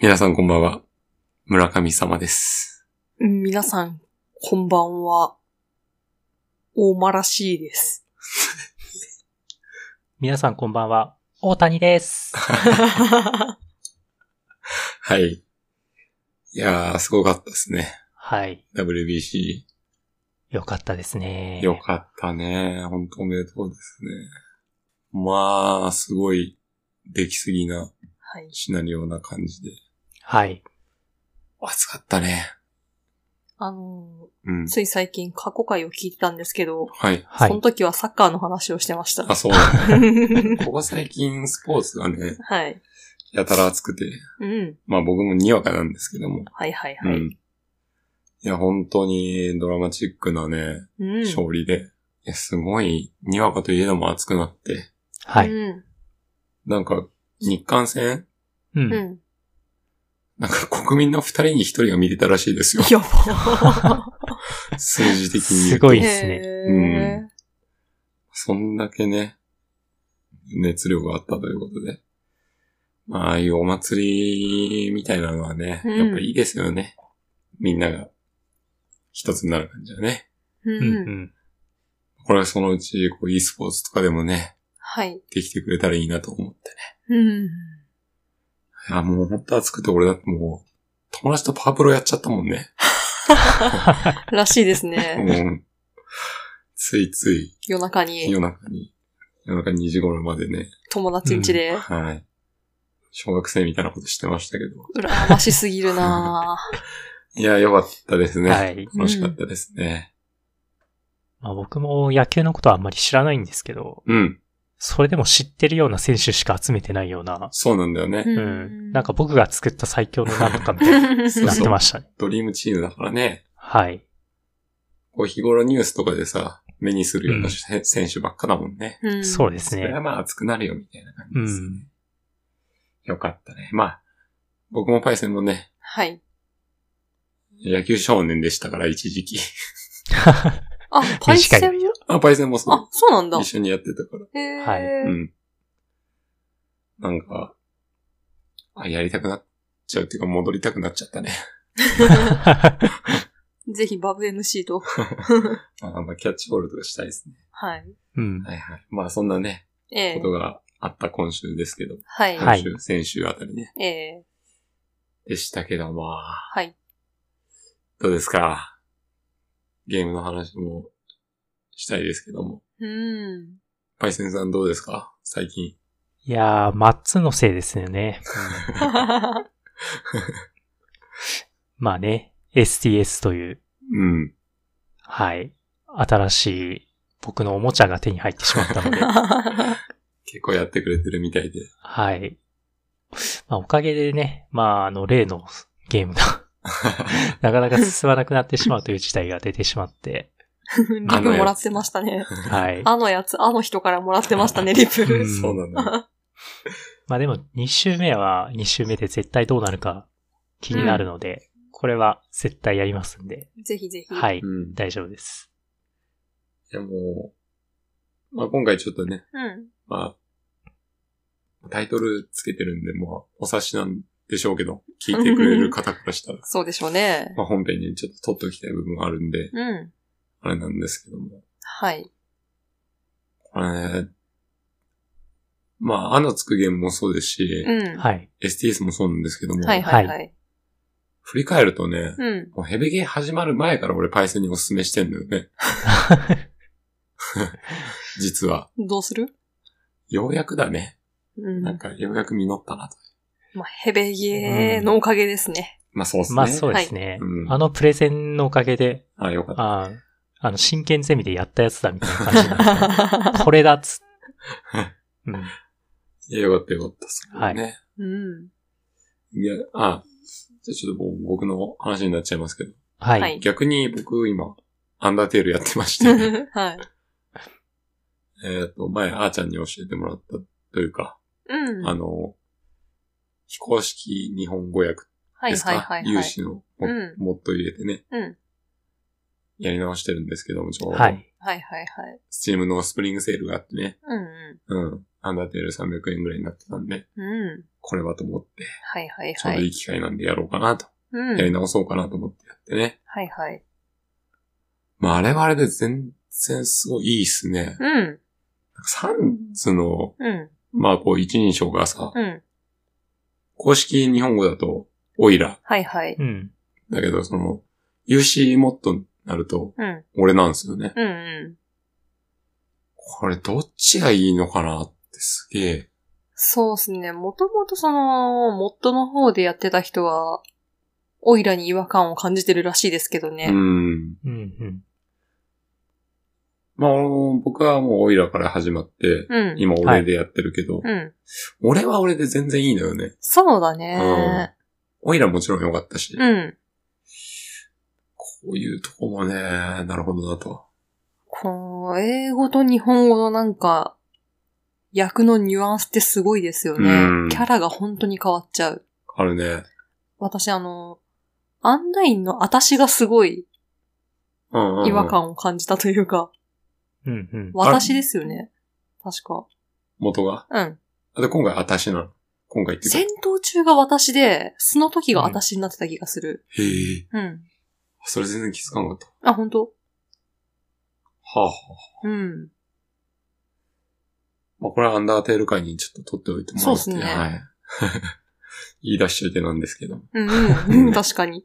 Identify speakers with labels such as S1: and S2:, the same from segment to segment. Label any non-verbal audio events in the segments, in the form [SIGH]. S1: 皆さんこんばんは。村上様です。
S2: 皆さん、こんばんは。大間らしいです。
S3: 皆さんこんばんは。大谷です。
S1: はい。いやー、すごかったですね。
S3: はい。
S1: WBC。
S3: よかったですね。
S1: よかったね。本当おめでとうですね。まあ、すごい、出来すぎな
S2: はい。
S1: シナリオな感じで。
S3: はい。
S1: 暑かったね。
S2: あの
S1: うん
S2: ー、。つい最近過去回を聞いてたんですけど、
S1: はい。
S3: は
S2: その
S3: い。
S2: 時はサッカーの話をしてました
S1: あ、。そうだ
S2: [LAUGHS]
S1: ね。
S2: は
S1: ここ最近スポーツがね、
S2: い。
S1: やたら暑くて。
S2: うん。
S1: まあ僕もにわかなんですけども。
S2: はいはいは
S1: う
S2: い。
S1: ん。いや、本当にドラマチックなね、
S2: うん。
S1: 勝利で。いや、すごい、にわかといえども熱くなって。
S3: は
S2: う
S3: い。
S2: ん。
S1: なんか、日韓戦
S3: う。
S2: うんん。
S1: なんか国民の二人に一人が見てたらしいですよ。
S2: やば。
S1: 数字的に言う
S3: す
S1: と。
S3: ごいっすね
S2: へー
S1: そんだけね、熱量があったということで。まあ、ああいうお祭りみたいなのはね、
S2: う
S1: や
S2: ん
S1: っぱいいですよね。みんなが一つになる感じだね。
S3: う。
S2: うん。
S3: うんん。
S1: これはそのうち、こう、e スポーツとかでもね、
S2: はい。
S1: できてくれたらいいなと思って。
S2: うん。
S1: あ、もうほんと暑くて俺だってもう、友達とパワープロやっちゃったもん
S3: [LAUGHS]
S1: ね。
S2: らしいです
S1: う
S2: ね。
S1: ん。ついつい
S2: 夜中に
S1: 夜中に、夜中2時頃までね。
S2: 友達ん家で。
S1: はい。小学生みたいなことしてましたけど。
S2: 羨ましすぎるない
S1: や、よかったですね。
S3: はい。
S1: 楽しかったですね。
S3: まあ、僕も野球のことはあんまり知らないんですけど、
S1: うん、
S3: それでも知ってるような選手しか集めてないような、
S1: そうなんだよね。
S2: ぁ。
S3: う
S2: [LAUGHS]
S3: ん。なんか僕が作った最強のなんとかみたいに
S1: そう
S3: なってましたね。
S1: ドリームチームだからね。
S3: はい。
S1: こう日頃ニュースとかでさ、目にするような
S3: うん
S1: せ、選手ばっかだもんね。
S2: うん
S3: そうです
S1: それは
S3: ね。
S1: まあ熱くなるよみたいな感じですね。
S3: うん
S1: よかったね。まあ、僕もパイセンもね、
S2: はい。
S1: 野球少年でしたから、一時期。 [LAUGHS]
S2: あ、パイセ
S3: 短
S2: ンも
S1: あ、パイセンもそ
S2: あ、そうなんだ
S1: う。一。緒にやってたから。
S2: へー
S3: は
S1: う
S3: い
S1: ん。なんか、あ、やりたくなっちゃうっていうか、戻りたくなっちゃったね。
S2: [LAUGHS]
S1: [LAUGHS]
S2: ぜひバブ MC と。
S1: あまあ、キャッチボールとかしたいですね。
S2: はい。
S3: [LAUGHS] うん。
S1: はいはい。まあ、そんなね、
S2: え
S1: こ
S2: え
S1: とがあった今週ですけど、
S2: はい。
S3: は
S1: 今
S3: い
S1: 週、先週あたりね、
S2: ええ
S1: でしたけど、まあ、
S2: はい。
S1: どうですか。ゲームの話もしたいですけども。
S2: うん。
S1: パイセンさんどうですか最近。
S3: いやー、マッツのせいですよね。まあね、STS という、
S1: [LAUGHS] うん。
S3: はい。新しい僕のおもちゃが手に入ってしまった
S1: [LAUGHS]
S3: ので、
S1: 結構やってくれてるみたいで。
S3: はい。まあ、おかげでね、まあ、あの、例のゲー
S1: [LAUGHS]
S3: ムが、なかなか進まなくなってしまうという事態が出てしまって、
S2: リプもらってましたね。
S3: はい。
S2: あのやつ、あの人からもらってましたね、リ
S3: う
S2: プ
S3: ん。
S1: そうなんだよ。
S3: まあでも、2週目は2週目で絶対どうなるか気になるので、これは絶対やりますんで、
S2: ぜひぜひ。
S3: は
S2: う
S3: い。
S1: うん。い
S3: 大丈夫です。
S1: やもう、まあ今回ちょっとね、
S2: ん。、
S1: まあ、タイトルつけてるんで、まあ、お察しなんでしょうけど、聞いてくれる方からしたら
S2: [LAUGHS] そうでしょうね。
S1: まあ本編にちょっと取っておきたい部分があるんで、
S2: うん。
S1: あれなんですけども。
S2: はい。
S1: これね、まあ、あのつくゲームもそうですし、
S2: うん。は
S3: はい。
S1: STS もそうなんですけども、
S2: いはいはい。
S1: 振り返るとね、
S2: うん。
S1: もうヘビゲー始まる前から俺パイセンにおすすめしてんのよね。実は。
S2: どうする
S1: ようやくだね。
S2: うん。
S1: なんか、ようやく実ったなと。
S2: まあ、ヘベゲーのおかげですね。
S1: まあ、そうですね。
S3: [LAUGHS] まあそうですね。
S1: うん
S3: あのプレゼンのおかげで、
S1: あよかった。
S3: あーあの、真剣ゼミでやったやつだみたいな感じになったので。これだっつ。うん。
S1: いやよかったよかった。そこはね。
S2: うん。
S1: いや、あ、じゃあちょっともう僕の話になっちゃいますけど。
S3: はい。
S2: はい
S1: 逆に僕今、アンダーテールやってまし
S2: [LAUGHS]
S1: て、
S2: はい。
S1: えっと、前、あーちゃんに教えてもらったというか、
S2: うん。
S1: あの、非公式日本語訳
S2: はい
S1: です
S2: はい
S1: か
S2: はい。
S1: 有
S2: はい。
S1: 志のも
S2: うん
S1: もっと入れてね。
S2: うん
S1: やり直してるんですけども、ちょうど、
S3: はい。
S2: はいはいはい。
S1: スチームのスプリングセールがあってね、
S2: うんう
S1: うん。アンダーテール300円ぐらいになってたんで、
S2: ん。うん。
S1: これはと思って、
S2: はいはい
S1: ちょう
S2: は
S1: どいい
S2: い。
S1: 機会なんでやろうかなと、
S2: うん。
S1: やり直そうかなと思ってやってね。
S2: はいはい。
S1: まあ、あれはあれで全然すごいいいっすね。
S2: うん。
S1: 3つの、
S2: うん。
S1: まあ、こう、一人称がさ、
S2: うん。
S1: 公式日本語だと、オイラ。
S2: はいはい。
S3: うん。
S1: だけど、その、UC モッドになると、
S2: うん。
S1: 俺なんですよね。
S2: うんうん。
S1: これ、どっちがいいのかなってすげえ。
S2: そうですね。もともとその、モッドの方でやってた人は、オイラに違和感を感じてるらしいですけどね。
S1: うん。
S3: うん。うん。
S1: まあ、あの僕はもうオイラから始まって、
S2: うん。
S1: 今俺でやってるけど、
S2: うん。
S1: 俺は俺で全然いいのよね。
S2: そうだね。
S1: オイラもちろん良かったし、
S2: うん。
S1: こういうとこもね、なるほどなと。
S2: この、英語と日本語のなんか、役のニュアンスってすごいですよね
S1: うん。
S2: キャラが本当に変わっちゃう。
S1: あるね。
S2: 私あの、アンラインの私がすごい
S1: うんうんうん
S2: 違和感を感じたというか、
S3: うん。うん。
S2: 私ですよね。確か。
S1: 元が。
S2: うん。
S1: あで、今回私なの。今回っていうか。
S2: 戦闘中が私で、その時が私になってた気がする。
S1: へえ。
S2: うん。
S1: それ全然気づかなかった。
S2: あ、本当
S1: はあ、はあ。
S2: うん。
S1: まあ、これはアンダーテール界にちょっと取っておいてもらって。
S2: そうっすね
S1: はい。 [LAUGHS] 言い出しといてなんですけど。
S2: うんうん、うん。確かに。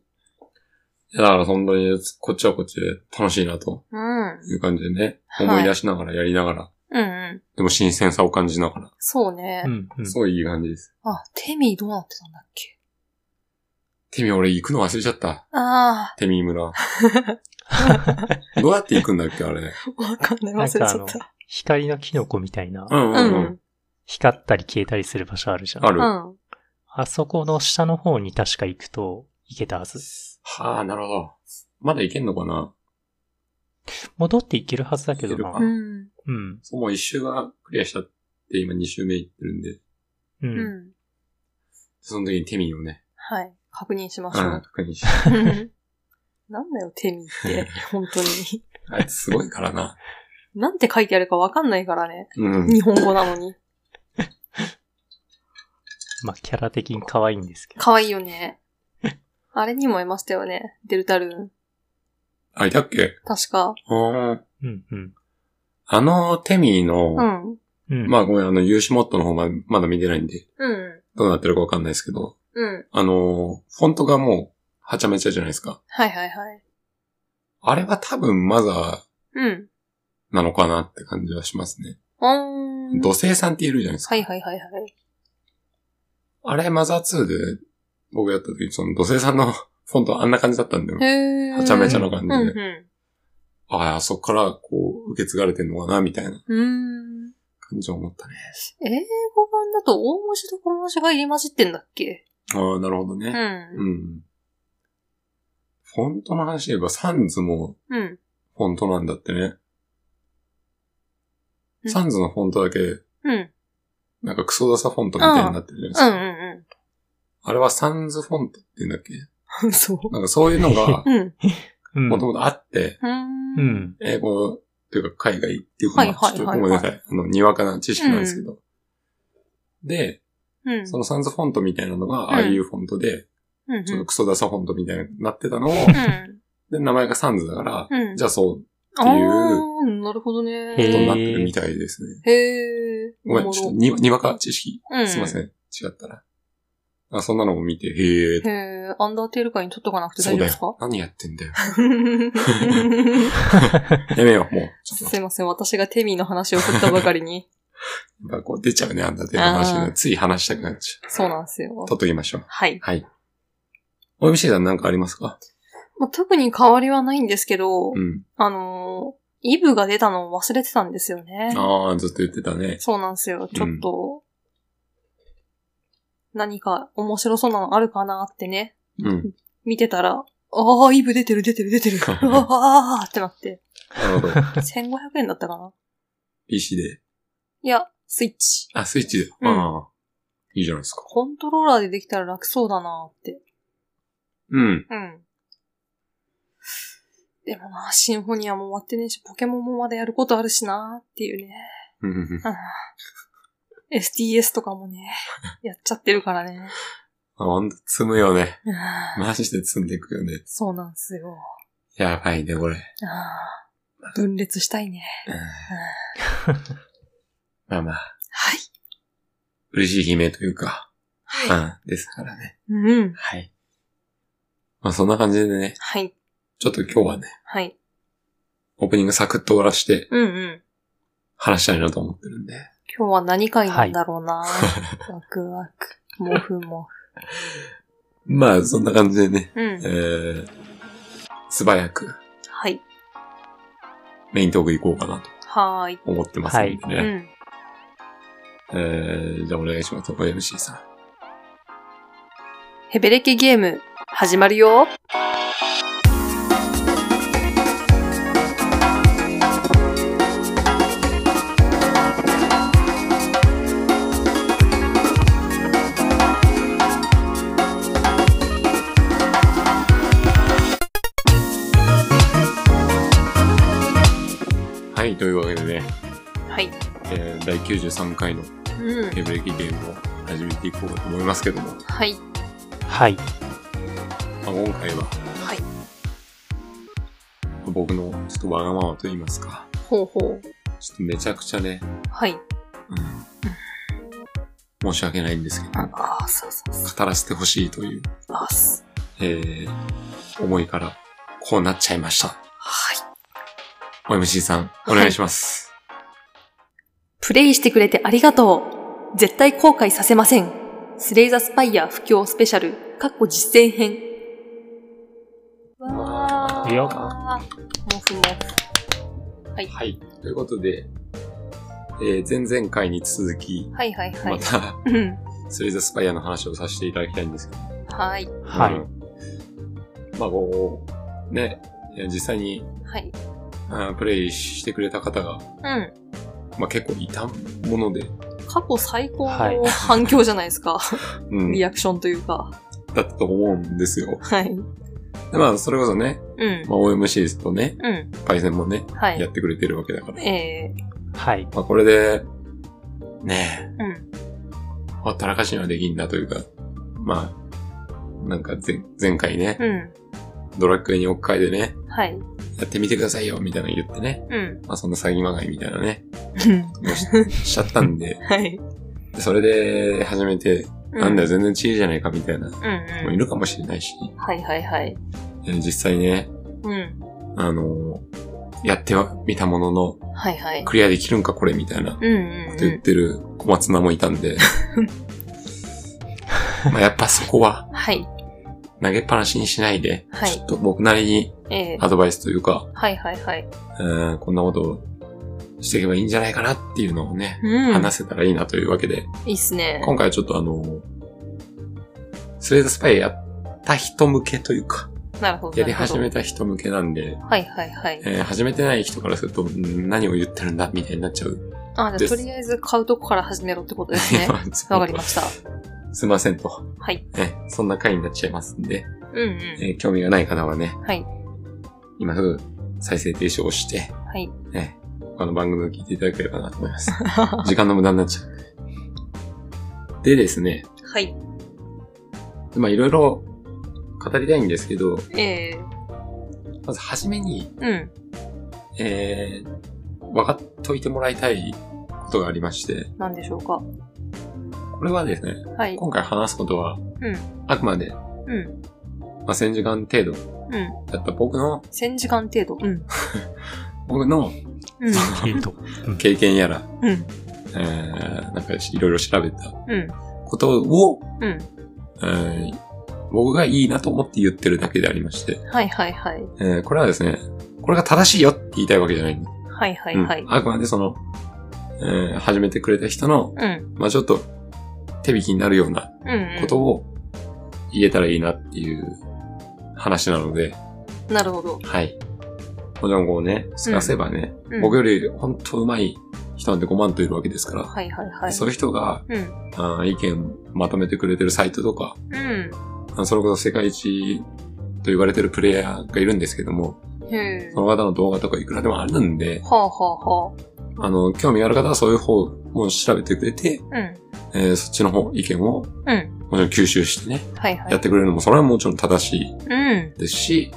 S1: いやだから本当に、こっちはこっちで楽しいなと
S2: うん。うん
S1: いう感じでね、
S2: はい
S1: 思い出しながらやりながら、
S2: うん。
S1: でも新鮮さを感じながら、
S2: そうね
S3: う。ん。うん。
S1: すごいいい感じです。
S2: あ、テミーどうなってたんだっけ
S1: テミ俺行くの忘れちゃった。
S2: あ
S1: テミ
S2: [LAUGHS]
S1: 村。どうやって行くんだっけあれ。
S2: あ、わかんない。忘
S3: な
S2: れ
S3: ん
S2: ちゃ
S3: かあ
S2: っ
S3: の、光のキノコみたいな
S1: う、んう
S2: た。うん
S1: うん。
S2: ん。
S3: 光ったり消えたりする場所あるじゃん。
S1: あ
S2: う
S1: る。は
S2: ん。
S3: あそこの下の方に確か行くと行けたはず。
S1: あ、なるほど。まだ行けんのかな
S3: 戻って行けるはずだけど
S1: 行
S3: な
S1: け。
S2: う
S1: る
S2: ん。
S3: うん。
S1: そう、もう一周がクリアしちゃって、今二周目行ってるんで、
S3: う。
S2: うんん。
S1: その時にテミをね、
S2: はい。確認しまし
S1: う
S2: ょ
S1: ん
S2: う。
S1: 確認
S2: [LAUGHS]
S1: して。
S2: なんだよ、テミーって。本当に。
S1: あいつすごいからな。
S2: なんて書いてあるかわかんないからね。
S1: うん。
S2: 日本語なのに。
S3: まあ、キャラ的に可愛いんですけど。
S2: かわいい
S1: [LAUGHS]
S2: よね。あれにもいましたよね。デルタルーン。
S1: あ、いたっけ
S2: 確か。
S1: あ
S3: うん、うん。
S1: あの、テミの、
S2: うん。うん。
S3: うん。
S1: まあごめん、あの、有志モッドの方ままだ見てないんで、
S2: うん。
S1: どうなってるかわかんないですけど、
S2: うん。
S1: あの、フォントがもう、はちゃめちゃじゃないですか。
S2: はいはいはい。
S1: あれは多分マザ
S2: うん。
S1: ーなのかなって感じはしますね。
S2: おーん。
S1: 土星さんっているじゃないですか。
S2: はいはいはいはい。
S1: あれマザー2で、僕やった時、その土星さんの [LAUGHS] フォントあんな感じだったんだよ。
S2: へー。
S1: はちゃめちゃな感じ
S2: う
S1: で。
S2: んう。
S1: ああ、そっからこう、受け継がれてんのかな、みたいなん
S2: うーん。
S1: 感じを思ったね。
S2: 英語版だと大文字と小文字が入り混じってんだっけ
S1: ああ、なるほど
S2: う
S1: ね。
S2: ん。
S1: うん。フォントの話で言えば、サンズも
S2: うん。
S1: フォントなんだってね。
S2: うん
S1: サンズのフォントだけ、
S2: うん。うん
S1: なんかクソダサフォントみたいになってるじゃないです
S2: う
S1: か。
S2: ん
S1: あれはサンズフォントって言うんだっけ
S2: うん。そう。
S1: なんかそういうのが
S2: う、ん。
S3: うん
S1: もともとあって、
S2: うん。
S3: う。ん。
S1: 英語っていうか海外っていうか、
S2: はいはいはいはい
S1: ちょっとごめんなさい。あの、にわかな知識なんですけど。で、
S2: うん。 [LAUGHS]
S1: そのサンズフォントみたいなのが、
S2: ん
S1: ああいうフォントで、
S2: うん。
S1: ちょっとクソダサフォントみたいになってた
S2: [LAUGHS]
S1: のを、
S2: うん。
S1: で、名前がサンズだから、
S2: うん。
S1: じゃあそう、
S2: あ
S1: っていう
S2: あーなるほどね。
S1: こ
S3: へ
S1: とに
S3: ー
S1: なってるみたいですね。
S2: へえ。
S1: ごめん、ちょっとににわか知識。
S2: と
S1: すいません、
S2: ん。
S1: 違ったら。あそんなのも見て、へえ、
S2: へえ、アンダーテール界に取っとかなくて
S1: そ
S2: 大
S1: うだ
S2: 丈夫ですか
S1: よ。何やってんだよ。
S2: [LAUGHS] す
S1: やめよう、もう。ちょっと、
S2: いません、私がテミーの話を振ったばかりに。
S1: やっぱこう出ちゃうね、あんた手の話
S2: あ
S1: が。
S2: ー
S1: つい話したくなっちゃ
S2: [LAUGHS] そうなんですよ
S1: う。。取っときましょう。
S2: はい。
S1: はい。おみしさんなんかありますか
S2: まあ、特に変わりはないんですけど、
S1: うん。
S2: あのー、イブが出たのを忘れてたんですよね。
S1: ああ、ずっと言ってたね。
S2: そうなんですよ。ちょっと、何か面白そうなのあるかなってね、
S1: うん。
S2: 見てたら、ああ、イブ出てる出てる出て [LAUGHS] る。ああーってなって。
S1: な
S2: [LAUGHS]
S1: るほど。
S2: 1500円だったかな
S1: PC で。
S2: いや、スイッチ。
S1: あ、スイッチで。
S2: うん
S1: ああ。いいじゃないですか。
S2: コントローラーでできたら楽そうだなーって。
S1: うん。
S2: うん。でもな、シンフォニアも終わってねえし、ポケモンもまだやることあるしなっていうね。
S1: うん
S2: あー STS とかもね、やっちゃってるからね。
S1: あほんと積むよね。
S2: うん
S1: マジで積んでいくよね。
S2: そうなんすよ。
S1: やばいね、これ。
S2: あー分裂したいね。
S1: うんまあまあ、
S2: はい。
S1: 嬉しい悲鳴というか、う
S2: はい。
S1: ん、ですからね。
S2: うん。
S1: はい。まあそんな感じでね、
S2: はい。
S1: ちょっと今日はね、
S2: はい。
S1: オープニングサクッと終わらして
S2: うんうん。
S1: 話したいなと思ってるんで。
S2: 今日は何回なんだろうな、ワクワク。もふも
S1: まあそんな感じでね、
S2: ふ。うん
S1: え。ー、素早く
S2: はい。
S1: メイントーク行こうかなと
S2: はーい。
S1: 思ってますんでね。
S2: うん。
S1: えー、じゃあお願いします、OMC さん。
S2: ヘベレケゲーム、始まるよ
S1: はい、というわけでね、
S2: はい。
S1: えー、第93回の
S2: うん。
S1: ヘブレキゲームを始めていこうと思いますけども、ま
S2: はい。
S3: はい。
S1: あ、今回は
S2: はい。
S1: 僕のちょっとわがままと言いますか、
S2: ほうほう。
S1: ちょっとめちゃくちゃね、
S2: はい。
S1: 申し訳ないんですけど、
S2: ああ、そうそうそ
S1: 語らせてほしいという、
S2: う。あす。
S1: えー、思いから、こうなっちゃいました。
S2: はい。
S1: OMC さん、お願いします。
S2: プレイしてくれてありがとう絶対後悔させませんスレイザースパイヤー不況スペシャル、かっこ実践編。わー。
S3: いいよ
S2: もふも
S1: はい。ということで、えー、前々回に続き
S2: ふ。、はいはいは
S1: ま
S2: い。
S1: た、
S2: うん。
S1: スレイザースパイアの話をさせていただきたいんですけど
S2: はい。
S3: はい。
S1: うんまあこう、ね、いや実際に
S2: はい。
S1: あープレイしてくれた方が、
S2: うん。
S1: まあ結構いたもので、
S2: 過去最高
S3: はい
S2: の反響じゃないですか。
S1: うん、
S2: リアクションというか。
S1: だったと思うんですよ。
S2: はい。
S1: でまあそれこそね、
S2: うん。
S1: まあ OMC とね、
S2: うん。
S1: パイセンもね、
S2: は
S1: や
S2: い
S1: っ。てくれてるわけだから。
S2: え
S1: [LAUGHS]
S3: はい。
S1: まあこれで、ね
S2: ー、うん。
S1: え、ほったらかしにはできんなというか、まあ、なんか前前回ね、
S2: う
S1: ドラクエに置き換えでね、
S2: ん。はい。
S1: やってみてくださいよ、みたいなの言ってね、
S2: うん。
S1: まあそんな詐欺まがいみたいなね、
S2: うん
S1: もうししちゃったん
S2: [LAUGHS]
S1: で、
S2: はい。
S1: それで始めて、
S2: う
S1: なんだよ、全然違えじゃないかみたいな、
S2: うん
S1: も
S2: う。
S1: うんいるかもしれないし、
S2: はいはいはい。
S1: えー実際ね、
S2: うん。
S1: あのーやってはみたものの、
S2: はいはい。
S1: クリアできるんかこれみたいな、
S2: うんうん
S1: 言っ
S2: う
S1: てる小松菜もいたん
S2: [LAUGHS]
S1: で、まあやっぱそこは
S2: ん。はい。
S1: 投げっぱなしにしないで、
S2: はい
S1: ちょっと僕なりに
S2: ええ
S1: アドバイスというか、
S2: はいはいはい。
S1: うんこんなことをしていけばいいんじゃないかなっていうのをね、
S2: うん。
S1: 話せたらいいなというわけで、
S2: いいっすね。
S1: 今回はちょっとあのースレイザースパイやった人向けというか、
S2: なるほど。
S1: やり始め
S2: た。
S1: た人向けなんで、
S2: はいはいはい。
S1: えー始めてない人からすると、ん何を言ってるんだみたいになっちゃう。
S2: あ、
S1: で
S2: じゃ
S1: す
S2: あとりあえず買うとこから始めろってことで
S1: [LAUGHS]
S2: すね。わかりました。
S1: すいませんと。
S2: はい。
S1: ね、そんな回になっちゃいますんで、
S2: うんう
S1: えー興味がない方はね、
S2: ん。はい。
S1: 今すぐ再生停止をして、
S2: はい。
S1: ね、他の番組を聞いていただければなと思い
S2: [LAUGHS]
S1: ます。時間の無駄になっちゃう。でですね、
S2: はい。
S1: まあいろいろ語りたいんですけど、
S2: ええ
S1: まず初めに、
S2: うん。
S1: えー、分かっといてもらいたいことがありまして、
S2: なんでしょうか。
S1: これはですね、
S2: はい。
S1: 今回話すことは、
S2: ん
S1: あくまで、
S2: うん。
S1: まあ、1000時間程度
S2: うん。
S1: だった僕の、
S2: 1000時間程度。うん。
S1: 僕の
S2: うん。
S3: ヒント。
S1: 経験やら、
S2: うん。
S1: えー、なんかいろいろ調べた
S2: うん。
S1: [LAUGHS] ことを、
S2: うん。
S1: えー僕がいいなと思って言ってるだけでありまして、
S2: はいはいはい。
S1: えー、これはですね、これが正しいよって言いたいわけじゃないんで、
S2: はいはいはい
S1: うん。あくまでその、えー、始めてくれた人の、
S2: うん。
S1: まあちょっと、手引きになるような
S2: うん。
S1: ことを言えたらいいなっていう話なので、
S2: うん。なるほど。
S1: はい。もちろんこうね、探せばね、
S2: うん
S1: 僕より本当上手い人なんて5万といるわけですから、
S2: はいはいはい。
S1: そういう人が
S2: うん。
S1: あー意見まとめてくれてるサイトとか、
S2: うん。
S1: あそれこそ世界一と言われてるプレイヤーがいるんですけども、
S2: へえ。
S1: その方の動画とかいくらでもあるんで、
S2: はあはあは
S1: あの、興味がある方はそういう方も調べてくれて、
S2: あ。うん。
S1: えーそっちの方、意見を、
S2: うん。
S1: もちろん吸収してね、
S2: はいは
S1: やっ。
S2: い
S1: てくれるのも、それはもちろん正しい
S2: うん。
S1: ですし、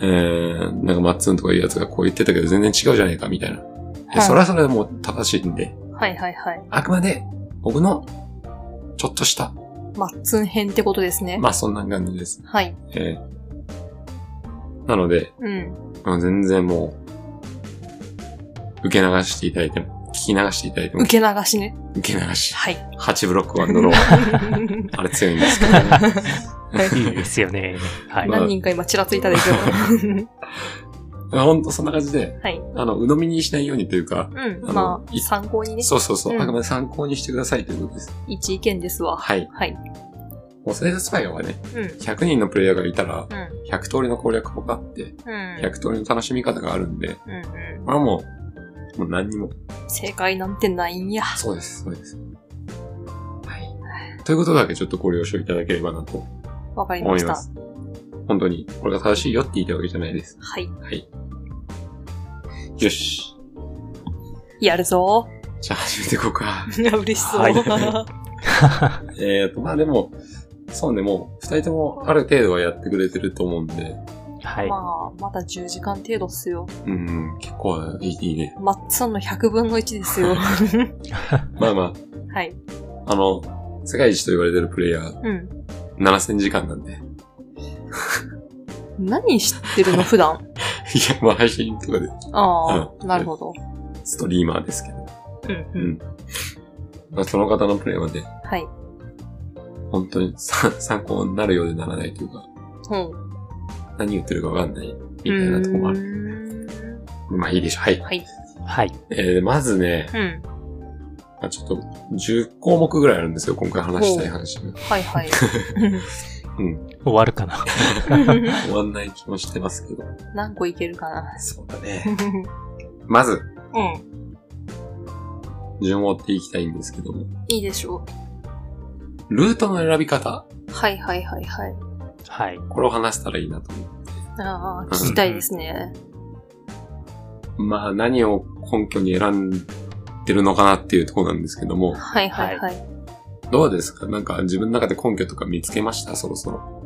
S1: えー、なんかマッツンとかいうやつがこう言ってたけど全然違うじゃねえかみたいな。でそれはそれでもう正しいんで、
S2: はいはいはい。
S1: あくまで僕のちょっとした、
S2: マッツン編ってことですね。
S1: まあそんな感じです。
S2: はい。
S1: えー、なので、
S2: うん。
S1: まあ全然もう、受け流していただいても、聞き流していただいても
S2: 受、け流しね。
S1: 受け流し。
S2: はい。
S1: 8ブロックワンドロー。あれ強いんですけど、ね。
S3: いいですよね。はい。
S1: まあ
S2: [LAUGHS] 何人か今ちらついたでしょ。
S1: ほんとそんな感じで、
S2: [LAUGHS] はい。
S1: あの、鵜呑みにしないようにというか、
S2: うん。
S1: あの
S2: まあ、
S1: い
S2: 参考にね、
S1: そうそうそう、
S2: うん
S1: あくまで参考にしてくださいということです。
S2: 一意見ですわ。
S1: はい。
S2: はい。
S1: もうセールスパイアはね、
S2: うん。
S1: 100人のプレイヤーがいたら、
S2: うん。
S1: 100通りの攻略法があって、
S2: うん。
S1: 100通りの楽しみ方があるんで、
S2: うんう
S1: これはもう、もう何にも。
S2: ん。正解なんてないんや。
S1: そうです、そうです。はい。ということだけちょっとご了承いただければなと
S2: わかりま
S1: 思い
S2: し
S1: ま
S2: た。
S1: す。本当に、これが正しいよって言いたいわけじゃないです。
S2: はい。
S1: はい。よし。
S2: やるぞ。 [LAUGHS]
S1: じゃあ始めていこうか。 [LAUGHS]
S2: いや、嬉しそう。
S3: はい
S1: えーと、まあでも、そうね、もう、二人ともある程度はやってくれてると思うんで、
S3: はい。
S2: [LAUGHS] まあ、まだ10時間程度っすよ。
S1: うん、結構いいいいね。
S2: マッツンの100分の1です
S1: [LAUGHS]
S2: よ。
S1: まあま
S2: はい。
S1: あ、あの、世界一と言われてるプレイヤー、
S2: うん。
S1: 7000時間なんで。い [LAUGHS] や、
S2: 何知ってるの、普段。
S1: まあ配信とかで、
S2: あ
S1: う
S2: あ、
S1: ん
S2: なるほど。
S1: ストリーマーですけど。
S2: うん
S1: う。
S2: うん
S1: まあ、その方のプレイはね、
S2: ん。はい。
S1: 本当にさ参考になるようでならないというか、
S2: ほう。
S1: 何言ってるかわかんない、み
S2: う
S1: たいなとこもある。
S2: ーん
S1: まあいいでしょう。はい。
S2: はい。
S3: はい。
S1: えー、まずね、
S2: うん。
S1: まあ、ちょっと、10項目ぐらいあるんですよ、今回話したい話が。
S2: はい [LAUGHS] はい。
S1: うん。
S3: 終わるかな。
S1: 終わんない気もしてますけど。
S2: 何個いけるかな。
S1: そうだ
S2: う
S1: ね。
S2: ん。
S1: まず、順を追っていきたいんですけども、
S2: いいでしょ
S1: ルートの選び方、
S2: う。はいはいはいはい。
S3: はい。
S1: これを話せたらいいなと思う。
S2: ああ、聞きたいですね。
S1: まあ、何を根拠に選んでるのかなっていうところなんですけども、
S2: はいはいはい。
S1: どうですかなんか自分の中で根拠とか見つけましたそろそろ。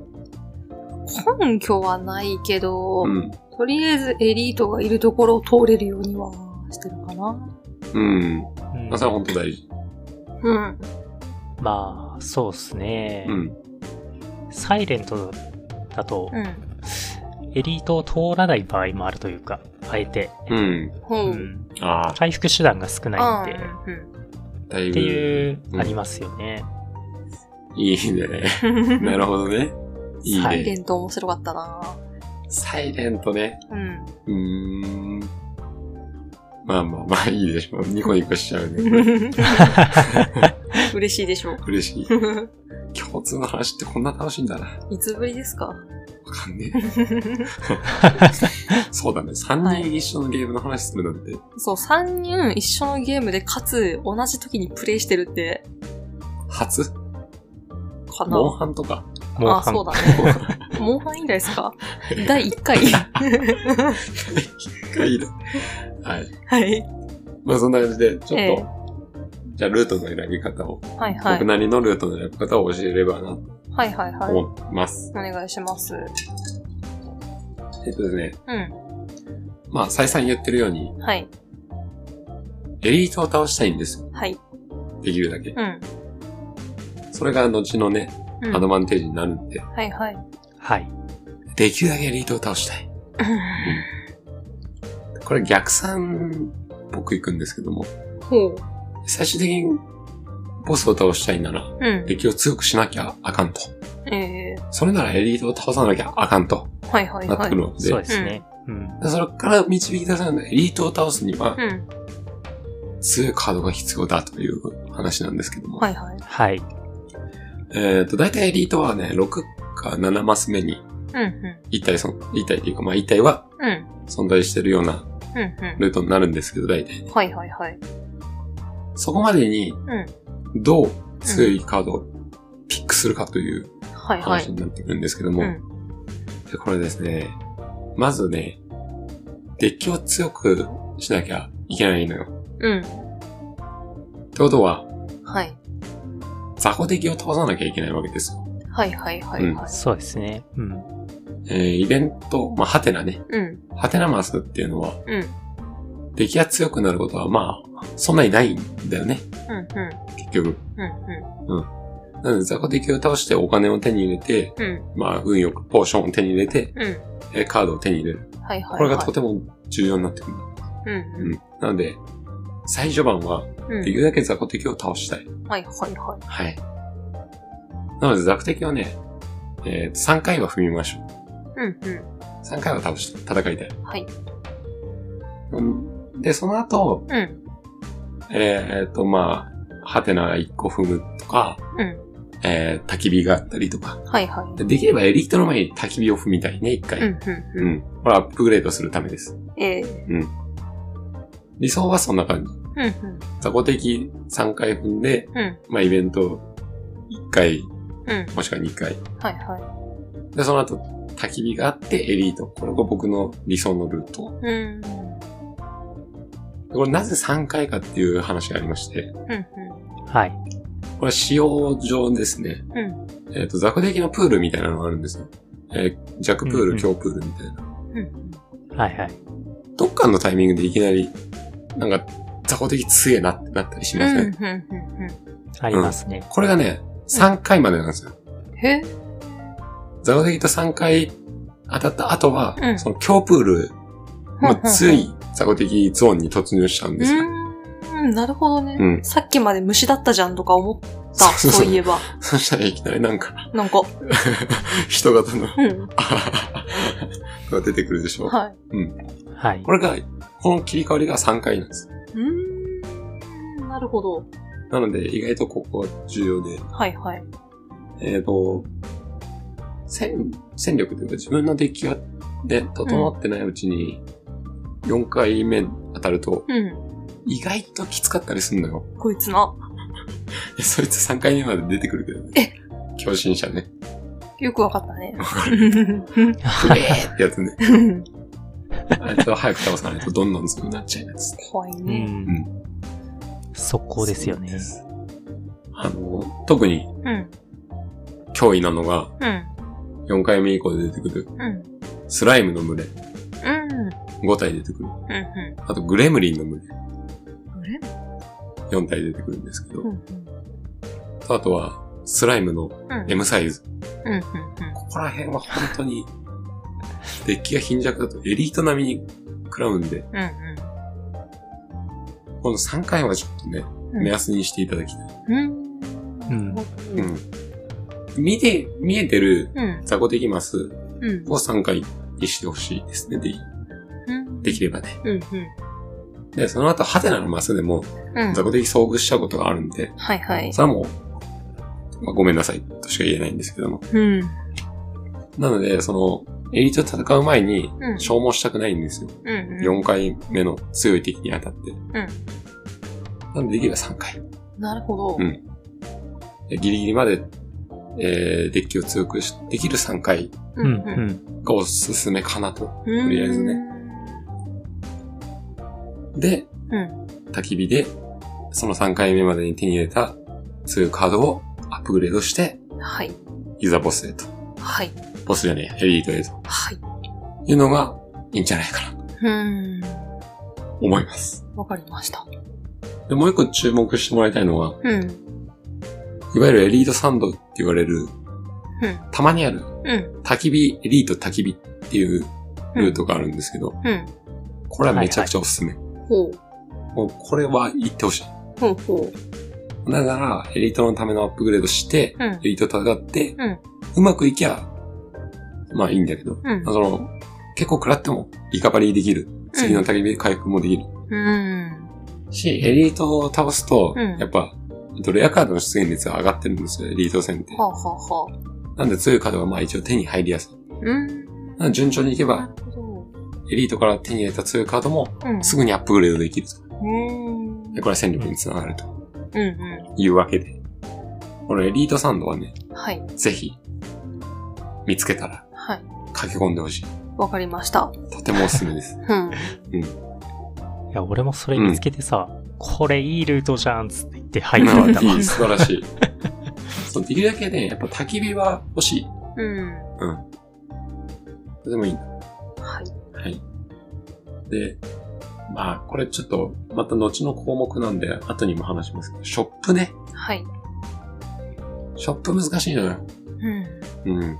S2: 根拠はないけど、
S1: うん。
S2: とりあえずエリートがいるところを通れるようにはしてるかな。
S1: うん。
S3: うん
S1: まあ、それは本当大事。
S2: うん。
S3: まあ、そうですね
S1: う。ん。
S3: サイレントだと、
S2: うん。
S3: エリートを通らない場合もあるというか、あえて。
S1: うん。
S2: ほう。
S3: うん。
S1: ああ、
S3: 回復手段が少ないんで。
S2: う
S1: だい
S3: っ
S1: ぶ。
S3: ていう
S1: う、ん
S3: ありますよね。
S1: いい
S2: [LAUGHS]
S1: ね。
S2: ん。
S1: なるほどね。いいね。
S2: サイレント面白かったな。
S1: サイレントね。
S2: うん。
S1: うーん。まあまあまあいいで
S2: [LAUGHS]
S1: しょう。ニコニコしちゃうね。これ
S2: 嬉しいでしょう。 [LAUGHS]
S1: 嬉しい。共通の話ってこんな楽しいんだな。わ
S2: いつぶりですか
S1: か
S2: [LAUGHS]
S1: んねえ。そうだね。3人一緒のゲームの話するなんて。
S2: そう、3人一緒のゲームで、かつ同じ時にプレイしてるって、
S1: 初
S2: かな
S1: モンハンとか。
S3: もう
S2: あ、そうだね。モンハン以来で
S1: [LAUGHS]
S2: すか第1回。
S1: がいいねはい。
S2: はい。
S1: まあそんな感じで、ちょっと、
S2: ええ
S1: じゃあルートの選び方を、
S2: はいはい
S1: 僕。なりのルートの選び方を教えればなと
S2: はいはいはい。お
S1: 思ってます。
S2: 願いします。う
S1: えっとですね、
S2: ん。
S1: まあ再三言ってるように、
S2: はい。
S1: エリートを倒したいんですよ。
S2: はい。
S1: できるだけ。
S2: うん。
S1: それが後のね、
S2: うん
S1: アドバンテージになるんで、
S2: はいはい。
S3: はい。
S1: できるだけエリートを倒したい。これ逆算、僕行くんですけど [LAUGHS] も、
S2: ほう。
S1: 最終的にボスを倒したいなら、
S2: うん。
S1: 敵を強くしなきゃあかんと。
S2: え
S1: それならエリートを倒さなきゃあかんと
S2: ー、はいはい
S1: なっ
S2: は
S1: て
S2: い
S1: く。るわけで。
S3: そうですね。うん。
S1: でそれから導き出されるのはエリートを倒すには
S2: うん。
S1: 強いカードが必要だという話なんですけども。
S2: はいはい。
S3: はい。
S1: えっと、だいたいエリートはね、6か7マス目に
S2: うんう
S1: 1体そ、1体というか、まあ1体は
S2: ん。うん。
S1: 存在してるような
S2: うんう
S1: ルートになるんですけど、だいたい。
S2: ん。はいはいはい。
S1: そこまでに
S2: うん。
S1: どう強いカードをピックするかという
S2: はいは
S1: 話
S2: い。
S1: になってくるんですけど
S2: う
S1: も、
S2: ん。
S1: でこれですね、まずね、デッキを強くしなきゃいけないのよ。
S2: うん。
S1: ってことは、
S2: はい。
S1: 雑魚デッキを倒さなきゃいけないわけですよ。
S2: はいはいはいはい。
S3: そうですね。うん。
S1: えー、イベント、まあ、ハテナね。
S2: うん。
S1: ハテナマスっていうのは、
S2: うん。
S1: 出来が強くなることは、まあ、そんなにないんだよね、
S2: うん。うん。
S1: 結局。
S2: うん。
S1: なので、雑魚敵を倒してお金を手に入れて、
S2: うん。
S1: まあ、運よくポーションを手に入れて、
S2: う
S1: えーカードを手に入れる。
S2: ん。はいはいはい。
S1: これがとても重要になってくる。
S2: うん。
S1: うん。なので、最序盤は、
S2: うん。
S1: できるだけ雑魚敵を倒したい。
S2: はいはいは
S1: はい。なので、雑魚敵はね、えー、3回は踏みましょう。
S2: い。うん。う
S1: 3回は倒し、戦いたい。
S2: ん。はい。
S1: うんで、その後、
S2: うん。
S1: えーっと、まあ、ハテナ1個踏むとか、
S2: う
S1: えー、焚き火があったりとか。
S2: ん。はいはい。
S1: でできればエリートの前に焚き火を踏みたいね、一回。
S2: うん。うん。
S1: うん。これはアップグレードするためです。
S2: うん。えー。
S1: 理想はそんな感じ。
S2: うん。うん。
S1: 雑魚的3回踏んで、
S2: うん。
S1: まあ、イベント1回、
S2: うん。
S1: もしくは2回。
S2: はいは
S1: で、その後、焚き火があってエリート。これが僕の理想のルート。
S2: い。うん。
S1: でこれなぜ3回かっていう話がありまして、
S2: うん。う
S3: はい。
S1: これは使用上ですね。
S2: ん。うん。
S1: えっ、と、雑魚的なプールみたいなのがあるんですよ。えー、弱プー
S3: うんう
S1: ル、
S3: ん
S1: 強プールみたいな。
S2: うん。
S3: はいはい。
S1: どっかのタイミングでいきなり、なんか、雑魚的強えなってなったりしません、
S2: うん。うん。
S3: ありますね。
S1: これがね、3回までなんですよ。
S2: うん。へ
S1: ザゴデギと3回当たった後は、
S2: うん
S1: その強プールの強いザゴデギゾーンに突入しちゃうんですよ。
S2: うん。なるほどね。
S1: うん
S2: さっきまで虫だったじゃんとか思った、
S1: そうそうそう
S2: そういえば。
S1: そしたらいきなりなんか、
S2: なんか、
S1: 人型の、
S2: うん。
S1: [LAUGHS] が出てくるでしょ。
S2: はい。
S3: はい
S1: こ。れが、この切り替わりが3回なんです。
S2: うーん。なるほど。
S1: なので、意外とここは重要で、
S2: はいはい。
S1: えっ、と、戦、戦力というか自分のデッキが、で、整ってないうちに、4回目当たると、
S2: うん。
S1: 意外ときつかったりするのよ。 [LAUGHS]
S2: こいつな。
S1: でそいつ3回目まで出てくるけどね。狂信者ね。
S2: よくわかったね。
S1: えーってやつね。
S2: うん
S1: あいつは早く倒さないとどんどん強くなっちゃうやつ。
S2: 怖いうね。
S3: ん。速攻ですよね。
S1: そうですあの、特に
S2: うん。
S1: 脅威なのが、
S2: うん。
S1: 4回目以降で出てくる、
S2: うん。
S1: スライムの群れ、
S2: うん。
S1: 5体出てくる。
S2: うん。う
S1: あと、グレムリンの群
S2: ん。あれ
S1: れ、4体出てくるんですけど
S2: う、ん。
S1: あとは、スライムの
S2: うん。
S1: M サイズ。
S2: うん。うん。
S1: ここら辺は本当に、 [LAUGHS] デッキが貧弱だとエリート並みに食らうんで、
S2: うん。
S1: この3回はちょっとね、
S2: うん
S1: 目安にしていただきたい。
S2: うん。
S3: うん
S2: う。
S1: うんん。見て、見えてる
S2: うん。
S1: 雑魚的マス
S2: うん。
S1: を3回にしてほしいですね。で、
S2: うん。
S1: できればね。
S2: うん。
S1: で、その後、ハテナのマスでも
S2: うん。
S1: 雑魚的遭遇しちゃうことがあるんで、
S2: はいはい。
S1: それはもう、まあ、ごめんなさいとしか言えないんですけども。
S2: うん。
S1: なので、その、エリートと戦う前に
S2: うん。
S1: 消耗したくないんですよ。
S2: うん。
S1: 4回目の強い敵に当たって。
S2: ん
S1: なので、できれば3回。
S2: なるほど。
S1: うんでギリギリまで、えー、デッキを強くしできる3回
S3: うん。うん。
S1: がおすすめかなと。
S2: うん。
S1: とりあえずねで、
S2: うん。
S1: 焚き火で、その3回目までに手に入れた強いカードをアップグレードして、
S2: はい。
S1: いざボスへと。
S2: はい。
S1: ボスじゃねえや、エリートへと。
S2: はい。
S1: いうのが、いいんじゃないかなと
S2: うん。
S1: 思います。
S2: わかりました。
S1: で、もう一個注目してもらいたいのは、
S2: うん。
S1: いわゆるエリートサンドって言われる、
S2: うん。
S1: たまにある
S2: うん。
S1: 焚き火、エリート焚き火っていうルートがあるんですけど、
S2: うん。
S1: これはめちゃくちゃおすすめ。
S2: ほう。
S1: もうこれは言ってほし
S2: ほうほ
S1: い。だから、エリートのためのアップグレードして、
S2: う。うん。
S1: エリート戦って、
S2: うん
S1: うまくいきゃ、まあいいんだけど、
S2: うん
S1: まあ。その、結構食らってもリカバリーできる。次の焚き火回復もできる。
S2: うん。
S1: し、エリートを倒すと、
S2: うん
S1: やっぱ、えっとレアカードの出現率が上がってるんですよ、エリート戦って
S2: は。あ、はあはあ。
S1: なんで強いカードがまあ一応手に入りやすい。
S2: うん。
S1: なんで順調にいけ
S2: な
S1: ば、
S2: るほ
S1: エリートから手に入れた強いカードも
S2: ど。うん。
S1: すぐにアップグレードできると。
S2: うん。うん
S1: で、これは戦力につながると
S2: う
S1: いうわけで。このエリートサンドはね、
S2: ん。はい。
S1: ぜひ、見つけたら
S2: はい。
S1: 駆け込んでほしい。
S2: わかりました。
S1: とてもおすすめです。
S2: うん。
S3: いや、俺もそれ見つけてさ、これいいルートじゃんっつって言って入っ
S1: 今 [LAUGHS] [LAUGHS]
S3: た
S1: は
S3: んだわ。
S1: いい、素晴らしい。そうできるだけね、やっぱ焚き火は欲しい。
S2: うん。
S1: とてもいいんだ。
S2: はい。
S1: はい。で、まあ、これちょっと、また後の項目なんで、後にも話しますけど、ショップね。
S2: はい。
S1: ショップ難しいのよ。
S2: うん。
S1: うん。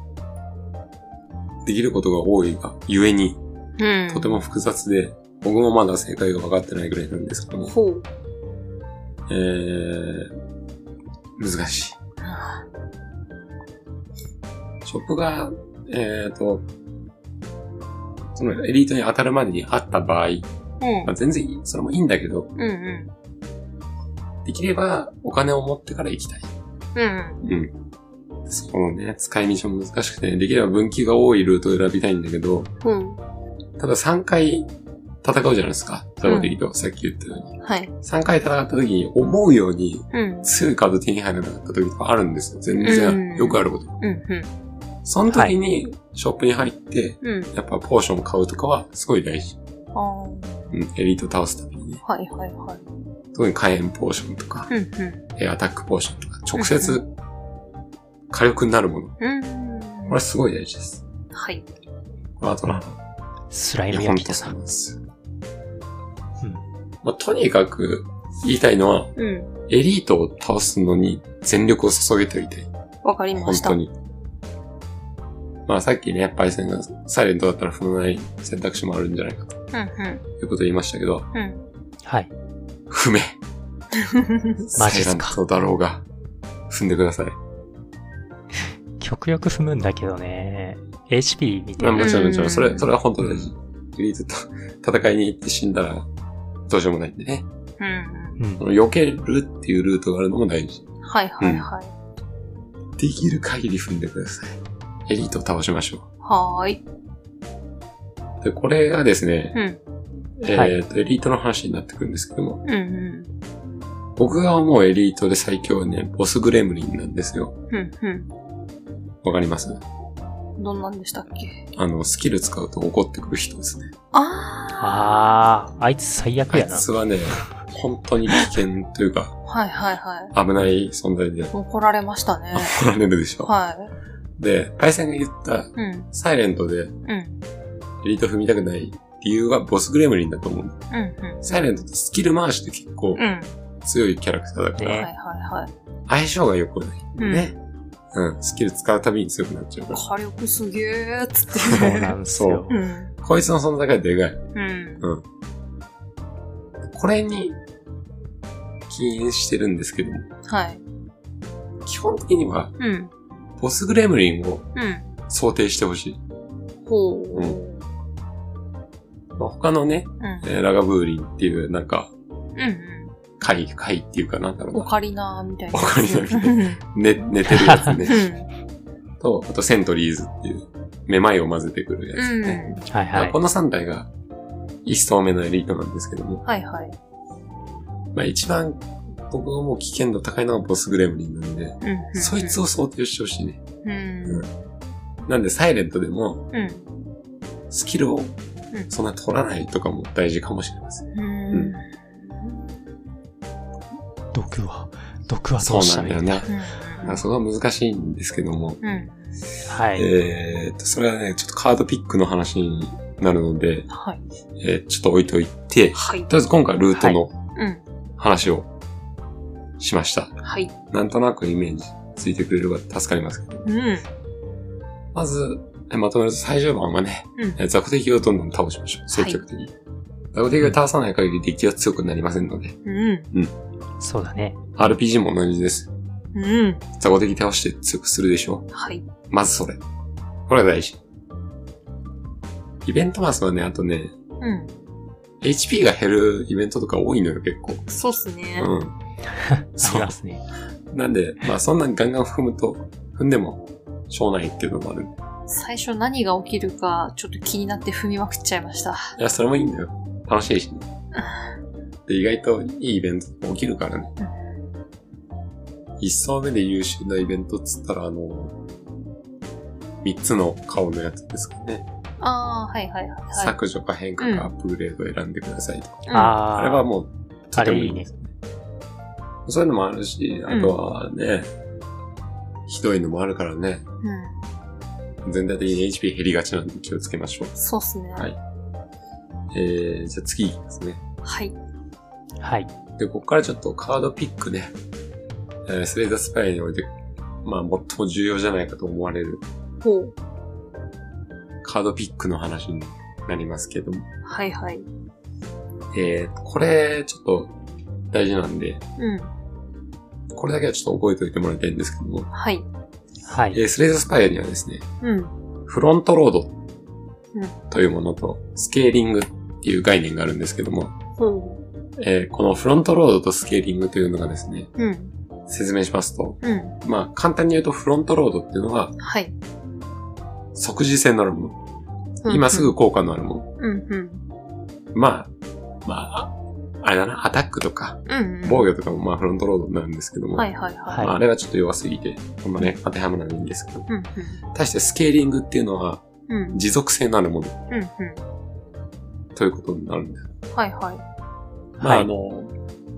S1: できることが多いが、ゆえに、
S2: うん。
S1: とても複雑で、僕もまだ正解が分かってないぐらいなんですけども、
S2: ほう。
S1: えー、難しい。
S2: は
S1: ショップが、えーと、そのエリートに当たるまでにあった場合、
S2: あうん
S1: まあ、。全然いいそれもいいんだけど、
S2: うんうん。
S1: できればお金を持ってから行きたい。
S2: うん。
S1: うん。そこのね、使い道も難しくて、できれば分岐が多いルートを選びたいんだけど、
S2: うん。
S1: ただ3回戦うじゃないですか。そういうことで言うと、さっき言ったように。
S2: はい。
S1: 3回戦った時に思うように
S2: うん。
S1: 強いカード手に入らなかった時とかあるんですよ。全
S2: う
S1: 然
S2: ん
S1: よくあること。
S2: うん。うん。
S1: その時にショップに入って、
S2: うん。
S1: やっぱポーション買うとかはすごい大事。
S2: ああ。
S1: うん、エリート倒すためにね。
S2: はいはいはい。
S1: 特に火炎ポーションとか、
S2: うんうん。
S1: えーアタックポーションとか、直接火力になるもの。
S2: うん。
S1: これすごい大事です。
S2: はい。
S1: これあとな、
S3: スライ
S1: いや、
S3: ム
S1: ほん
S3: 焼き
S1: と
S3: と
S1: そう
S3: さ
S1: な。んですよ。
S3: うん
S1: まあ、とにかく言いたいのは、
S2: うん。
S1: エリートを倒すのに全力を注げておいて、
S2: わかりま
S1: 本
S2: した。
S1: 当に。まあさっきね、パイセンがサイレントだったら踏まない選択肢もあるんじゃないかと
S2: うん
S1: いうことを言いましたけど、
S2: うん。うん。
S3: はい。
S1: 踏め
S3: [LAUGHS] マ
S1: サ
S3: ジっ
S1: イレ
S3: す
S1: ン
S3: か
S1: トだろうが、踏んでください。
S3: 極力踏むんだけどね。HP 見て
S1: まあ、もちろんもちろ
S2: うん
S1: ん、それ、それは本当に大事。エリートと戦 [LAUGHS] いに行って死んだら、どうしようもないんでね。
S2: うん。
S3: うん。
S1: 避けるっていうルートがあるのも大事。
S2: はいはいはい。
S1: できる限り踏んでください。エリートを倒しましょ
S2: はーい。
S1: う。で、これがですね、
S2: うん。
S3: はい
S1: えっ、と、エリートの話になってくるんですけども、
S2: うん
S1: 僕が思うエリートで最強はね、ボスグレムリンなんですよ。
S2: うん。うん
S1: わかります
S2: うん。どんなんでしたっけ
S1: あの、スキル使うと怒ってくる人ですね。
S2: あ
S3: あー、あいつ最悪
S1: あ
S3: や
S1: い
S3: な。
S1: つはね、本当に危険というか
S2: あ。、はいはいはい。
S1: 危ない存在で
S2: 怒られましたね。
S1: 怒られるでしょ。
S2: は
S1: で、パイセンが言った、
S2: い。うん。
S1: サイレントで
S2: うん。
S1: エリート踏みたくない理由はボスグレムリンだと思う。
S2: うん。うん。
S1: サイレントってスキル回しで結構
S2: うん。
S1: 強いキャラクターだか
S2: はい
S1: ら、
S3: ね
S2: はいはい。
S1: 相性が良くない。
S2: うん。
S1: ね。うん、スキル使うたびに強くなっちゃうか
S2: 火力すげーっつって。
S3: そうなんですよ
S1: そ。
S2: うん。
S1: ら。こいつの存在がでかい。
S2: うん。
S1: これに、起因してるんですけども、
S2: はい。
S1: 基本的には、
S2: うん。
S1: ボスグレムリンを
S2: うん。
S1: 想定してほしい。
S2: ほう。
S1: う
S2: うん。
S1: まあ、他のね、
S2: うん
S1: えーラガブーリンっていう、なんか、
S2: うん。
S1: 会、会っていうかなんだろう
S2: オ
S1: な。
S2: カリナみたいな。
S1: オカリナみたいな
S2: うん
S1: 寝、寝てるやつ [LAUGHS]
S2: う
S1: ね。
S2: ん。
S1: と、あとセントリーズっていう、めまいを混ぜてくるやつね。
S2: うん。
S3: はい
S1: まあ
S3: はい
S1: こ。の3体が一層目のエリートなんですけども、
S2: はいはい。
S1: まあ、一番僕がもう危険度高いのがボスグレムリンなんで、
S2: うんうん。
S1: そいつを想定してほしいね。
S2: うん。
S1: なんでサイレントでも
S2: うん。
S1: スキルを
S2: ん
S1: そんな取らないとかも大事かもしれません。
S2: うん。
S3: 毒は、毒は
S1: そ
S3: どう
S1: うな
S3: した
S1: ん
S3: ら
S1: だ
S3: い
S1: よ
S3: いんだ
S1: ね。まあ、
S2: う
S1: そこは難しいんですけども、
S2: ん。うん。
S3: はい。
S1: えーっと、それはね、ちょっとカードピックの話になるので、
S2: はい。
S1: えーちょっと置いといて、と
S2: はい。
S1: りあえず今回ルートの
S2: うん。
S1: 話をしました。
S2: はい。
S1: なんとなくイメージついてくれれば助かりますけど。
S2: うん。
S1: まず、えまとめると最終盤はね、
S2: うん
S1: え雑魚敵をどんどん倒しましょう。積極的に。雑魚敵を倒さない限り敵は強くなりませんので、
S2: うん。
S3: そうだね。
S1: RPG も同じです。
S2: うん。
S1: 雑魚敵倒して強くするでしょう。
S2: はい。
S1: まずそれ。これが大事。イベントマスはね、あとね、
S2: うん。
S1: HP が減るイベントとか多いのよ、結構。
S2: そうっすね。
S1: うん。
S3: [LAUGHS] あ
S1: そ
S3: り
S1: う
S3: ますね。
S1: なんで、まあそんなんガンガン踏むと、踏んでも、しょうないっていうのもある。
S2: 最初何が起きるか、ちょっと気になって踏みまくっちゃいました。
S1: いや、それもいいんだよ。楽しいしね。で、意外といいイベントも起きるからね。一層目で優秀なイベントっつったら、あの、三つの顔のやつですかね。
S2: ああ、はいはいはい、はい。
S1: 削除か変化かアップグレードを選んでくださいとか。
S2: うん
S3: あ
S1: あ
S3: あ。
S1: れはもう、とても
S3: あれいいね
S1: ですそういうのもあるし、あとはね、ひどいのもあるからね、
S2: うん。
S1: 全体的に HP 減りがちなんで気をつけましょう。
S2: そうっすね。
S1: はいえー、じゃあ次いきますね。
S2: はい。
S3: はい。
S1: で、ここからちょっとカードピックね、えースレイザースパイにおいて、まあ、最も重要じゃないかと思われる
S2: ほう。
S1: カードピックの話になりますけども、
S2: はいはい。
S1: えー、これ、ちょっと大事なんで、
S2: うん。
S1: これだけはちょっと覚えておいてもらいたいんですけども、
S2: はい。
S3: は
S1: え
S3: い。
S1: ースレイザースパイアにはですね、
S2: うん。
S1: フロントロード
S2: うん
S1: というものと、スケーリングっていう概念があるんですけども、
S2: ほ
S1: えーこのフロントロードとスケーリングというのがですね、
S2: う。うん。
S1: 説明しますと、
S2: うん。
S1: まあ、簡単に言うとフロントロードっていうのは、
S2: はい。
S1: 即時性のあるもの。今すぐ効果のあるもの。
S2: うんうん。
S1: まあ、まあ、あれだな、アタックとか、
S2: うんうん。
S1: 防御とかもまあフロントロードになるんですけども、
S2: はいはいはい。
S1: まあ、
S3: はい
S1: あれはちょっと弱すぎて、あんまね、当てはまらないんですけど、
S2: うん
S1: 対してスケーリングっていうのは
S2: うん。うん。
S1: 持続性のあるもの
S2: うんう
S1: ということになるんです。
S2: ん。はいはい。
S1: まあ、
S3: は
S1: あ
S3: い。
S1: の、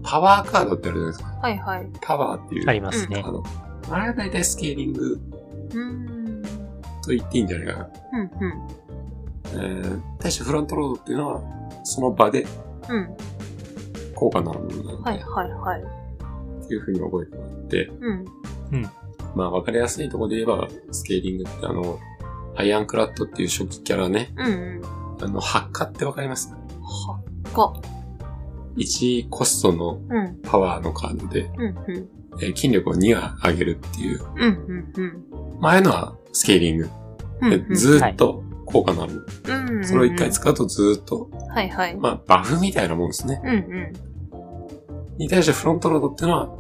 S1: パワーカードってあるじゃないですか。
S2: はいはい。
S1: パワーっていう。
S3: ありますね
S1: あ。の、あれは大体スケーリング
S2: うーん。
S1: と言っていいんじゃないかな。
S2: うんうん。
S1: えー、対してフロントロードっていうのは、その場で
S2: うん。
S1: 効果のあるものなので、
S2: はいはいはい。
S1: っていうふうに覚えてもらって、
S2: うん。
S1: まあ、わかりやすいところで言えば、スケーリングってあの、アイアンクラッドっていう初期キャラね、
S2: うんうん。
S1: あの、発火ってわかります
S2: はっか。
S1: ?1 コストの
S2: うん。
S1: パワーのカードで、
S2: うんうん。
S1: えー筋力を2は上げるっていう。
S2: うんうんうん。
S1: まあ、ああいうのはスケーリング。
S2: うん
S1: で
S2: うん
S1: ずーっと効果のある。
S2: うんうんうん
S1: それを1回使うとずーっと、
S2: はいはい。
S1: まあ、バフみたいなもんですね。
S2: うんうん。
S1: に対してフロントロードってのは、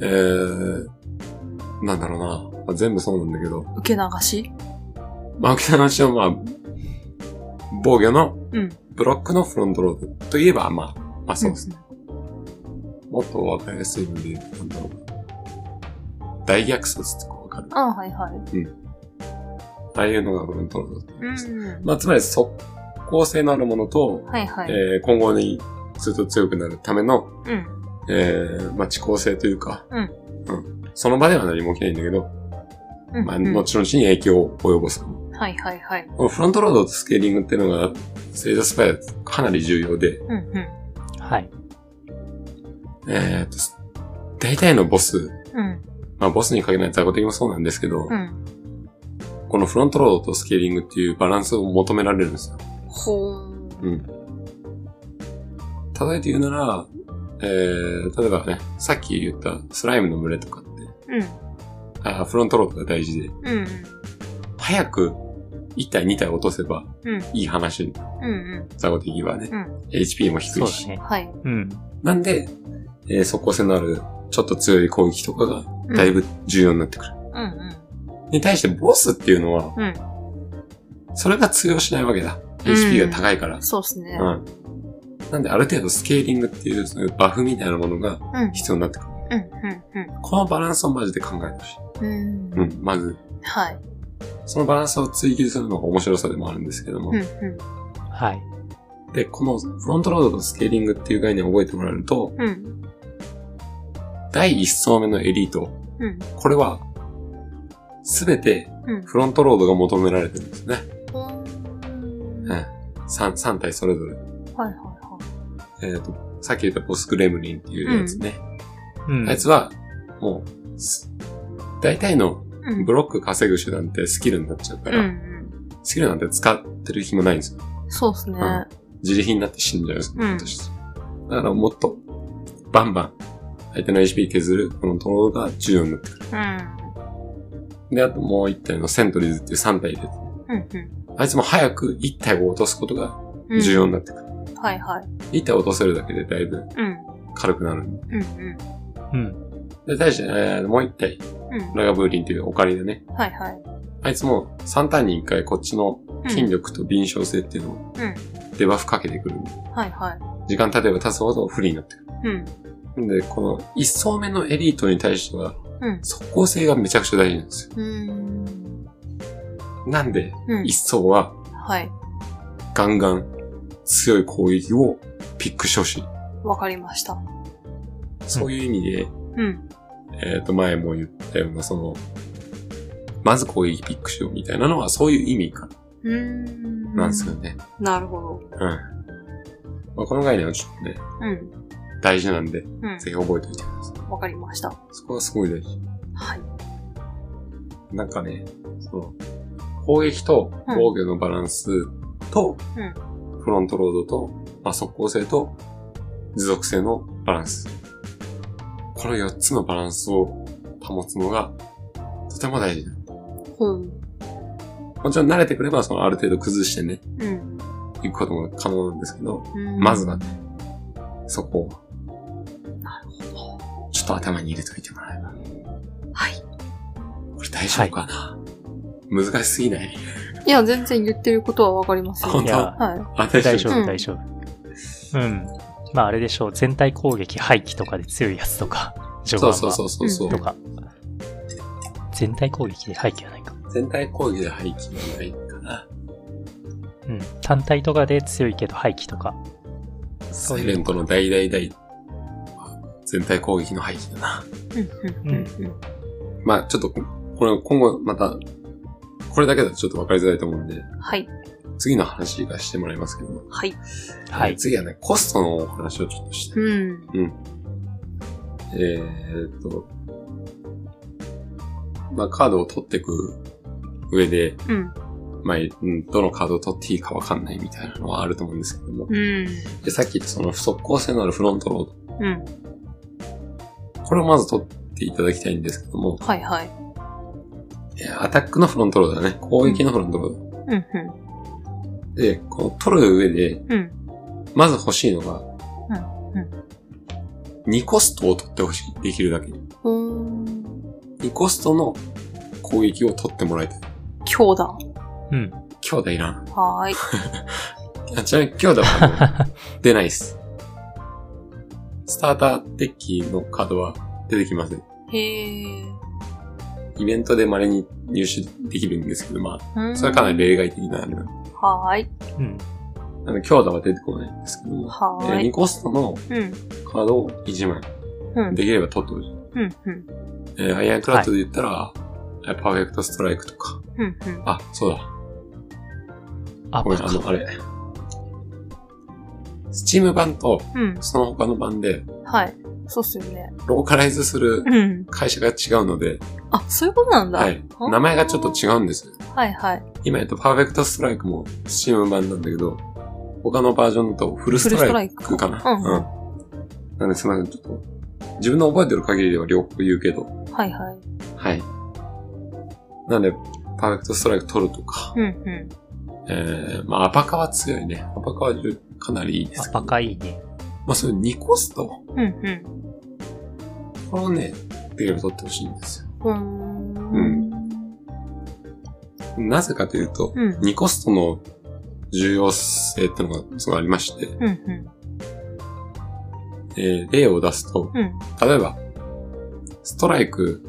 S1: えー、なんだろうな。まあ、全部そうなんだけど、
S2: 受け流し
S1: まあ、沖縄の話はまあ、防御の
S2: うん。
S1: ブロックのフロントロードといえば、まあ、まあそうですね。
S2: ね。
S1: もっとわかりやすいので、なんだろう。大逆殺とかわかる。
S2: ああ、はいはい。
S1: ああいうのがフロントロードって言います。
S2: うん。
S1: まあ、つまり速攻性のあるものと、
S2: はいはい。
S1: えー今後にずっと強くなるための、
S2: うん。
S1: えー、まあ、遅効性というか、
S2: うん
S1: うん。その場では何も起きないんだけど、
S2: うん
S1: まあ、後々に影響を及ぼすもの。
S2: はいはいはい。
S1: このフロントロードとスケーリングっていうのが、セイザースパイアかなり重要で、
S2: うんう
S3: はい。
S1: えー、と、大体のボス、
S2: ん。うん。
S1: まあボスに限らない雑魚的もそうなんですけど、
S2: うん。
S1: このフロントロードとスケーリングっていうバランスを求められるんですよ。
S2: ほー。
S1: うん。例えて言うなら、えー、例えばね、さっき言ったスライムの群れとかって、
S2: うん。
S1: あーフロントロードが大事で、
S2: うん。
S1: 早く1体2体落とせば
S2: うん。
S1: いい話、
S2: うんうん。
S1: 雑魚的はね、
S2: うん
S1: HP も低
S3: そう
S1: い
S3: だ
S1: し。
S3: ね。
S2: はい。
S3: うん。
S1: なんで、えー、速攻性のある、ちょっと強い攻撃とかが、
S2: うん
S1: だいぶ重要になってくる。
S2: うんうん。
S1: に対してボスっていうのは、
S2: うん。
S1: それが通用しないわけだ。
S2: うん
S1: HP が高いから。
S2: そうっすね。
S1: うん。なんで、ある程度スケーリングっていう、そういうバフみたいなものが
S2: うん。
S1: 必要になってくる。
S2: うんうん
S1: このバランスをマジで考えてほしい。
S2: うん。う。
S1: うんん、まず。
S2: はい。
S1: そのバランスを追求するのが面白さでもあるんですけども。
S2: うんう
S3: はい。
S1: で、このフロントロードとスケーリングっていう概念を覚えてもらえると、
S2: ん。うん。
S1: 第1層目のエリート、
S2: うん。
S1: これは、すべて
S2: うん。
S1: フロントロードが求められてるんですね。
S2: ほ
S1: う
S2: ー
S1: ん。3, 3体それぞれ。
S2: はいはいは
S1: えっ、と、さっき言ったボスグレムリンっていうやつね。
S3: うん。
S1: あいつは、もう、す大体の
S2: い。うん。
S1: ブロック稼ぐ手段ってスキルになっちゃうか
S2: うん
S1: ら、
S2: うん。
S1: スキルなんて使ってる暇ないんですよ。
S2: そうっすね。
S1: ん自利品になって死んじゃうんです
S2: うん
S1: 私だからもっと、バンバン、相手の HP 削る、このトローが重要になってくる。
S2: うん。
S1: で、あともう一体のセントリーズっていう3体で、
S2: うん
S1: あいつも早く1体を落とすことが
S2: うん。
S1: 重要になってくる。
S2: うん。はいはい。
S1: 1体落とせるだけでだいぶ
S2: うん。
S1: 軽くなるんで。
S2: うんうん。
S3: うん。
S1: で、対して、えーもう1体、
S2: うん。
S1: ラガブーリンっていうオカリでね、
S2: はいはい。
S1: あいつも3ターンに1回こっちの
S2: うん
S1: 筋力と敏捷性っていうのを
S2: うん。
S1: デバフかけてくる。
S2: はいはい。
S1: 時間経てば経つほど不利になってく
S2: うん。
S1: る。んで、この1層目のエリートに対しては、
S2: うん。
S1: 速攻性がめちゃくちゃ大事なんですよ。
S2: うーん。
S1: なんで、
S2: うん
S1: 1。層は
S2: はい。
S1: ガンガン強い攻撃をピックしてほしい。
S2: わかりました。
S1: そういう意味で、
S2: うん。
S1: えっ、と、前も言ったような、その、まず攻撃ピックしようみたいなのは、そういう意味か、
S2: うーん。
S1: なんですよね。
S2: なるほど。
S1: うん。まあ、この概念はちょっとね、
S2: うん。
S1: 大事なんで、ぜ
S2: うん。
S1: ひ覚えておいてください。
S2: わかりました。
S1: そこはすごい大事。
S2: はい。
S1: なんかね、その、攻撃と防御のバランスと、フロントロードと、まあ、速攻性と、持続性のバランス。この4つのバランスを保つのが、とても大事だ。
S2: ほう。
S1: もちろん慣れてくれば、そのある程度崩してね、
S2: うん。
S1: 行くことも可能なんですけど、
S2: うん
S1: まずはね、そこを、ちょっと頭に入れといてもらえば。
S2: はい。
S1: これ大丈夫かな、難しすぎない
S2: いや、全然言ってることはわかります
S1: あ
S2: よ
S1: 本。
S3: い
S1: 当
S3: や、
S2: は
S1: あ、大
S3: 大
S1: 丈
S3: 丈
S1: 夫。
S2: うん
S3: 夫、大丈夫。うん。まあ、あれでしょう。全体攻撃、廃棄とかで強いやつとか、序
S1: そ
S3: 盤
S1: う
S3: は
S1: そうそうそうそう、
S3: とか。全体攻撃で廃棄はないか。
S1: 全体攻撃で廃棄はないかな。
S3: うん。単体とかで強いけど廃棄とか。
S1: サ
S3: そう
S1: イ
S3: い
S1: レ
S3: う。
S1: ントの大大大。全体攻撃の廃棄だな。
S2: い。うん。うん。うん。
S1: まあちょっと、これ今後また、これだけだとちょっと分かりづらいと思うんで、
S2: はい。
S1: 次の話がしてもらいますけども。
S2: はい。
S3: はい。
S1: 次はね、コストのお話をちょっとして。
S2: うん。
S1: えーっと、まあカードを取っていく上で、
S2: うん。
S1: まあ、うんどのカードを取っていいか分かんないみたいなのはあると思うんですけども。
S2: うん。
S1: で、さっき言ったその速攻性のあるフロントロード。
S2: うん。
S1: これをまず取っていただきたいんですけども、
S2: はいはい。
S1: えーアタックのフロントロードだね。攻撃のフロントロー
S2: うん。う
S1: ド。で、この取る上で、
S2: ん。うん。
S1: まず欲しいのが
S2: うん、
S1: 2コストを取ってほしい。できるだけ。
S2: ほー。
S1: 2コストの攻撃を取ってもらいたい。
S2: 強打。
S3: うん。
S1: 強打いらん。
S2: はーい。
S1: あちなみに強打は出ないです。スターターデッキのカードは出てきません。
S2: へえ。
S1: イベントで稀に入手できるんですけど、まあ、
S2: うん
S1: それはかなり例外的なあれなんで
S2: はーい。
S3: うん。
S1: なので強打は出てこないんですけども、
S2: は
S1: え
S2: ー
S1: ー2
S2: い。
S1: コストの
S2: うん。
S1: カードを1枚。
S2: うん。
S1: できれば取ってほしい。
S2: うん。うん。
S1: えーアイアンクラッドで言ったら、えーパーフェクトストライクとか。
S2: うん。うん。
S1: あ、そうだ。
S3: あ、
S1: ごめん、あの、あれ。スチーム版と、
S2: うん。
S1: その他の版で、
S2: はい。そうっすよね。
S1: ローカライズする
S2: うん。
S1: 会社が違うので、
S2: あ、そういうことなんだ。
S1: はい。名前がちょっと違うんですよ。
S2: はいはい。
S1: 今言ったパーフェクトストライクもスチーム版なんだけど、他のバージョンだとフルストライクかな。
S2: フルストライク
S1: うん。なんで、すみません、ちょっと、自分の覚えてる限りでは両方言うけど、
S2: はいはい。
S1: はい。なんで、パーフェクトストライク取るとか、
S2: うんう
S1: えー、まあ、アパカは強いね。アパカはかなりいいです
S3: ア
S1: けど。
S3: パカいいね。
S1: まあ、それ2コスト。
S2: ん。うん
S1: これをね、できれば取ってほしいんです
S2: うん。
S1: う
S2: うんん。
S1: よ。なぜかというと、
S2: うん
S1: 2コストの重要性ってのがすごいありまして、
S2: うんうん。
S1: えー、例を出すと、
S2: うん。
S1: 例えば、ストライク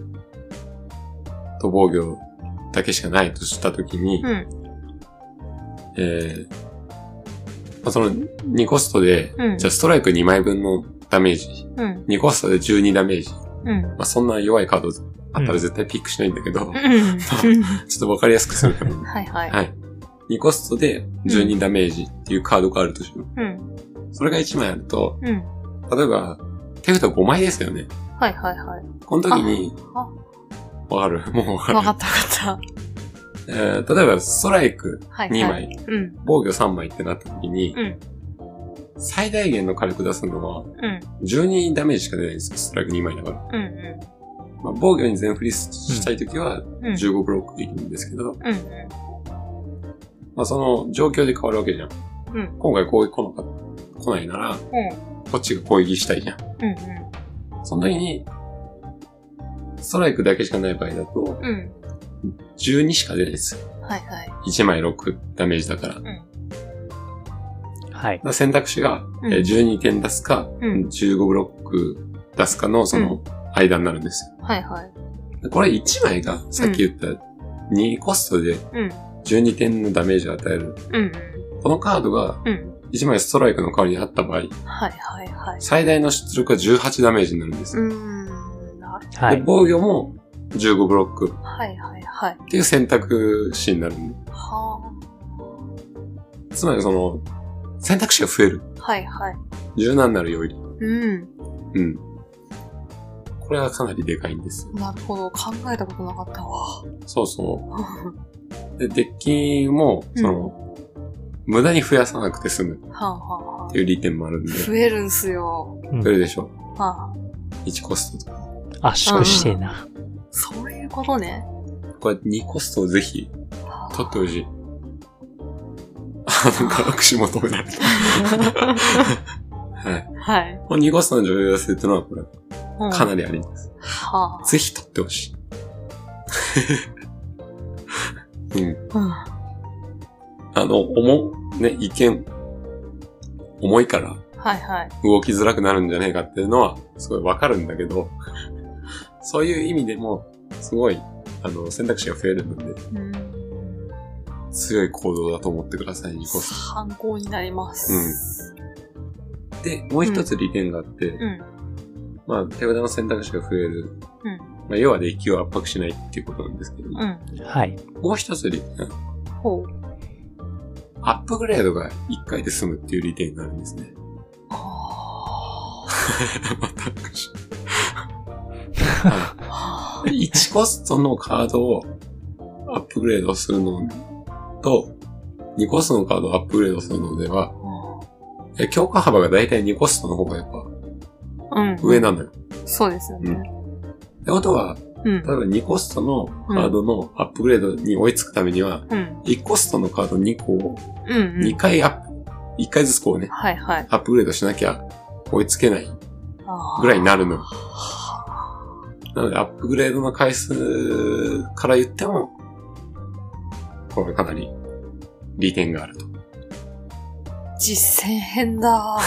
S1: と防御だけしかないとしたときに、
S2: うん。
S1: えーまあ、その2コストで、
S2: うん
S1: じゃあストライク2枚分のダメージ、
S2: うん。
S1: 2コストで12ダメージ、
S2: うん。
S1: まあ、そんな弱いカードあったら絶対ピックしないんだけど、ちょ
S2: うん。
S1: っとわかりやすくするために。
S2: はいはい。
S1: はい。2コストで12ダメージっていうカードがあるとしよ
S2: うん。
S1: う。それが1枚あると、
S2: うん。
S1: 例えば、手札5枚ですよね。
S2: はいはいはい。
S1: この時に
S2: あ、
S1: わかるもうわかる
S2: わかったわかっ
S1: えー例えば、ストライク
S2: た。はい
S1: 2
S2: はい。
S1: 枚、
S2: うん。
S1: 防御3枚ってなった時に
S2: う、ん。
S1: 最大限の火力出すのは、
S2: うん。
S1: 12ダメージしか出ないんですよ、ストライク2枚だから。
S2: うん。
S1: まあ、防御に全振りしたい時は、
S2: うん。うん。
S1: 15ブロックできるんですけど、
S2: うん。
S1: まあ、その状況で変わるわけじゃん。
S2: うん
S1: 今回攻撃来なかった、来ないなら、こっちが攻撃したいじゃん。
S2: うん。
S1: その時に、ストライクだけしかない場合だと、
S2: うん。うん。
S1: 12しか出ないですよ。
S2: はいはい。
S1: 1枚6ダメージだから。だか
S2: うん。
S3: はい。
S1: ら選択肢が、
S2: うん
S1: えー12点出すか、
S2: うん
S1: 15ブロック出すかのその間になるんです
S2: はいはい。
S1: よ。これ1枚が、さっき言った2コストで
S2: うん。
S1: 12点のダメージを与える。
S2: うん。
S1: このカードが
S2: うん。
S1: 1枚ストライクの代わりにあった場合、
S2: はいはいはい。
S1: 最大の出力が18ダメージになるんです。
S2: うーん。なる
S3: は
S1: で、
S3: い。
S1: 防御も15ブロック
S2: はいはいはい。
S1: っていう選択肢になるんで
S2: は
S1: つまりその、選択肢が増える。
S2: あ。はいはい。
S1: 柔軟なるより。
S2: うん。
S1: うん。これはかなりでかいんですよ。
S2: なるほど。考えたことなかったわ。
S1: そうそう。で、デッキも、その、無駄に増やさなくて済むっ
S2: はあはあはあ
S1: て。いう利点もあるんで、
S2: 増えるんすよ。
S1: どれでしょ
S2: はあ。
S1: う ?1 コストとか。
S3: 圧縮してえな。
S2: そういうことね。
S1: これ2コストをぜひ
S2: はあ
S1: 取ってほしい。あ、なんか握手求められた。はい。
S2: はい。
S1: この2コストの重要性っていうのは、これ、
S2: うん
S1: かなりあります。
S2: は
S1: ぜひ取ってほしい。 [LAUGHS] うん。
S2: あ。うん。
S1: あの、重、ね、意見、重いから、
S2: はいはい。
S1: 動きづらくなるんじゃねえかっていうのは、すごいわかるんだけど、 [LAUGHS] そういう意味でも、すごい、あの、選択肢が増えるので、
S2: うん。
S1: 強い行動だと思ってください、ニコス
S2: 参考になります。
S1: で、もう一つ利点があって、
S2: うん。
S1: まあ、手札の選択肢が増える。
S2: うん。
S1: まあ、要はデッキを圧迫しないっていうことなんですけども、
S2: うん。
S3: はい。
S1: もう一つ利点、
S2: ほう。
S1: アップグレードが1回で済むっていう利点があるんですね。
S2: は
S1: また握手は
S2: あはい
S1: 1コストのカードをアップグレードするのと、2コストのカードをアップグレードするのでは、
S2: あ
S1: え強化幅がだいたい2コストの方がやっぱ
S2: うん。
S1: 上なのよ。
S2: そうですよね。
S1: ってことは、
S2: うん
S1: 例え。ば2コストのカードのアップグレードに追いつくためには、
S2: うん。
S1: 1コストのカード2個を
S2: うん。う
S1: 2
S2: ん。
S1: 回アップ、1回ずつこうね、
S2: はいはい。
S1: アップグレードしなきゃ追いつけない
S2: あー
S1: ぐらいになるのよ。
S2: は
S1: なので、アップグレードの回数から言っても、これはかなり利点があると。こ
S2: あ実践編だ。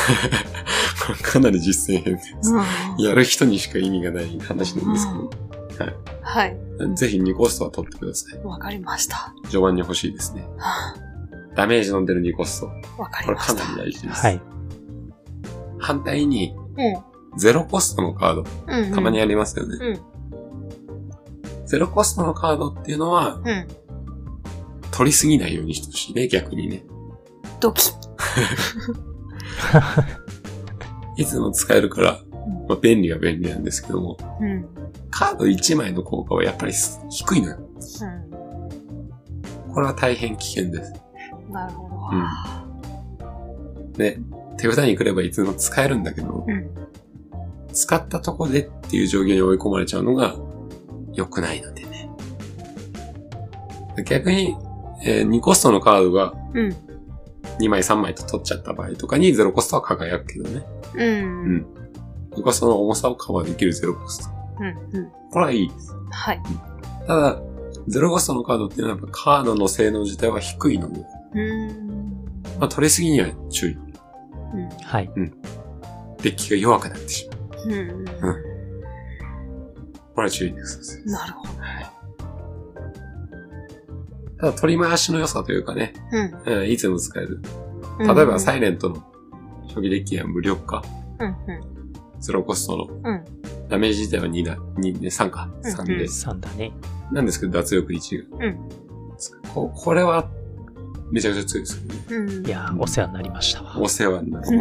S1: れかなり実践編で
S2: うん。
S1: やる人にしか意味がない話なんです
S2: はい。
S1: けど、ぜひ2コストは取ってください。
S2: わかりました。 [LAUGHS]
S1: 序盤に欲しいですね。
S2: は
S1: ダメージの出る2コスト。
S2: あわかり
S1: これ
S2: ま
S1: か
S2: した。
S1: なり大事です。
S3: はい。
S1: 反対に、
S2: うん
S1: ゼロコストのカード、
S2: うんうん。
S1: たまにありますよね。
S2: うん。
S1: ゼロコストのカードっていうのは、
S2: うん。
S1: 取りすぎないようにしてほしいね、逆にね。
S2: ドキッ。
S1: いつでも使えるから、まあ、便利は便利なんですけども、
S2: うん。うん。
S1: カード1枚の効果はやっぱり低いのよ。これは大変危険です。
S2: なるほど。
S1: ね、手札に来ればいつでも使えるんだけど、
S2: うん。
S1: 使ったとこでっていう状況に追い込まれちゃうのが良くないのでね。逆に、え2コストのカードが
S2: うん。
S1: 2枚3枚と取っちゃった場合とかに0コストは輝くけどね。
S2: うん。
S1: うん2コストの重さをカバーできる0コスト。
S2: うん。う
S1: これはいいです。
S2: ん。はい。
S1: ただ、0コストのカードっていうのはやっぱカードの性能自体は低いので、
S2: うーん。
S1: まあ取りすぎには注意。
S2: うん。
S3: はい。
S1: デッキが弱くなってしまう。
S2: うん。
S1: これは注意です。
S2: なるほど。
S1: ただ取り回しの良さというかね、
S2: うん。
S1: うん、いつでも使える。
S2: うん
S1: 例えば、サイレントの初期デッキは無力化、
S2: うん。
S1: ゼロコストの、
S2: うん
S1: ダメージ自体は2だ、2で3か、
S2: うん
S1: 3で、
S3: 3だね。
S1: なんですけど脱力1が。
S2: うん
S1: ここれは、めちゃくちゃ強いですよね。
S2: うん。うん。
S3: いやー、お世話になりましたわ。
S1: お世話になる本
S2: う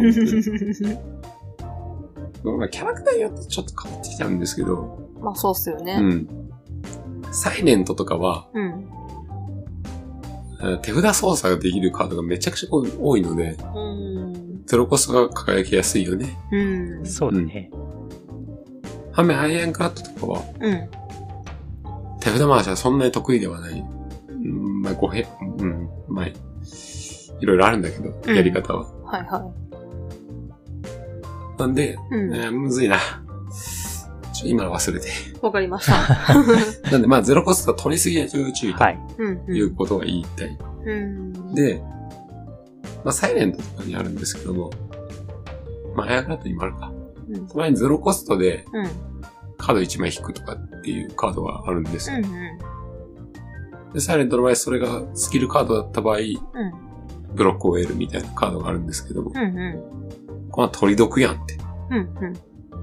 S1: 当
S2: [LAUGHS]
S1: に。
S2: ん。
S1: まあキャラクターによってちょっと変わってきちゃうんですけど、
S2: [LAUGHS] まあ、そうっすよ
S1: う
S2: ね。
S1: ん。サイレントとかは、
S2: うん。
S1: うん手札操作ができるカードがめちゃくちゃこう多いので、
S2: うん。
S1: ゼロコストが輝きやすいよね。
S2: うん。
S3: そうだね。
S1: 反面、アイアンクラットとかは、
S2: うん。
S1: 手札回しはそんなに得意ではない。うん、まあ、ごへん、うん、まあ、いろいろあるんだけど、
S2: うん
S1: やり方は。
S2: はいは
S1: なんで、
S2: い。う
S1: え
S2: ん。
S1: ーむずいな。ちょ今の忘れて。
S2: わかりました。
S1: なんで、まあ、ゼロコストは取りすぎや注意
S3: はい。
S2: うん。
S1: ということが言いたい。
S2: うん。、
S1: で、まあ、サイレントとかにあるんですけども、まあ、アイアンクラットにもあるか。
S2: うん。
S1: たまにゼロコストで
S2: うん。
S1: カード1枚引くとかっていうカードがあるんです
S2: う
S1: よ。
S2: ん。
S1: で、サイレントの場合、それがスキルカードだった場合、
S2: うん。
S1: ブロックを得るみたいなカードがあるんですけども、
S2: うんう
S1: まあ、取り毒やんって
S2: ん。うん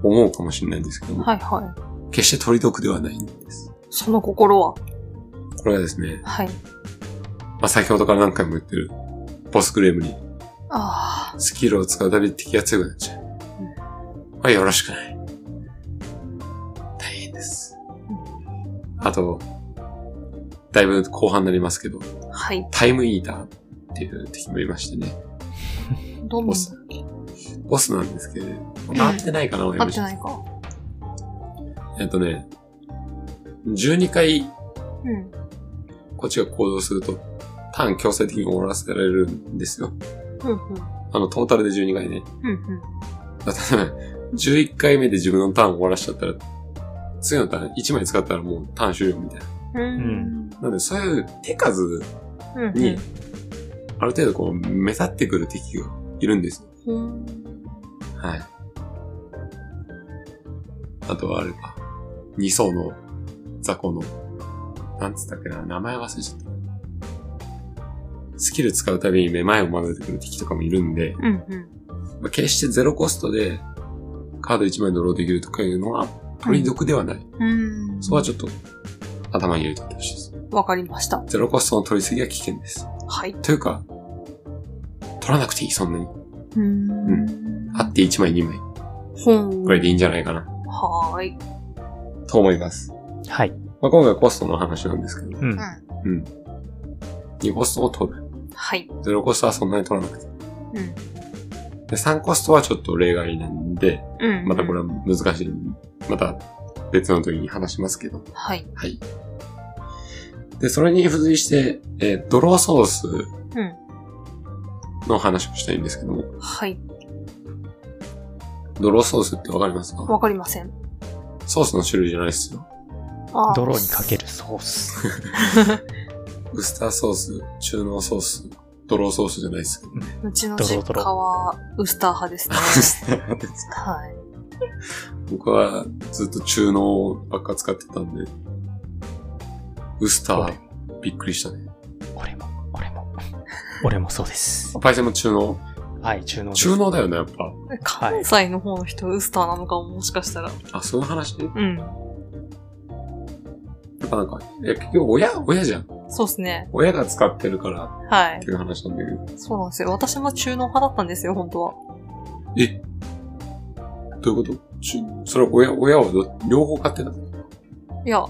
S1: 思うかもしれないんですけど
S2: うん。
S1: も、
S2: はいはい。
S1: 決して取り毒ではないんです。
S2: その心は
S1: これはですね、
S2: はい。
S1: まあ、先ほどから何回も言ってる、ボスクレームに、
S2: ああ。
S1: スキルを使うたびに敵が強くなっちゃう。まあ、よろしくない。大変です。あと、だいぶ後半になりますけど、
S2: はい。
S1: タイムイーターっていう敵もいましてね。
S2: どん
S1: ボ
S2: な
S1: ス。ボスなんですけど、ね、合ってないかな、俺
S2: 合ってないか。
S1: えっとね、12回
S2: うん。
S1: こっちが行動すると、ターン強制的に終わらせられるんですよ。
S2: うんうん。
S1: あの、トータルで12回ね。
S2: うんうん。
S1: だから例えば、11回目で自分のターン終わらしちゃったら、次のターン1枚使ったらもうターン終了みたいな。
S2: うん。
S1: なんで、そういう手数
S2: うん。
S1: に、ある程度こう、目立ってくる敵がいるんですよ。
S2: うん。
S1: はい。あとはあれか。二層の雑魚の、なんつったっけな、名前忘れちゃった。スキル使うたびにめまいを混ぜてくる敵とかもいるんで、
S2: うんうん。
S1: まあ、決してゼロコストでカード1枚ドローできるとかいうのは取り得ではない。
S2: うん。
S1: そこはちょっと頭に入れておいてほしいです。
S2: わかりました。
S1: ゼロコストの取りすぎは危険です。
S2: はい。
S1: というか、取らなくていい、そんなに。
S2: うん
S1: あって1枚2枚。
S2: ほん。
S1: これでいいんじゃないかな。
S2: はーい。
S1: と思います。
S3: はい。
S1: まあ、今回はコストの話なんですけど、
S3: うん。
S1: うん。2コストを取る。
S2: はい。
S1: 0コストはそんなに取らなくて。
S2: うん。
S1: で、3コストはちょっと例外なんで、
S2: うん。
S1: またこれは難しい。また別の時に話しますけど。
S2: はい。
S1: はい。で、それに付随して、えードローソース
S2: うん。
S1: の話をしたいんですけども、
S2: はい。
S1: ドローソースってわかりますか
S2: わかりません。
S1: ソースの種類じゃないですよ。
S2: あー
S3: ドローにかけるソ
S1: [LAUGHS]
S3: ース。
S1: ウスターソース、中濃ソース、ドローソースじゃないですけどね。
S2: [LAUGHS] うちの
S3: ドロ
S2: 実
S3: ドロ
S2: 家はウスター派ですね。
S1: [LAUGHS]
S2: はい。
S1: 僕はずっと中濃ばっか使ってたんで、ウスター、びっくりしたね。
S3: 俺も、俺も、俺もそうです。
S1: パイセンも中濃
S3: はい、中濃です。
S1: 中濃だよね、やっぱ。
S2: 関西の方の人、ウスターなのかも、もしかしたら。
S1: あ、そういう話や
S2: うん。
S1: っぱなんか、いや結局親、親じゃん。
S2: そうですね。
S1: 親が使ってるから
S2: は
S1: っていう話なんだけど。
S2: い。そうなんですよ。私も中濃派だったんですよ、本当は。
S1: えどういうことちそれ親、親はど両方買ってたの
S2: いや、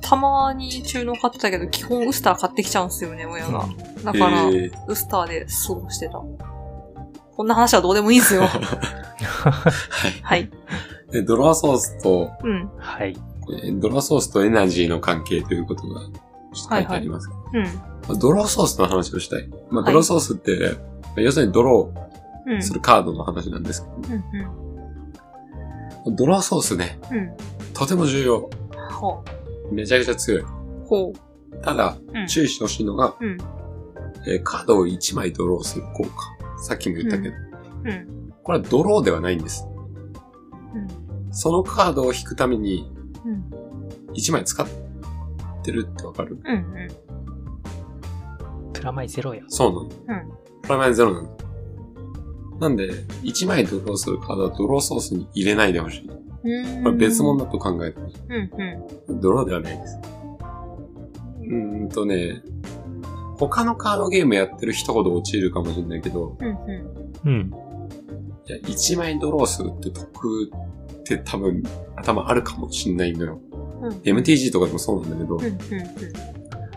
S2: たまに中濃買ってたけど、基本ウスター買ってきちゃうんですよね、親が。だから、
S1: えー
S2: ウスターで過ごしてた。こんな話はどうでもいいんですよ。
S1: はい。
S2: はい。
S1: で、ドラソースと、
S2: うん。
S3: はい。
S1: えードラソースとエナジーの関係ということが、ちょっと書いてありますけど、
S2: うん。
S1: まあドローソースの話をしたい。まあ、
S2: はい
S1: ドローソースって、まあ要するにドロ
S2: う
S1: ー
S2: ん。
S1: するカードの話なんですけど、
S2: うん。
S1: ドローソースね、
S2: うん。うん。
S1: とても重要。
S2: ほ
S1: めちゃくちゃ強い。
S2: う。ほ
S1: ただ、
S2: う。うん。
S1: 注意してほしいのが、
S2: うん。
S1: えーカードを1枚ドローする効果。さっきも言ったけど、
S2: うん。
S1: これはドローではないんです。
S2: うん。
S1: そのカードを引くために
S2: うん。
S1: 1枚使ってるってわかる
S2: うん。うん。
S3: プラマイゼロや。
S1: そうなの。プラマイゼロなの。なんで、1枚ドローするカードはドローソースに入れないでほしい。こ
S2: うん。
S1: れ別物だと考えてほしい。
S2: うん。う
S1: ドローではないです。うーんとね、他のカードゲームやってる人ほど陥るかもしれないけど、
S2: ん。うん。うん。
S3: うん。
S1: いや1枚ドローするって得って多分頭あるかもしんないのよ。
S2: うん。
S1: MTG とかでもそうなんだけど、
S2: うん。うん。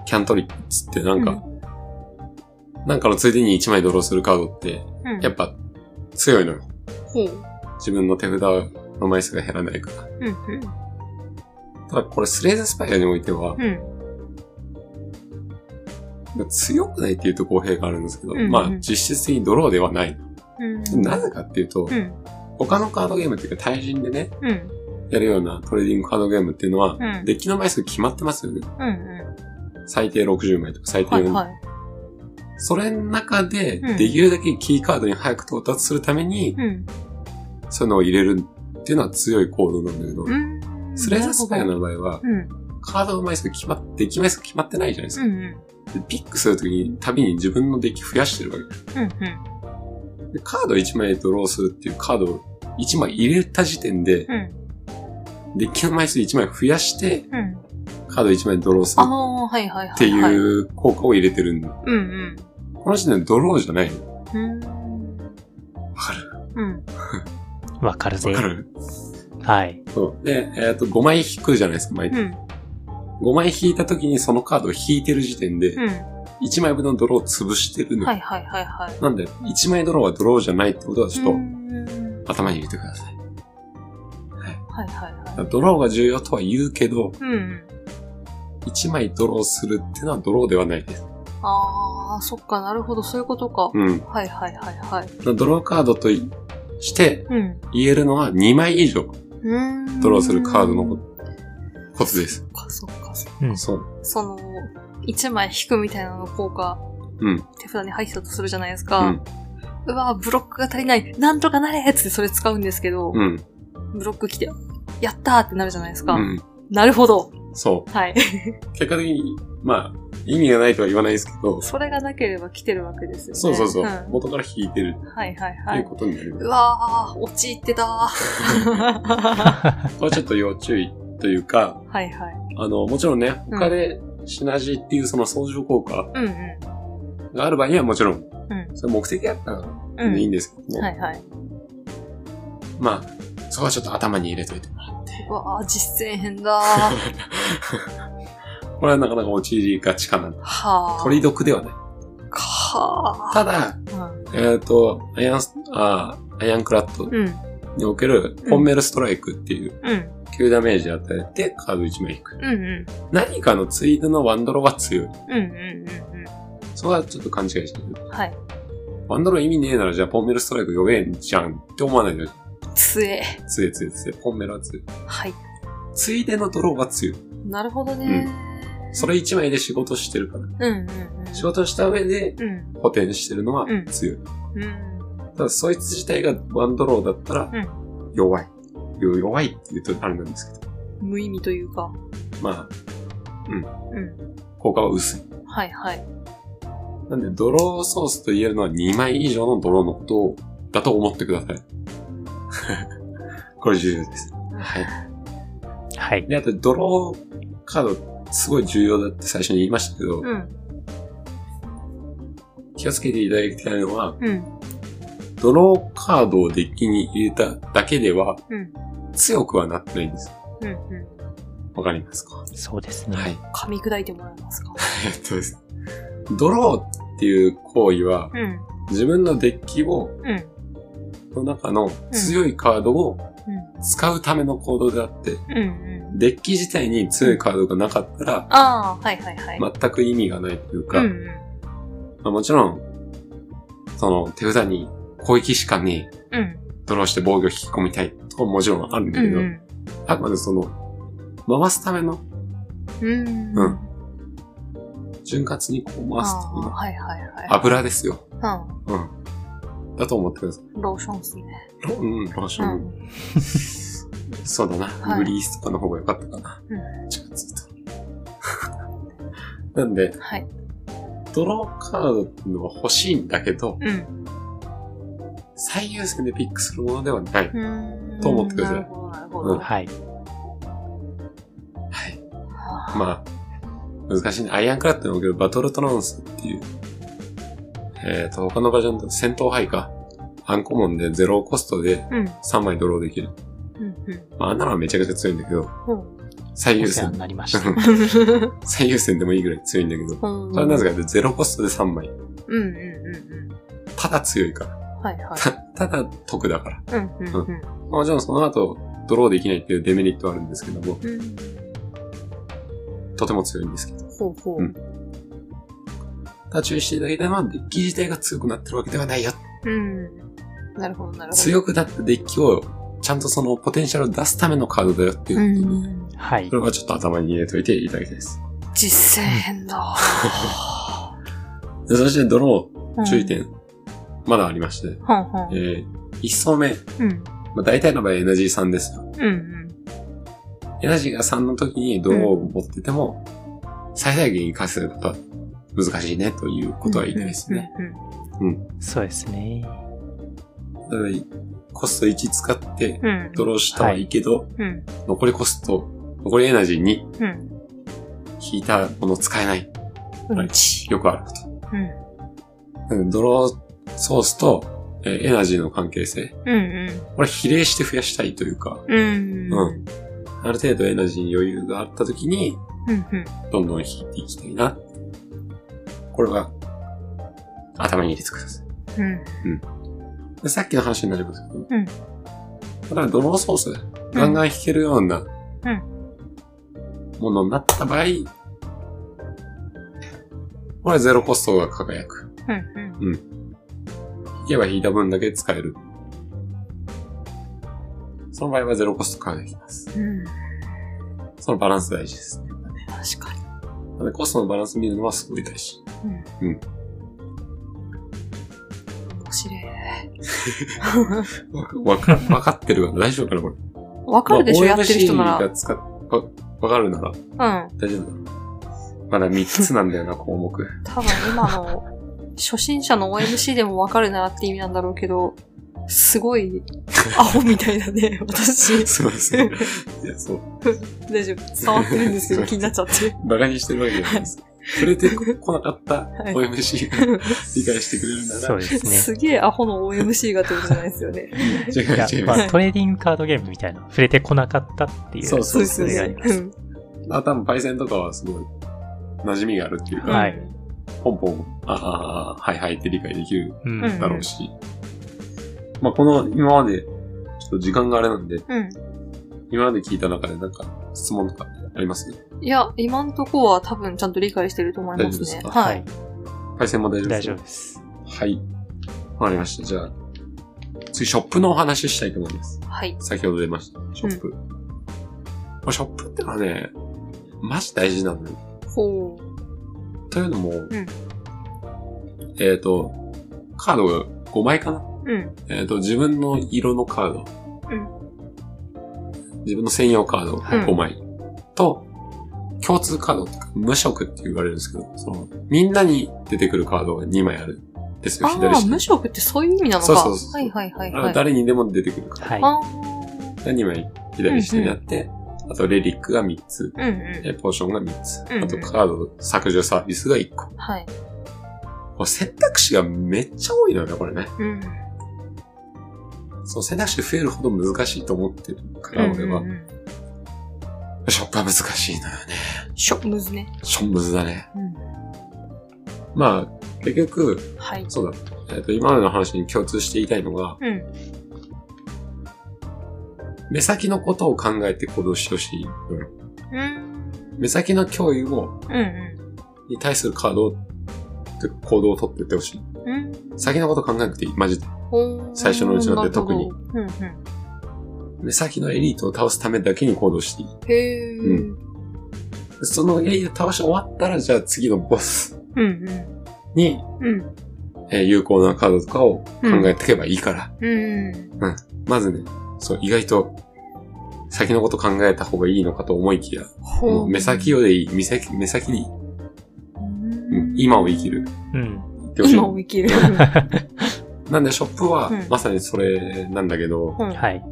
S1: キャントリップっつってなんか、なんかのついでに1枚ドローするカードって、
S2: うん。
S1: やっぱ強いのよ。
S2: ほう。
S1: 自分の手札の枚数が減らないから。
S2: うん。うん。
S1: ただこれスレイザースパイアにおいては、
S2: うん。
S1: 強くないっていうと公平があるんですけど、
S2: うんうん
S1: まあ実質的にドローではない。
S2: うん。
S1: なぜかっていうと、
S2: うん。
S1: 他のカードゲームっていうか対人でね、
S2: うん。
S1: やるようなトレーディングカードゲームっていうのは、
S2: うん
S1: デッキの枚数決まってますよね。
S2: うん。うん。
S1: 最低60枚とか最低
S2: はい
S1: 40、
S2: はい。
S1: それの中で、
S2: うん
S1: できるだけキーカードに早く到達するために、
S2: うん。
S1: そういうのを入れるっていうのは強い行動なんだけど、
S2: うん。
S1: スレイザースパイア
S2: なる
S1: の場合は
S2: ほ、ど。うん。
S1: カードの枚数が決まって、デッキ枚数が決まってないじゃないです
S2: う
S1: か。
S2: んうん。
S1: でピックするときに、旅に自分のデッキ増やしてるわけ。
S2: うん
S1: で、カード1枚ドローするっていうカードを1枚入れた時点で、
S2: うん。
S1: デッキの枚数1枚増やして、
S2: うんうん。
S1: カード1枚ドローする
S2: ああ、はいはいはい、はい。
S1: って
S2: はい。う
S1: い
S2: ん
S1: う効果を入れてるんだ。
S2: うん。
S1: この時点でドローじゃないのわ
S2: うん。
S1: かる
S2: うん。
S3: わかるぜ
S1: わ。かる
S3: はい。
S1: そう。で、えっ、と、5枚引くじゃないですか、毎
S2: う
S1: 回。
S2: ん。
S1: 5枚引いた時にそのカードを引いてる時点で、
S2: うん。
S1: 1枚分のドローを潰してるの。
S2: はいはいはいはい。
S1: なんで、1枚ドローはドローじゃないってことはち
S2: う
S1: ょっ
S2: ん
S1: と頭に入れてください。
S2: はいはいはい。
S1: ドローが重要とは言うけど、
S2: うん。
S1: 1枚ドローするってのはドローではないです。
S2: ああ、そっか、なるほど、そういうことか。
S1: うん。
S2: はいはいはいはい。
S1: ドローカードといして
S2: うん。
S1: 言えるのは2枚以上
S2: うーん
S1: ドローするカードのコツです。
S2: か、そっか、そっか
S3: うん。
S1: そう。
S2: その、一枚引くみたいなの効果、
S1: うん。
S2: 手札に入ってたとするじゃないです
S1: う
S2: か
S1: ん。。
S2: うわブロックが足りない、なんとかなれっつってそれ使うんですけど、
S1: うん。
S2: ブロック来て、やったーってなるじゃないですか。
S1: うん。
S2: なるほど。
S1: そう。
S2: はい。
S1: 結果的に、まあ、意味がないとは言わないですけど、
S2: それがなければ来てるわけですよね。
S1: そうそうそう、
S2: ん
S1: 元から引いてる
S2: はいはい
S1: って。
S2: はいいう
S1: ことになります。
S2: うわー、陥ってたー。は
S1: これはちょっと要注意というか、
S2: いはい。
S1: あの、もちろんね、
S2: うん
S1: 他でシナジーっていうその相乗効果
S2: うん
S1: がある場合にはもちろん、
S2: うん
S1: それ目的だったら
S2: うん。うん。
S1: いいんですけども、
S2: はいはい。
S1: まあ、そこはちょっと頭に入れといてもらって。
S2: うわー、実践編
S1: [LAUGHS]
S2: だー。
S1: これはなかなか陥りがちかな。
S2: はー。
S1: 取り得ではない。
S2: か
S1: ただ、
S2: ー。
S1: えっ、と、アイアンス、あーアイアンクラッド
S2: うん。
S1: における
S2: うん
S1: ポンメルストライクっていう
S2: うん。
S1: 9ダメージ与えてカード1枚引く。
S2: うんうん。
S1: 何かのツイートのワンドローは強い。
S2: うんうんうん
S1: そこはちょっと勘違いしてる。
S2: うん。はい。
S1: ワンドロー意味ねえならじゃあポンメルストライク弱えんじゃんって思わないでほし
S2: つえ。
S1: い。強い強い強い。ポンメルは強い。
S2: はい。
S1: ついでのドローは強い。
S2: なるほどね
S1: それ1枚で仕事してるから。
S2: ー。うんうんうん。
S1: 仕事した上で
S2: うん。
S1: 補填してるのは
S2: うん
S1: 強い。
S2: うん。
S1: ただそいつ自体がワンドローだったら
S2: うん
S1: 弱い。よ弱いって言うとあれなんですけど。
S2: 無意味というか。
S1: ま
S2: うん。
S1: あ、効果は薄い。
S2: はいはい。
S1: なんでドローソースと言えるのは2枚以上のドローのことをだと思ってください。これ重要です。はい。
S3: はい。
S1: で、あと、ドローカード、すごい重要だって最初に言いましたけど、
S2: うん。
S1: 気をつけていただきたいのは、
S2: うん。
S1: ドローカードをデッキに入れただけでは、
S2: うん。
S1: 強くはなってないんです。
S2: うん。うん。
S1: わかりますかは
S3: そうですね。
S1: い。
S2: 噛み砕いてもらえますか。
S1: えっとです。ドローっていう行為は、
S2: うん。
S1: 自分のデッキを、
S2: うん。
S1: の中の強いカードを
S2: う
S1: 使うための行動であって、
S2: ん。うん。うん。
S1: デッキ自体に強いカードがなかったら、
S2: ああ、はいはいはい。
S1: 全く意味がないという
S2: う
S1: か、
S2: んうん。
S1: まあ、もちろん、その手札に攻撃しかねえ
S2: うん。
S1: ドローして防御を引き込みたいとかももちろんあるんだ
S2: う
S1: けど、
S2: ん。
S1: あくまでその、回すための、
S2: うん。
S1: う
S2: うんん。
S1: 潤滑にこう
S2: あ
S1: 回すため
S2: あ、
S1: の
S2: はいはいは
S1: 油ですよ。
S2: い。
S1: うん。だと思ってください。
S2: うん。ローションっすね。
S1: ロうん、ローシ
S2: う
S1: ョン。
S2: ん。
S1: そうだな、
S2: はい
S1: グリースとかの方が良かったかな。
S2: う
S1: 潤滑と。 [LAUGHS] なんで、
S2: はい。
S1: ドローカードっていうのは欲しいんだけど、
S2: うん。
S1: 最優先でピックするものではない。
S2: うん。
S1: と思ってください
S2: なるほど、なるほど。
S1: うん
S2: は
S3: はい。
S1: はい。
S2: あ
S1: まあ、難しいね。アイアンクラッドにおけるバトルトランスっていう、えっ、と、他のバージョンだと戦闘杯か。アンコモンでゼロコストで
S2: うん。
S1: 3枚ドローできる。
S2: うん。うん。
S1: まあ、あんなのはめちゃくちゃ強いんだけど、 [LAUGHS]
S2: うん
S1: 最
S3: お
S1: 優
S3: 世話
S1: 先
S3: に、なり
S1: [LAUGHS]
S3: ました。
S1: 最優先でもいいぐらい強いんだけど、それはなぜかってゼロコストで3枚。
S2: うんうんうんう
S1: ただ強いから。
S2: ん。はいは
S1: たただ得だから。
S2: い。うんうんうん。
S1: まあもちろんその後、ドローできないっていうデメリットはあるんですけども、
S2: うん。
S1: とても強いんですけど。
S2: ほうほ
S1: う
S2: う。うんん
S1: ただ注意していただきたいのは、デッキ自体が強くなってるわけではないよ。。
S2: なるほどなるほど。
S1: 強くなったデッキを、ちゃんとそのポテンシャルを出すためのカードだよっていうう。
S2: ん。
S3: はい
S1: そ。れはちょっと頭に入れといていただきたいです。
S2: 実践編だ。
S1: でそしてドロー注意
S2: うん。
S1: 点、まだありまして、
S2: はんはん。
S1: えー、1層目、
S2: うん。
S1: まあ、大体の場合エナジー3ですよ。
S2: うんうん。
S1: エナジーが3の時にドローを持ってても、最大限活かせることは難しいねということは言いたいですね。
S2: うんうんうん
S3: そうですね。
S1: だからコスト1使って
S2: う、ん。
S1: ドローしたはいいけど、
S2: うん。
S1: 残りコスト、残りエナジー2
S2: うん。
S1: 引いたもの使えない。
S2: うんち。
S1: よくあること。
S2: うん。
S1: なのでドローソースと、えーエナジーの関係性。
S2: うん。
S1: これ比例して増やしたいというか、
S2: うん。
S1: う
S2: うん。
S1: ある程度エナジーに余裕があった時に、
S2: うん。
S1: どんどん引いていきたいな。これは、頭に入れてくださ
S2: うん。
S1: い。でさっきの話になりますけど、
S2: うん
S1: だからドローソース、ガンガン引けるような、ものになった場合、これはゼロコストが輝く。
S2: うん。
S1: 引けば引いた分だけ使える。その場合はゼロコスト化ができます。
S2: うん。
S1: そのバランス大事です。
S2: 確かに。
S1: なのでコストのバランス見るのはすごい大事。
S2: 面白い。
S1: [LAUGHS] わか、わか、わかってるわ。大丈夫かなこれ。
S2: わかるでしょ、
S1: ま
S2: や
S1: あ
S2: ってる人なら。
S1: OMC が使っわ、わかるなら
S2: うん。
S1: 大丈夫だろう。まだ3つなんだよな、 [LAUGHS] 項目。
S2: 多分今の、初心者の OMC でもわかるならって意味なんだろうけど、す
S1: [LAUGHS]
S2: ごい、アホみたいだね、私。
S1: そうですね。いや、そう。
S2: 大丈夫。伝わってるんですけど、気になっちゃって。
S1: バカにしてるわけじゃないです。触れてこなかった
S2: い
S1: OMC が理解してくれるん
S2: [LAUGHS]
S1: だ
S3: そ
S1: な
S3: う。ですね。
S2: すげえアホの OMC がってことじゃないですよね。
S1: 違う
S3: いや
S1: 違う。
S3: まあ、トレーディングカードゲームみたいな、触れてこなかったっていう。
S1: そう
S2: そうですよ
S3: れがあ
S2: ね
S3: り。ま
S2: う
S3: す。
S2: ん。
S1: あ、多分パイセンとかはすごい馴染みがあるっていうか、
S3: はい
S1: ポンポン、ああ、あはいはいって理解できる
S3: う
S2: うん
S3: ん。
S1: だろうし。まあ、この今まで、ちょっと時間があれなんで、
S2: うん。
S1: 今まで聞いた中でなんか質問とかあります
S2: いや、今んとこは多分ちゃんと理解してると思い
S1: 大
S2: ます
S1: 丈夫で
S2: ね。
S1: すか
S2: は
S3: はいい。。
S1: パイセンも大丈夫で
S3: 大
S1: す
S3: 丈
S1: か
S3: 夫です。
S1: はい。わかりました。じゃあ、次、ショップのお話ししたいと思います。
S2: はい。
S1: 先ほど出ました。ショップ。これショップってのはね、マジ大事なのよ。
S2: ほう。
S1: というのも、
S2: ん
S1: えっ、と、カードが5枚かな
S2: うん。
S1: えっ、と、自分の色のカード。自分の専用カード
S2: はい
S1: 5枚。と、共通カードっていうか、無色って言われるんですけど、その、みんなに出てくるカードが2枚あるんですよ、
S2: あ
S1: 左
S2: あ、
S1: 下に
S2: 無。職ってそういう意味なのか。
S1: そうそうそう
S2: はいはいはい
S1: あ
S2: は
S1: の
S2: い。
S1: 誰にでも出てくるカー
S3: はい。
S2: あ
S1: ドが2枚左下にあって、あとレリックが3つ。
S2: ー。うんう
S1: え、ポーションが3つ。
S2: うんうん
S1: あとカード削除サービスが1個。
S2: ん。はい。
S1: こう選択肢がめっちゃ多いのよね、これね。
S2: うん。
S1: その選択肢が増えるほど難しいと思ってるから、俺は
S2: うんう。ん
S1: ショップは難しいのよね。
S2: うん。ショップムズね。
S1: ショップ難だね。
S2: うん。
S1: まあ、結局、
S2: はい。
S1: そうだ。えっと、今までの話に共通して言いたいのが、
S2: うん。
S1: 目先のことを考えて行動してほしいのよ。
S2: うん。
S1: 目先の脅威を、
S2: うん
S1: に対するカードを、て行動を取ってってほしい。
S2: うん。うん。
S1: 先のこと考えなくていい。マジで。
S2: ほう
S1: 最初のうちなんて特に
S2: なるほどうんうん。
S1: 目先のエリートを倒すためだけに行動していい。
S2: へえ。う
S1: うんそのエリートを倒し終わったら、じゃあ次のボス
S2: うん。
S1: に、
S2: うん。
S1: えー有効なカードとかを考えていけばいいから。
S2: うん。
S1: まずね、そう、意外と、先のこと考えた方がいいのかと思いきや、も
S2: ほ
S1: う目先をでいい、目先、目先でいい。うん、
S2: 今。
S1: 今を生きる。
S3: うん。
S1: 言ってほしい
S2: 今を生きる。
S1: なんで、ショップは
S2: うん、
S1: まさにそれなんだけど、
S2: うん
S3: はい。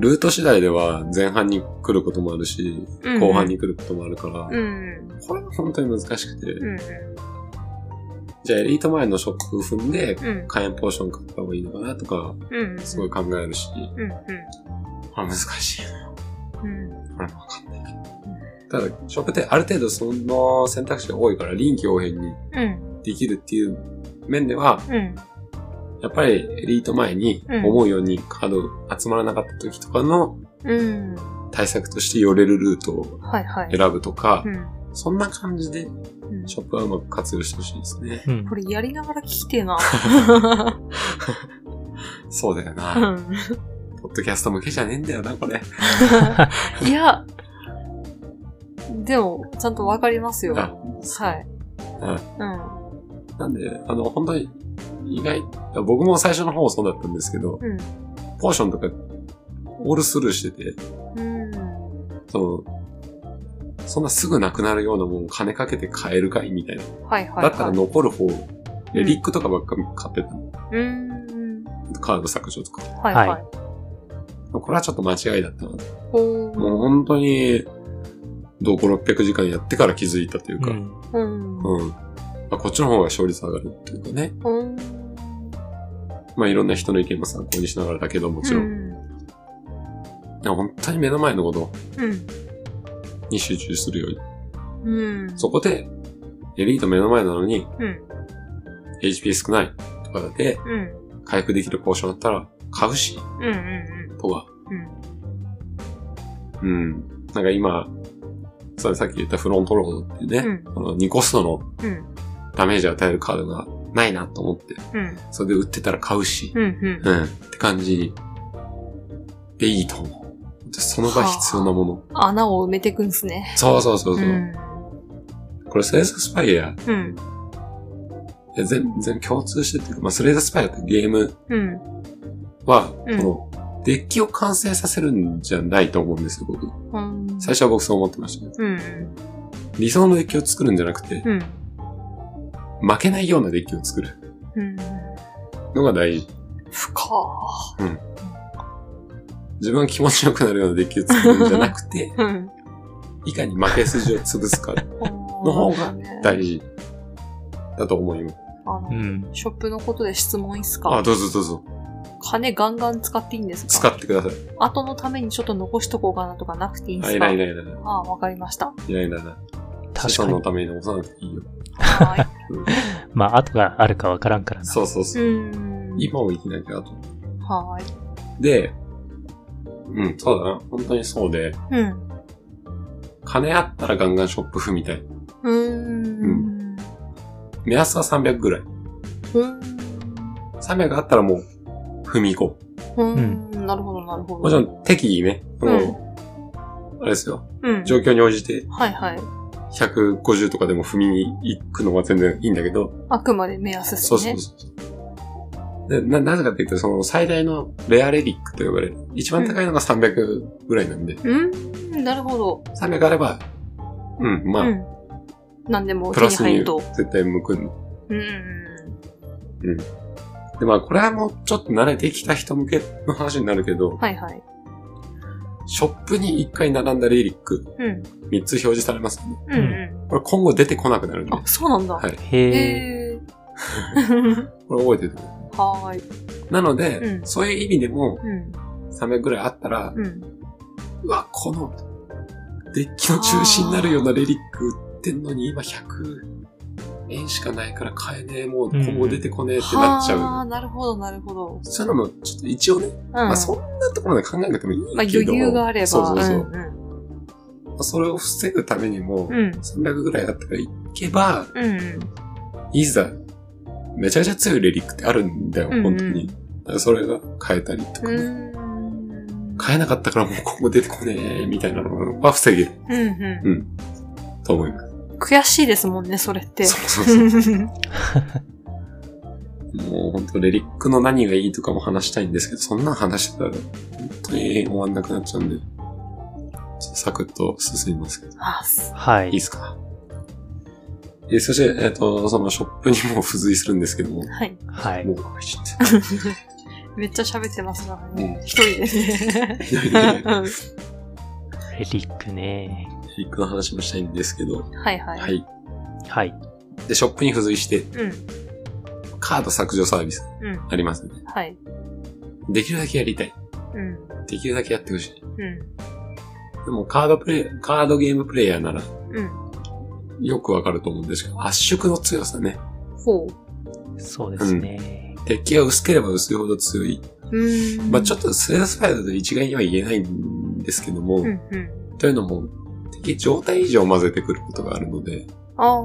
S1: ルート次第では前半に来ることもあるし、
S2: うん
S1: 後半に来ることもあるから、
S2: うん。
S1: これは本当に難しくて、
S2: うん。
S1: じゃあエリート前のショップを踏んで、
S2: うん。
S1: 火炎ポーション買った方がいいのかなとか、
S2: うん。
S1: すごい。考えるし、
S2: うん。
S1: あ、難しい。
S2: うん。
S1: これもわかんないけど。ただ、ショップってある程度その選択肢が多いから臨機応変に
S2: うん。
S1: できるっていう面では、
S2: うん。
S1: やっぱりエリート前に
S2: うん
S1: 思うようにカード集まらなかった時とかの
S2: うん。
S1: 対策として寄れるルートを
S2: はいはい。
S1: 選ぶとか
S2: う、ん。
S1: そんな感じで
S2: うん
S1: ショップはうまく活用してほしいですね。
S3: うん
S2: こ。れやりながら聞きてえな。
S1: そうだよ
S2: う
S1: な。
S2: ん
S1: ポッドキャスト向けじゃねえんだよな、これ。
S2: いや、でも、ちゃんとわかりますよ。
S1: あ。
S2: はいううん。
S1: なんで、あの、本当に意外、僕も最初の方そうだったんですけど、
S2: うん。
S1: ポーションとかオールスルーしてて、
S2: うん。
S1: その、そんなすぐなくなるようなもん金かけて買えるかいみたいな。
S2: はいはい、はい。
S1: だったら残る方、
S2: う
S1: レ
S2: ん
S1: リックとかばっかり買ってた。
S2: うーん。
S1: カード削除とか。
S2: はいはい。
S3: は
S1: これはちょっと間違いだったなと。もう
S2: おー
S1: 本当に、どう5、600時間やってから気づいたというか、
S3: う
S1: うん。
S3: ん。
S2: うん。
S1: あこっちの方が勝率上がるっていうかね。
S2: うん。
S1: まあいろんな人の意見も参考にしながらだけど、もちろん。
S2: うん。
S1: でも本当に目の前のこと
S2: うん。
S1: に集中するように。
S2: うん。
S1: そこで、エリート目の前なのに、
S2: うん。
S1: HP 少ないとかで、
S2: うん。
S1: 回復できるポーションだったら、買うし、
S2: うん。うん。
S1: とか。
S2: うん。
S1: うん。なんか今、それさっき言ったフロントロードっていうね、この2コストの
S2: うん。
S1: ダメージを与えるカードがないなと思って、
S2: うん。
S1: それで売ってたら買うし、
S2: うん。うん。
S1: うん、って感じでいいと思う。その場必要なもの。
S2: 穴を埋めていくんすね。
S1: そうそうそうそう、
S2: ん。
S1: これスレイザースパイア、
S2: うん。
S1: いや全全共通してっていうか、まあ、スレイザースパイアってゲーム
S2: うん。
S1: は、
S2: うん
S1: この、デッキを完成させるんじゃないと思うんですよ、僕。
S2: うん。
S1: 最初は僕そう思ってましたけど。
S2: うん。
S1: 理想のデッキを作るんじゃなくて、
S2: うん。
S1: 負けないようなデッキを作る
S2: うん。
S1: のが大事。
S2: ふかー
S1: 自分が気持ちよくなるようなデッキを作るんじゃなく
S2: [LAUGHS]
S1: て、
S2: うん。
S1: いかに負け筋を潰すか
S2: の
S1: 方が大事だと思います。
S2: あの、
S3: うん。
S2: ショップのことで質問いいっす
S1: あ、
S2: か
S1: どうぞどうぞ。
S2: 金ガンガン使っていいんです
S1: 使
S2: か
S1: ってください。
S2: 後のためにちょっと残しとこうかなとかなくていいんで
S1: あ、
S2: す
S1: い
S2: から
S1: いないらない。
S2: ああ、わかりました。
S1: いらいらない。
S3: 確
S1: 子
S3: か
S1: 孫の
S3: に。
S1: ために残さなくていいよ。
S2: はーい。
S3: まあ、後があるかわからんからな。
S1: そうそう
S2: う
S1: そう。
S2: ーん。
S1: 今を生きなきゃと。
S2: はーい。
S1: で、うん、そうだな。本当にそうで、
S2: うん。
S1: 金あったらガンガンショップ踏みたい。
S2: うーん。
S1: 目安は300ぐらい。
S2: うん。
S1: 300あったらもう、踏み行こ
S2: うん。なるほど、なるほ
S1: う。
S2: ど。
S1: もちろん適宜ね、その、あれですよ。
S2: うん。
S1: 状況に応じて、
S2: はいはい。
S1: 150とかでも踏みに行くのは全然いいんだけど、
S2: あくまで目安です
S1: そう
S2: ね。
S1: そうそう。でな、なぜかって言ったら、その最大のレアレリックと呼ばれる。一番高いのが300ぐらいなんで、
S2: うーん。なるほど。
S1: 300あれば、うん、まあ、
S2: うん。何でも
S1: プ
S2: 手
S1: ラ
S2: に
S1: ス
S2: 入
S1: に
S2: ると。
S1: 絶対向くんで。
S2: うん。
S1: で、まあ、これはもうちょっと慣れてきた人向けの話になるけど、
S2: はいはい。
S1: ショップに1回並んだレリック、
S2: うん。
S1: 3つ表示されます、ね。
S2: うんうん。
S1: これ今後出てこなくなるんで、
S2: あ、そうなんだ。
S1: はい
S3: へえ。
S2: へえ。
S1: [LAUGHS] これ覚えててくださ
S2: はーい。
S1: い。なので、
S2: うん
S1: そういう意味でも、
S2: うん。
S1: 300ぐらいあったら、
S2: うん。
S1: うわ、この、デッキの中心になるようなレリック売ってんのに、今100円しかないから買えねえ、もう
S3: うん
S1: 今後出てこねえってなっちゃう。
S2: はあ、なるほど、なるほど。
S1: そういうのも、ちょっと一応ね、
S2: うん。
S1: ま
S2: ま
S1: あそんなところまで考えなくてもいいけど。
S2: まあ余裕があれば。
S1: そうそうそう。
S2: ん
S1: まあそれを防ぐためにも、
S2: うん。うん。
S1: 300ぐらいだったからいけば、
S2: うん
S1: いざ、めちゃくちゃ強いレリックってあるんだよ、
S2: うんうん
S1: 本当に。だからそれが変えたりとか
S2: う
S1: ね、
S2: ん。うーん。
S1: 変えなかったからもう今後出てこねえ、みたいなのは防げる
S2: うんう
S1: と思います。
S2: ん。悔しいですもんね、それって。
S1: そうそうそう。
S2: う
S1: もう本当レリックの何がいいとかも話したいんですけど、そんなん話してたら、本当に終わんなくなっちゃうんで、ちょっとサクッと進みますけど、い
S2: [LAUGHS] あ、す
S3: はいい
S1: で。すかえそして、えっ、と、そのショップにも付随するんですけども、も
S2: はい。
S3: はい。
S1: う、ちょっ
S2: めっちゃ喋ってますからね
S1: う。ん
S2: 一人でね。
S1: といろいろね
S2: うん
S3: レリックね。
S1: レリックの話もしたいんですけど、
S2: はいは。
S1: はいい。
S3: はい。
S1: で、ショップに付随して、
S2: うん。
S1: カード削除サービス
S2: うん。
S1: ありますね。
S2: はい。
S1: できるだけやりたい。
S2: うん。
S1: できるだけやってほしい。
S2: うん。
S1: でも、カードプレイ、カードゲームプレイヤーなら、
S2: うん。
S1: よくわかると思うんですけど、圧縮の強さね。
S2: ほ
S3: そうですね。
S1: 敵が薄ければ薄いほど強い。
S2: う。うん。
S1: まあちょ
S2: っ
S1: っとスレイザースパイダーと一概には言えないんですけども、
S2: とうんうん。
S1: というのも、敵状態以上混ぜてくることがあるので、
S2: ああ。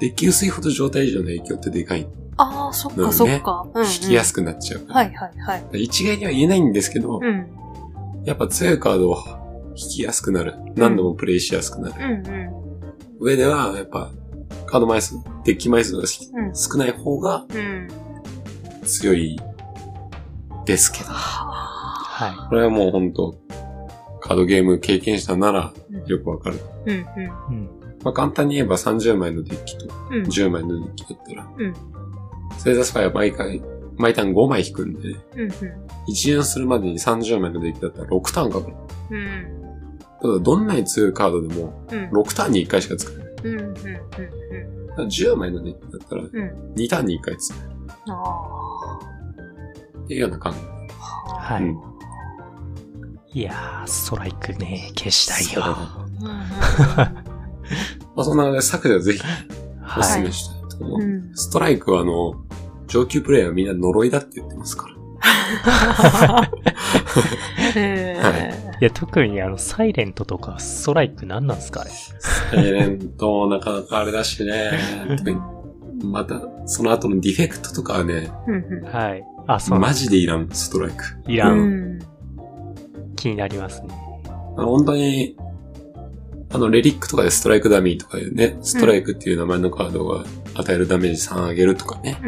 S1: デッキ薄いほど状態以上の影響ってでかい。
S2: ああ、そっかそっか。うんうん。
S1: 引きやすくなっちゃうから。
S2: はいはいはい。
S1: 一概には言えないんですけど、
S2: うん。
S1: やっぱ強いカードを引きやすくなる。何度もプレイしやすくなる。
S2: うんうん。
S1: 上では、やっぱ、カード枚数、デッキ枚数が少
S2: うん
S1: 少ない方が
S2: うん。
S1: 強いですけど。
S2: はあ。
S3: は
S1: これはもう本当カードゲーム経験者なら
S2: うん
S1: よくわかる。
S2: うん
S3: うん。
S1: まあ、簡単に言えば30枚のデッキと
S2: うんうん
S1: 10枚のデッキだったら、
S2: うん
S1: セーザースパイは毎回、毎ターン5枚引くんで、ね、
S2: うん
S1: 1円するまでに30枚のデッキだったら6ターンかかる。
S2: うんうん
S1: ただ、どんなに強いカードでも
S2: うん
S1: 6ターンに1回しか使えない。
S2: うんうんうん
S1: ただ10枚のデッキだったら
S2: ん
S1: 2ターンに1回使える
S2: うんあ
S1: っていうような感じ。
S2: あ
S3: は
S1: うん
S3: い。いやー、ストライクね、消したい
S1: そう
S3: よ。
S1: ま
S2: うんうん
S1: あ、そんなので、削除はぜひお
S3: は
S1: 勧
S3: い。
S1: めしたいと思う。
S2: うんうん
S1: ストライクはあの、上級プレイヤーはみんな呪いだって言ってますから。
S2: はい
S3: や、特にあの、サイレントとか、ストライク何なんすかね。
S1: サイレントもなかなかあれだし
S2: [LAUGHS]
S1: ね。特にまた、その後のディフェクトとかはね、
S3: はい。あ、そうなん
S1: マジでいらん、ストライク。
S3: いら。
S1: うん
S2: ん。
S3: 気になりますね。
S1: 本当に、あの、レリックとかでストライクダミーとかでね、ストライクっていう名前のカードが与えるダメージ3上げるとかね、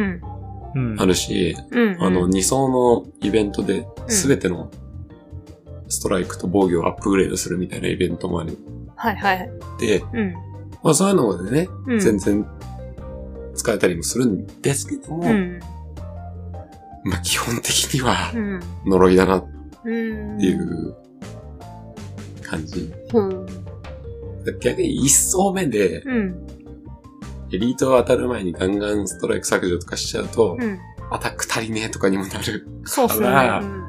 S2: うん。
S3: うん。
S1: あるし、
S2: うん。
S1: あの、
S2: うん、
S1: 2層のイベントで全てのストライクと防御をアップグレードするみたいなイベントもある
S2: はいはい。
S1: で、
S2: うん。
S1: まあそういうのでね、
S2: うん。
S1: 全然使えたりもするんですけども、
S2: うん。
S1: まあ基本的には
S2: うん。
S1: 呪いだなっ
S2: うん。
S1: てい。う感じ。
S2: うん。
S1: 逆に一層目で
S2: うん。
S1: エリートを当たる前にガンガンストライク削除とかしちゃうと、
S2: うん。
S1: アタック足りねえとかにもなる。
S2: そうっすね。
S1: あら
S2: うん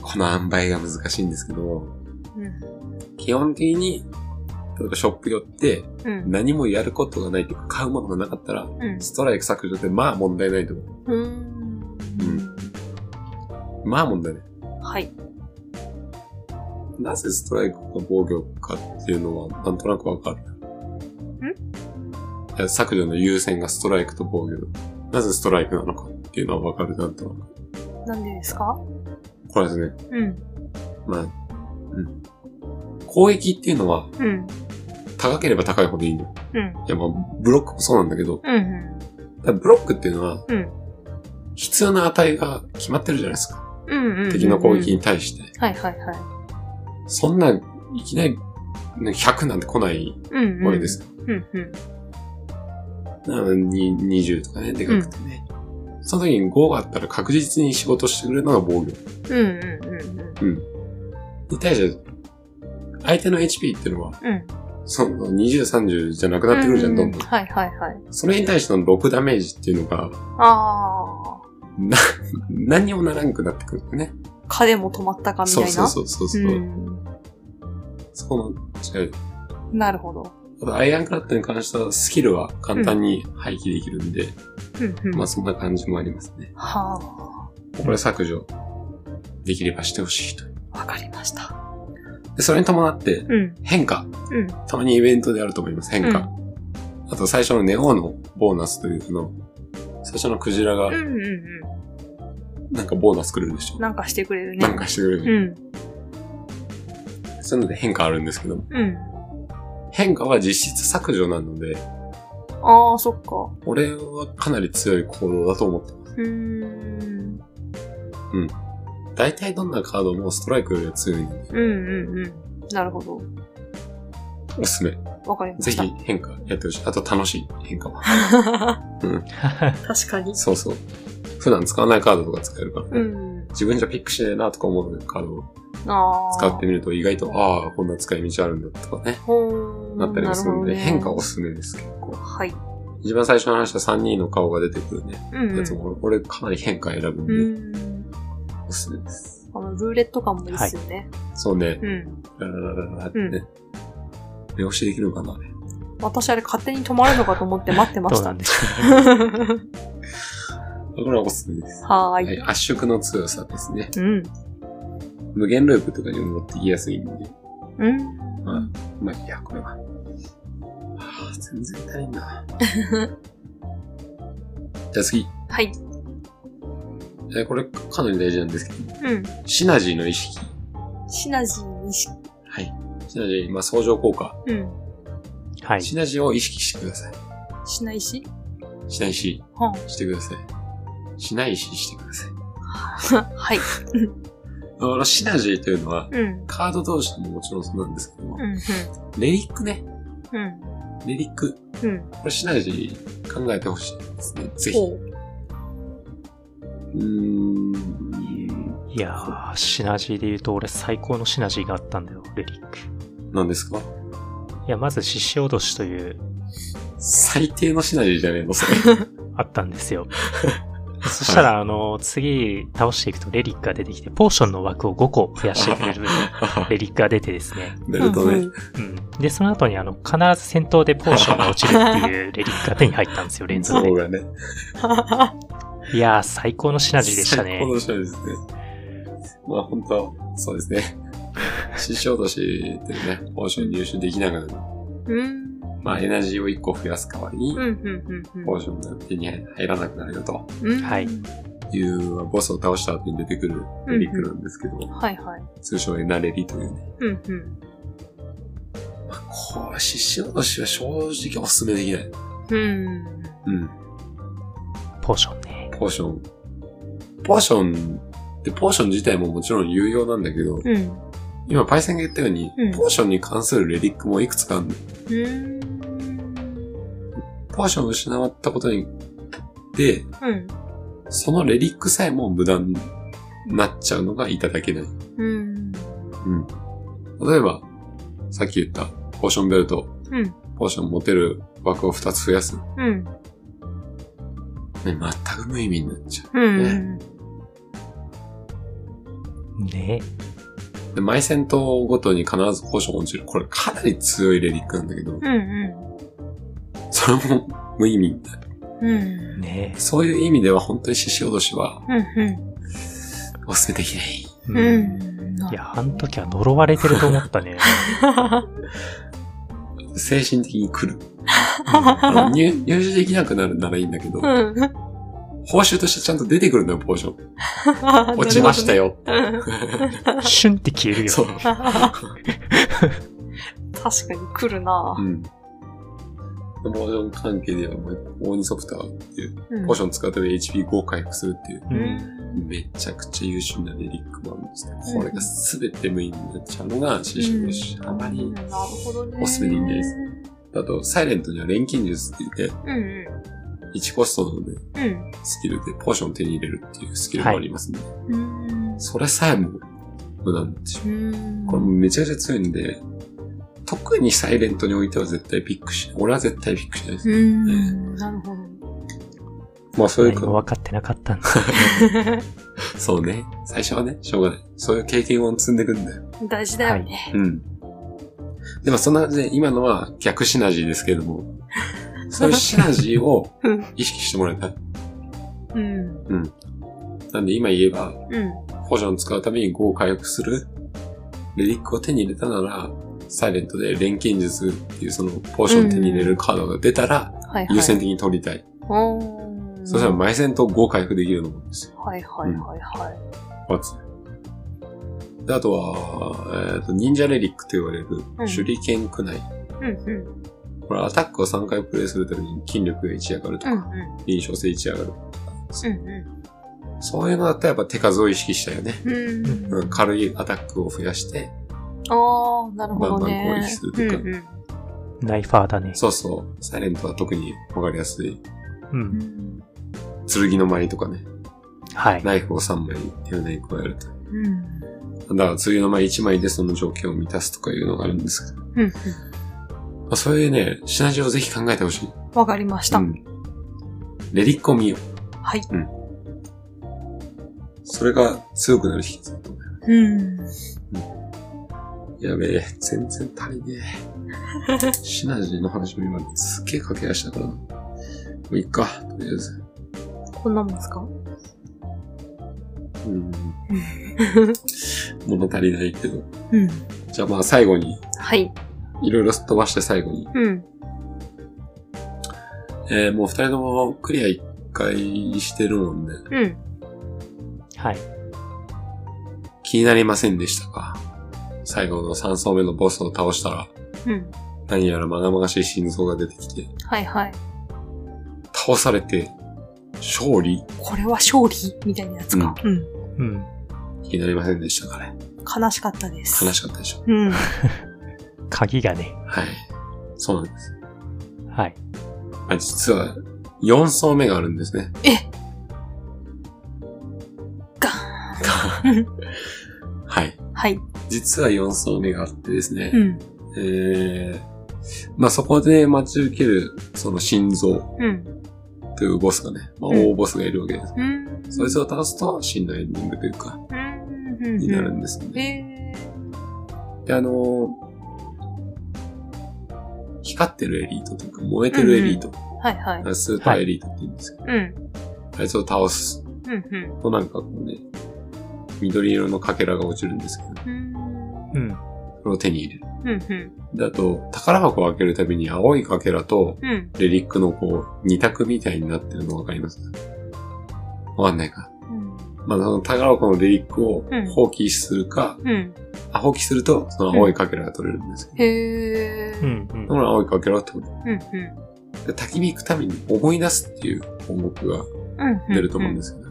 S1: この塩梅が難しいんですけど、
S2: うん。
S1: 基本的に、例えばショップ寄って
S2: うん。
S1: 何もやることがないというか買うものがなかったら、
S2: うん
S1: ストライク削除ってまあ問題ないと思
S2: うん。
S1: う。まあ問題ない。
S2: はい。
S1: なぜストライクが防御かっていうのはなんとなくわかる。いや削除の優先がストライクと防御。なぜストライクなのかっていうのはわかるなんとなく。
S2: なんでですか
S1: これですね。
S2: うん。
S1: まあ、うん。攻撃っていうのは
S2: うん。
S1: 高ければ高いほどいいの。
S2: うん。
S1: いやまあ、ブロックもそうなんだけど、
S2: うん。
S1: ただブロックっていうのは
S2: うん。
S1: 必要な値が決まってるじゃないですか。
S2: うん。うん。
S1: 敵の攻撃。に対して。
S2: はいはいはい。
S1: そんな、いきなりね100なんて来ない
S2: うん。
S1: わけです。
S2: うん。うん。
S1: なのに20とかね、でかくてね。その時に5があったら確実に仕事してくれるのが防御。
S2: うん。うん。うん。
S1: に対して、相手の HP っていうのは、
S2: うん。
S1: その20、30じゃなくなってくるじゃん、どんどん。
S2: はいはいはい。
S1: それに対しての6ダメージっていうのが、
S2: あ
S1: な、何にもならんくなってくるんだね。
S2: あ。彼も止まったかみた
S1: そう
S2: いな。
S1: そうそうそうそう。
S2: うん。
S1: そこの違い。
S2: なるほど。
S1: あと、アイアンクラッドに関してはスキルは簡単に廃棄できるんで、
S2: うんうん。
S1: まあそんな感じもありますね。
S2: は
S1: これ削除できればしてほしいと。
S2: あ。わかりました。
S1: で、それに伴って
S2: うん。
S1: 変化。
S2: うん。
S1: たまにイベントであると思います、変化。あと最初のネオのボーナスというの、最初のクジラが
S2: うんうんう
S1: なんかボーナスくれるでしょ。
S2: ん。なんかしてくれるね。
S1: なんかしてくれ
S2: う
S1: る。
S2: ん。
S1: そういうので変化あるんですけども、
S2: うん。
S1: 変化は実質削除なので、
S2: ああ、そっか。
S1: 俺はかなり強い行動だと思ってます。
S2: うーん。
S1: 大体どんなカードもストライクよりは強いので、
S2: うんうんうん。なるほど。
S1: おすすめ。
S2: わかりま
S1: ぜ
S2: し
S1: ひ
S2: た。
S1: 変化やってほしい。あと楽しい変
S2: [LAUGHS]
S1: 化は。
S2: 確かに。
S1: そうそう。普段使わないカードとか使えるから、
S2: うん。
S1: 自分じゃピックしねえなとか思うカードを
S2: ああ。
S1: 使ってみると意外と、ああ、こんな使い道あるんだとかね、
S2: ほー
S1: なったりもするんで、
S2: なほどね
S1: 変化おすすめです結構。
S2: はい。
S1: 一番最初の話した3人の顔が出てくるね、
S2: うん、う
S1: やつ
S2: ん。
S1: も俺、俺かなり変化選ぶんで、
S2: うん。
S1: おすすめです。
S2: あの、ルーレット感もいいっすよね。
S1: そうね、
S2: うん。
S1: ラララララってね、目押しできるのかな、あれ
S2: 私あれ勝手に止まるのかと思って待ってま
S3: ど
S2: し
S3: うな
S2: た
S3: ん。でしょ
S1: これはおすすめです。
S2: はー。
S1: はいい、圧縮の強さですね。
S2: うん。
S1: 無限ループとかにも持ってきやすいんで、
S2: うん。
S1: まあ、まあいいや、これは。はあ、全然足りんな。じゃあ次。
S2: はい。
S1: えーこれかなり大事なんですけど、
S2: うん。
S1: シナジーの意識。
S2: シナジーにし、
S1: はい。シナジー、まあ相乗効果。
S2: うん。
S1: [LAUGHS]
S3: う。はい。
S1: シナジーを意識してください。
S2: しないし
S1: しないし、
S2: は
S1: してください。しないし、してください。
S2: あはい。
S1: あの、シナジーというのは、
S2: うん。
S1: カード同士ももちろんそうなんですけども
S2: う、ん。
S1: レリックね。
S2: うん。
S1: レリック。
S2: うん。うん。
S1: これシナジー考えてほしいですね。ぜひ。
S2: ほ
S1: う
S2: う。
S1: ーん。
S3: いやー、シナジーで言うと俺最高のシナジーがあったんだよ、レリック。
S1: 何ですか
S3: いや、まず獅子落としという、
S1: 最低のシナジーじゃ
S2: [LAUGHS]
S1: ねえのそれ。
S3: あった
S1: [LAUGHS]
S3: んですよ。そしたら、あの、次倒していくとレリックが出てきて、ポーションの枠を5個増やしてくれる
S1: [LAUGHS]
S3: レリックが出てですね。
S1: ベルト
S2: う
S1: ね。
S2: ん
S3: うん。で、その後にあの、必ず戦闘でポーションが落ちるっていうレリックが手に入った
S1: [LAUGHS]
S3: んですよ、連
S1: そ
S3: 続で
S1: う。がね。
S3: いやー、最高のシナジーでしたね
S1: 最高。のシナジーですね。まあ本当は、そうです
S3: [LAUGHS]
S1: ね。師匠としてね、ポーション入手できながら、
S2: うん。
S1: まあエナジーを1個増やす代わりに
S2: うん。う、ん。うん。
S1: ポーションが手に入らなくなるよと
S2: うん。
S3: はい
S1: いう、ボスを倒した後に出てくるレリックなんですけど、
S2: はいはい。
S1: 通称エナレリというね。
S2: うん。うん。
S1: まあ、これ、獅子落としは正直おすすめできない。
S2: うん。
S1: うん。
S3: ポーションね。
S1: ポーション。ポーションって、ポーション自体ももちろん有用なんだけど、
S2: うん。
S1: 今パイセンが言ったように、
S2: うん
S1: ポーションに関するレリックもいくつかあるの
S2: うん。
S1: ポーションを失わったことに、で、
S2: うん。
S1: そのレリックさえも無駄になっちゃうのがいただけない。
S2: うん。
S1: 例えば、さっき言った、ポーションベルト。
S2: うん
S1: ポーション持てる枠を2つ増やす。ね
S2: うん。
S1: 全く無意味になっちゃ
S2: うん。
S3: ね。
S1: う。で、毎戦闘ごとに必ずポーション落ちる。これかなり強いレリックなんだけど、
S2: うん。うん。
S1: それも無意味になる。
S2: うん。
S3: ね。
S1: そういう意味では本当に獅子落としは
S2: うん。
S1: おすすめできない。
S3: う。
S2: うんん。
S3: いや、あの時は呪われてると思ったね。
S1: 精神的に
S2: [LAUGHS]
S1: 来る。あの入入手できなくなるならいいんだけど、
S2: うん。
S1: 報酬としてちゃんと出てくるのよ、ポーション。落ちましたよ。
S2: うん。
S3: シュンって消えるよ。
S1: そう。
S2: 確かに来るな
S1: う、ん。ポーション関係では、もうオーニソプターっていう、
S2: うん、
S1: ポーション使って HP5 を回復するっていう、
S3: う。
S2: うんん
S1: めちゃくちゃ優秀なレリックもあるんですね。これが全て無意味になっちゃうのが、新種のし、あま
S2: うん
S1: り
S2: な。るほどね
S1: おすすめでいいんですあと、サイレントには錬金術って言って、
S2: うんう
S1: 1コストのね、
S2: ん
S1: スキルでポーションを手に入れるっていうスキルもありますね。
S2: うん
S1: それさえも無駄になってしまう。
S2: うん
S1: これもめちゃくちゃ強いんで、特にサイレントにおいては絶対ピックしない。俺は絶対ピックしないです。
S2: うんなるほど
S1: まあそういう
S3: 何も
S1: か、
S3: 分かってなかったんだ。
S1: そうね。最初はね、しょうがない。そういう経験を積んでいくんだよ。
S2: 大事だよね、
S1: うん。でもそんな感じで、今のは逆シナジーですけれど
S2: [LAUGHS]
S1: も、そういうシナジーを
S2: うん
S1: 意識してもらいたい。
S2: うん
S1: なんで今言えば、
S2: うん
S1: ポーションを使うために5を回復する、レリックを手に入れたなら、サイレントで錬金術っていうそのポーションを手に入れるカードが出たら、
S2: はいはい
S1: 優先的に取りたい。
S2: おー
S1: そしたら前線と5回復できると思うんですよ。
S2: はいはいはいはい
S1: で、あとは、えっ、と、忍者レリックと言われる
S2: うん、
S1: 手裏剣区内。
S2: うんうん
S1: これ、アタックを3回プレイするたびに筋力が1上がると
S2: う
S1: か、
S2: んうん
S1: 臨床性1上がる。
S2: うん
S1: そういうのだったらやっぱ手数を意識したよね。
S2: うんうん
S1: うん、軽いアタックを増やして、
S2: ああなるほど
S1: バンバン攻
S2: ね
S1: 撃するとか
S2: うんうん
S3: ナイファーだね。
S1: そうそう、サイレントは特にわかりやすい。
S3: うん。
S1: 剣の舞とかね、
S3: はい。
S1: ナイフを3枚手胸に加えると。
S2: うん
S1: だから、剣の舞1枚でその条件を満たすとかいうのがあるんですけど、
S2: うんうん
S1: まあ、そういうね、シナジーをぜひ考えてほしい。
S2: わかりました、
S1: うん。レリックを見よう。
S2: はい
S1: それが強くなる秘訣だと思
S2: うん
S1: う。やべえ、全然足りねえ。シナジーの話も今すっげえ駆け足だから。もういっか、とりあえず。
S2: こんなもんですか
S1: うん。物足りないけど。
S2: うん。
S1: じゃあまあ最後に、
S2: はい。
S1: いろいろ飛ばして最後に。
S2: うん。
S1: えー、もう二人ともクリア一回してるもんね。
S2: うん。
S3: はい。
S1: 気になりませんでしたか最後の3層目のボスを倒したら、
S2: うん。
S1: 何やらまがまがしい心臓が出てきて、
S2: はいはい。
S1: 倒されて、勝利
S2: これは勝利みたいなやつか。うん。
S3: うん。
S1: 気になりませんでしたかね。
S2: 悲しかったです。
S1: 悲しかったでしょ。
S2: うん。
S3: 鍵がね。
S1: はい。そうなんです。
S3: はい。
S1: あ、実は、4層目があるんですね。
S2: ガーン
S1: はい。
S2: はい。
S1: 実は4層目があってですね。
S2: うん。
S1: えー、まあそこで待ち受ける、その心臓
S2: うん。
S1: というボスがね、まあ
S2: うん
S1: 大ボスがいるわけです。
S2: うん。
S1: そいつを倒すと、真のエンディングというか、
S2: うん。うん。
S1: になるんですね。
S2: え
S1: で、あのー光ってるエリートというか、燃えてるエリート、
S2: ー、はいはい。
S1: スーパーエリートって言うんですけど、
S2: うん。
S1: あいつを倒す
S2: うん。うん
S1: となんかこうね、緑色のかけらが落ちるんですけど、
S2: うん。
S3: うん。
S1: それを手に入れる。
S2: うん。うん。
S1: で、あと、宝箱を開けるたびに青いかけらと、
S2: うん。
S1: レリックのこう、二択みたいになってるのわかりますわかんないか。まあ、その宝箱のレリックを
S2: うん
S1: 放棄するか、
S2: うん。
S1: あ放棄すると、その青いかけらが取れるんですけど、
S2: へえ。
S3: う
S2: うん。
S3: ん。うん
S1: その青いかけらを取る。
S2: うん。
S1: で、焚き火行くために思い出すっていう項目が
S2: うん。。
S1: 出ると思うんですすけど、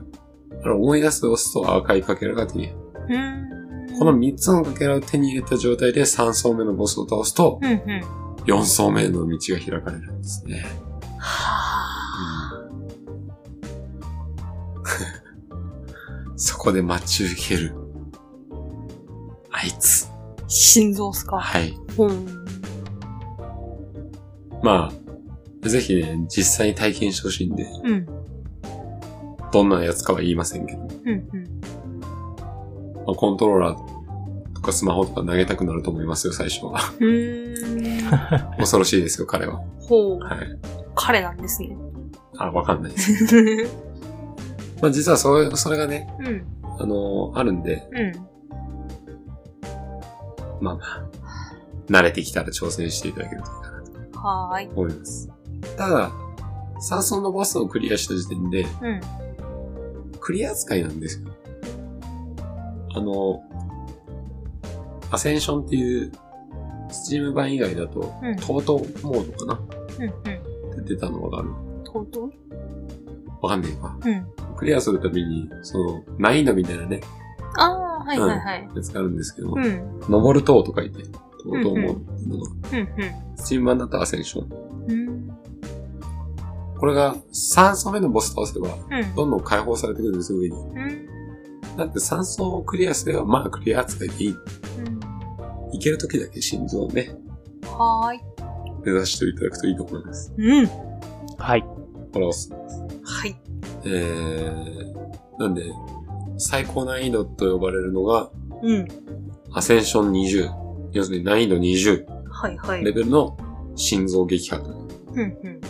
S1: だから思い出すを押すと赤いかけらが手に入る。
S2: うん。
S1: この三つのかけらを手に入れた状態で三層目のボスを倒すと、
S2: うん。うん。は
S1: 四層目の道が開かれるんですね。
S2: あ。
S1: [LAUGHS] そこで待ち受ける。あいつ。
S2: 心臓っすか。
S1: はい。
S2: うん。
S1: まあ、ぜひね、実際に体験してほしいんで、
S2: うん。
S1: どんなやつかは言いませんけど、ま
S2: うん。うん。
S1: あ、コントローラーとかスマホとか投げたくなると思いますよ、最初は。 [LAUGHS]
S2: うーん。
S1: 恐ろしいですよ、彼は。
S2: ほう。
S1: はい。
S2: 彼なんですね。
S1: あ、わかんないです。まあ実はそれ、それがね、
S2: うん。
S1: あのあるんで、
S2: うん。
S1: まあまあ、慣れてきたら挑戦していただけるといいかなと
S2: はーい。
S1: 思います。ただ、三層のボスをクリアした時点で、
S2: うん。
S1: クリア扱いなんですよ。あの、アセンションっていう、スチーム版以外だと、
S2: うん。
S1: TOTO モードかな
S2: うん。
S1: って出たのがある。
S2: うん。とうとう
S1: わかんねえか。
S2: うん。
S1: クリアするたびに、その、難易度みたいなね、
S2: ああ、はいはいはい。
S1: やつがあるんですけど、
S2: うん。うん。
S1: 登る塔と書いて、TOTO モードっていうのが、
S2: うん。
S1: スチーム版だとアセンション。
S2: うん。
S1: これが3層目のボス倒せば、
S2: うん。
S1: どんどん解放されてくるんですよ、上に。
S2: うん。
S1: だって3層をクリアすれば、まあクリア扱いでいい。
S2: うん。
S1: いける時だけ心臓をね、
S2: はーい。
S1: 目指していただくといいと思います。
S2: うん。
S3: はい。
S1: これをおすすめ
S2: はい。
S1: えー、なんで、最高難易度と呼ばれるのが、
S2: うん。
S1: アセンション20。要するに難易度20。
S2: はいはい。
S1: レベルの心臓撃破とい
S2: うんうん。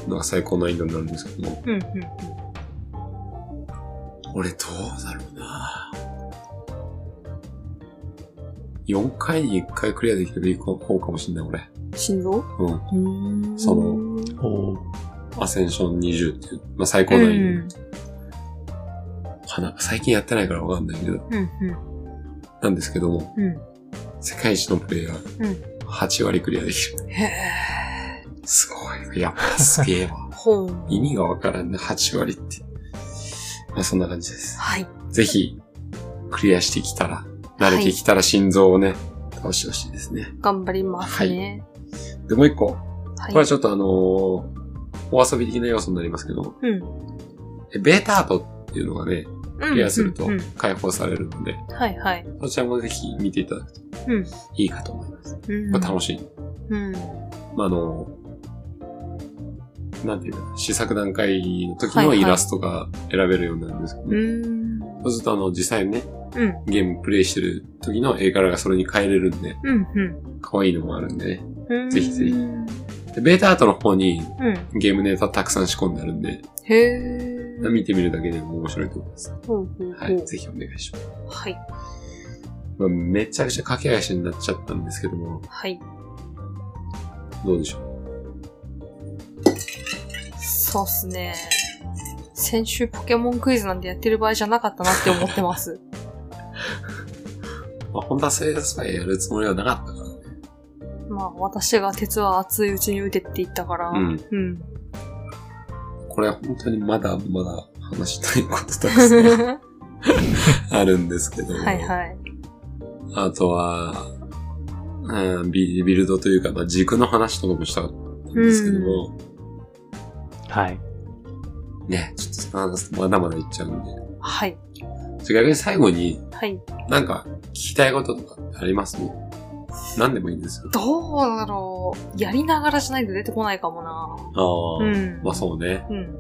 S1: うのが最高難易度になるんですけども。
S2: うんうん。
S1: 俺どうだろうな4回に1回クリアできればいい方かもしんない、俺。
S2: 心臓
S1: うん。
S2: うん
S1: そ
S2: の、
S3: おー
S1: アセンション20っていう、まあ最高
S2: う
S1: 難
S2: ん。
S1: 易度。
S2: うん
S1: かな。最近やってないからわかんないけど、
S2: うん。
S1: なんですけども、
S2: う
S1: 世界一のプレイヤー、8割クリアできる。
S2: ん。へ
S1: すごい。やっぱすげえわ。
S2: [LAUGHS] ー。ほう。
S1: 意味がわからんね、8割って。まあそんな感じです。
S2: はい。
S1: ぜひ、クリアしてきたら、慣れてきたら心臓をね、倒してほしいですね。
S2: 頑張りますね。
S1: で、もう一個。こ
S2: はい。
S1: れはちょっとあのーお遊び的な要素になりますけど、
S2: うん。
S1: えベータアートっていうのがね、
S2: うん。
S1: クリアすると
S2: うんうん
S1: 解放されるので、
S2: はいはい。
S1: そちらもぜひ見ていただくと
S2: うん。
S1: いいかと思います。
S2: うん。
S1: まあ楽しい。
S2: うん。
S1: まああのーなんていうか、試作段階の時のイラストが選べるようになるんですけど、
S2: うん。
S1: そうするとあの、実際にね、
S2: うん。
S1: ゲームプレイしてる時の絵柄がそれに変えれるんで、
S2: うん。
S1: 可愛いのもあるんでね。
S2: うん。
S1: ぜひぜひ
S2: うん。
S1: でベータアートの方にゲームネタたくさん仕込んであるんで、
S2: へー。
S1: 見てみるだけでも面白いと思います。
S2: ほうほうほう
S1: はい、ぜひお願いします。
S2: はい。
S1: まあめちゃくちゃ駆け足になっちゃったんですけども、
S2: はい。
S1: どうでしょう
S2: そうっすね。先週ポケモンクイズなんてやってる場合じゃなかったなって思って [LAUGHS] ます。
S1: まあ、本当はセールスパイやるつもりはなかったか
S2: まあ、私が鉄は熱いうちに打てって言ったから。
S1: ら。うん。
S2: うん。
S1: これは本当にまだまだ話したいことたくさん。あるんですけど、
S2: [LAUGHS] はいはい。
S1: あとは、うん、ビビルドというか、まあ、軸の話とかもしたかったんですけども、
S3: はい。
S1: ね、ちょっとその話すとまだまだいっちゃうんで。
S2: はい。
S1: じゃあ逆に最後に、
S2: はい。
S1: なんか聞きたいこととかってあります何でもいいんですよ。
S2: どうだろう。やりながらじゃないと出てこないかもな。
S1: ああ、
S2: うん
S1: まあそうね。
S2: うん。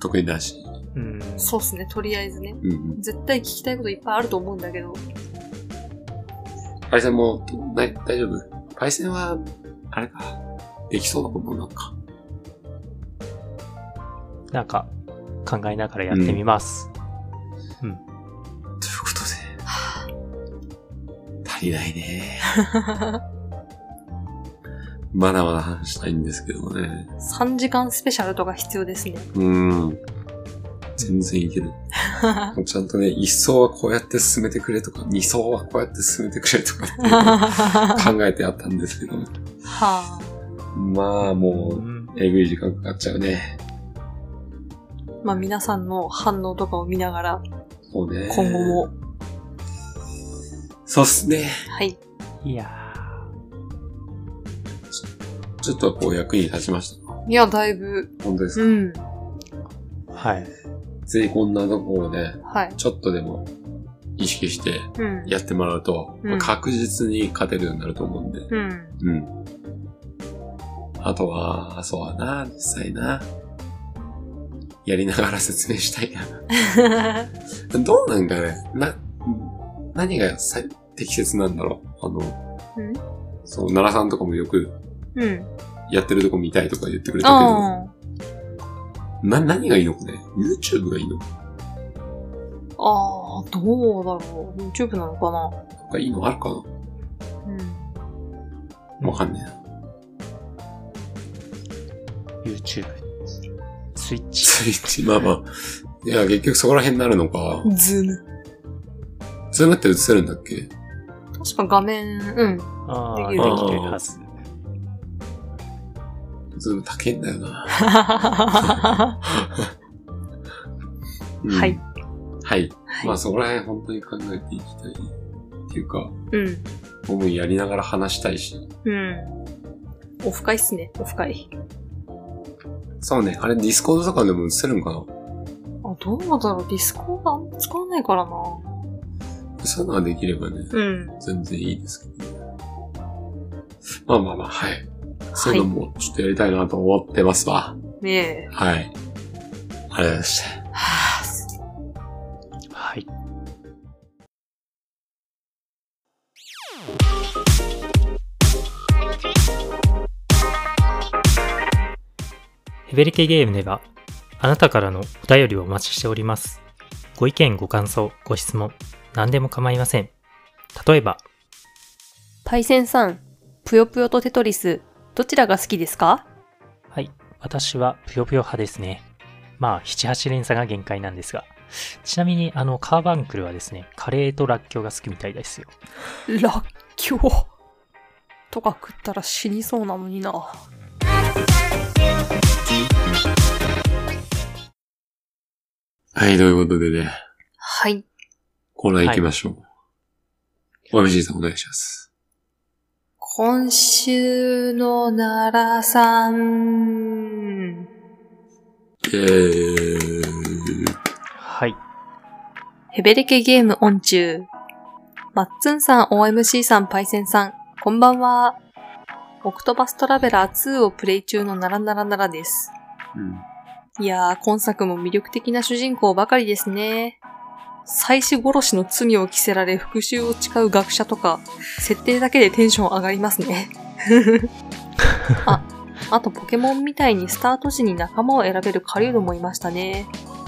S1: 特になし。
S3: うん。
S2: そうっすね、とりあえずね。
S1: うん。
S2: 絶対聞きたいこといっぱいあると思うんだけど。
S1: パイセンも、ない大丈夫パイセンは、あれか。できそうだもんな、なんか。
S3: なんか、考えながらやってみます。
S1: ということで。足りない
S2: [LAUGHS]
S1: ね。まだまだ話したいんですけどもね。
S2: 3時間スペシャルとか必要ですね。 [LAUGHS]
S1: うん。全然いける。
S2: は
S1: ちゃんとね、一層はこうやって進めてくれとか、二層はこうやって進めてくれとかっていうのを
S2: あ。 [LAUGHS]
S1: 考えてあったんですけども。まあもう、えぐい時間かかっちゃうね。
S2: まあ皆さんの反応とかを見ながら、
S1: そうね。
S2: 今後も。。
S1: そうっすね。
S2: はい。
S3: うんいや
S1: ちょっとこう役に立ちました。
S2: いや、だいぶ、
S1: 本当です
S2: う
S1: か、
S2: ん。
S3: ーはい。
S1: ぜひこんなとこをね、
S2: はい。
S1: ちょっとでも意識して
S2: うん。
S1: やってもらうと、
S2: うん
S1: まあ確実に勝てるようになると思うんで。
S2: [LAUGHS] うん。
S1: うん。あとは、そうだな、実際な。やりながら説明したい [LAUGHS] な。どうなんかね、な、何が最適切なんだろう。あの、
S2: うん
S1: そう、奈良さんとかもよく
S2: うん。
S1: やってるとこ見たいとか言ってくれたけど、
S2: あ
S1: な、何がいいのかね ?YouTube がいいのか
S2: あ。ああ、どうだろう。YouTube なのかな。
S1: 他いいのあるか
S2: うん。
S1: なわかんねえ [LAUGHS] な。
S3: YouTube。スイッチ。
S1: ツイッチ、まあまあ。いや、結局そこら辺になるのか。
S2: ズーム。
S1: ズームって映せるんだっけ
S2: 確か画面、うん。
S3: ああ、
S2: で
S3: で
S2: きる
S3: きてるはず。
S1: ズーム高いんだよ
S3: [LAUGHS]
S1: な。
S2: は
S1: うん
S2: はい。
S1: はい。
S2: い
S1: まあそこら辺本当に考えていきたい。っていうか、
S2: うん。
S1: 僕もやりながら話したいし。
S2: うん。オフ会っすね、オフ会。
S1: そうね、あれディスコードとかでも映せるんかな
S2: あ、どうだろう。ディスコードあんま使わないからな。
S1: そういうのができればね、
S2: うん。
S1: 全然いいですけど、ね。まあまあまあ、はい。そういうのもちょっとやりたいなと思ってますわ。
S2: ねえ。
S1: はい。ありがとうございました。
S2: はあ
S3: はい。ヘベレケゲームでは、あなたからのお便りをお待ちしております。ご意見、ご感想、ご質問、何でも構いません。例えば、
S2: パイセンさん、ぷよぷよとテトリス、どちらが好きですか
S3: はい、私はぷよぷよ派ですね。まあ、7、8連鎖が限界なんですが。ちなみに、あの、カーバンクルはですね、カレーとラッキョウが好きみたいですよ。
S2: らっきょう。とか食ったら死にそうなのにな。
S1: はい、ということでね、
S2: はい。
S1: コーナー行きましょう。OMG さんお願いします。
S2: 今週の奈良さん。
S1: えー、
S3: はい。
S2: ヘベレケゲームオン中。マッツンさん、OMC さん、パイセンさん、こんばんは。オクトバストラベラー2をプレイ中のナラナラナラです。
S1: うん。
S2: いやー、今作も魅力的な主人公ばかりですね。妻子殺しの罪を着せられ復讐を誓う学者とか、設定だけでテンション上がりますね。あ、あとポケモンみたいにスタート時に仲間を選べる狩人もいましたね。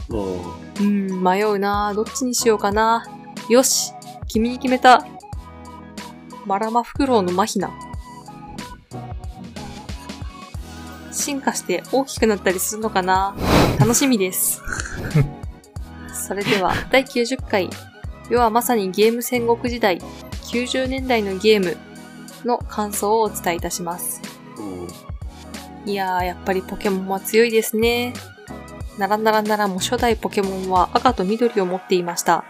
S2: うん、迷うなぁどっちにしようかなよし君に決めたマラマフクロウのマヒナ。進化して大きくなったりするのかな楽しみです。それでは、第90回。世はまさにゲーム戦国時代、90年代のゲームの感想をお伝えいたします。
S1: うん
S2: いやー、やっぱりポケモンは強いですね。ならんならんならも初代ポケモンは赤と緑を持っていました。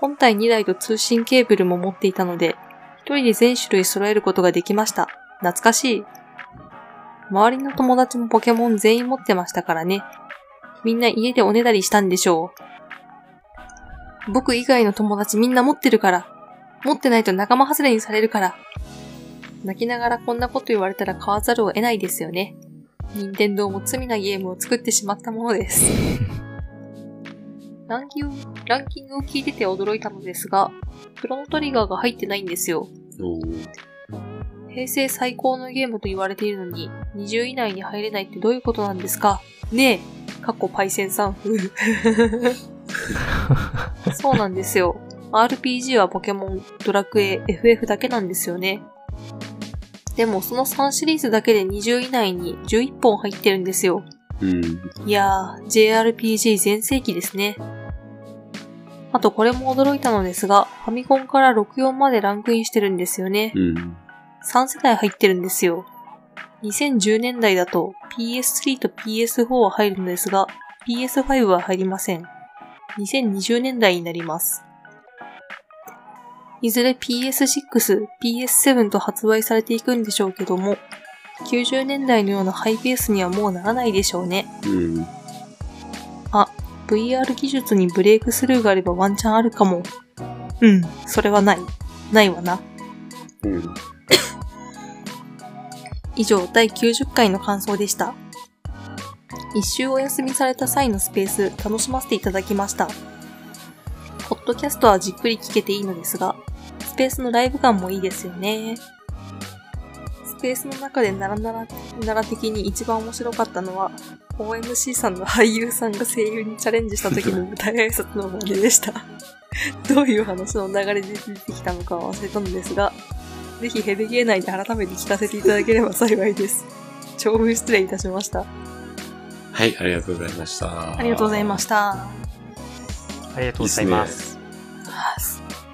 S2: 本体2台と通信ケーブルも持っていたので、一人で全種類揃えることができました。懐かしい。周りの友達もポケモン全員持ってましたからね。みんな家でおねだりしたんでしょう。僕以外の友達みんな持ってるから。持ってないと仲間外れにされるから。泣きながらこんなこと言われたら買わざるを得ないですよね。任天堂も罪なゲームを作ってしまったものです。ランキングランキングを聞いてて驚いたのですが、クロノトリガーが入ってないんですよ。
S1: おー
S2: 平成最高のゲームと言われているのに、20以内に入れないってどういうことなんですかねえ、かっこパイセンさん風。そうなんですよ。RPG はポケモン、ドラクエ、FF だけなんですよね。でもその3シリーズだけで20以内に11本入ってるんですよ。
S1: うん。
S2: いやー、JRPG 全盛期ですね。あとこれも驚いたのですが、ファミコンから64までランクインしてるんですよね。
S1: うん。
S2: 3世代入ってるんですよ。2010年代だと PS3 と PS4 は入るのですが、PS5 は入りません。2020年代になります。いずれ PS6、PS7 と発売されていくんでしょうけども、90年代のようなハイペースにはもうならないでしょうね。
S1: うん。
S2: VR 技術にブレイクスルーがあればワンチャンあるかも。うん、それはない。ないわな。
S1: うん。
S2: 以上第90回の感想でした一周お休みされた際のスペース楽しませていただきましたポッドキャストはじっくり聞けていいのですがスペースのライブ感もいいですよねスペースの中でならならなら的に一番面白かったのは OMC さんの俳優さんが声優にチャレンジした時の舞台挨拶のまででしたどういう話の流れで出てきたのかは忘れたのですがぜひヘビゲー内で改めて聞かせていただければ幸いです。 [LAUGHS] 長文失礼いたしました。
S1: はい、ありがとうございました。
S2: ありがとうございました。
S3: ありがとうございます。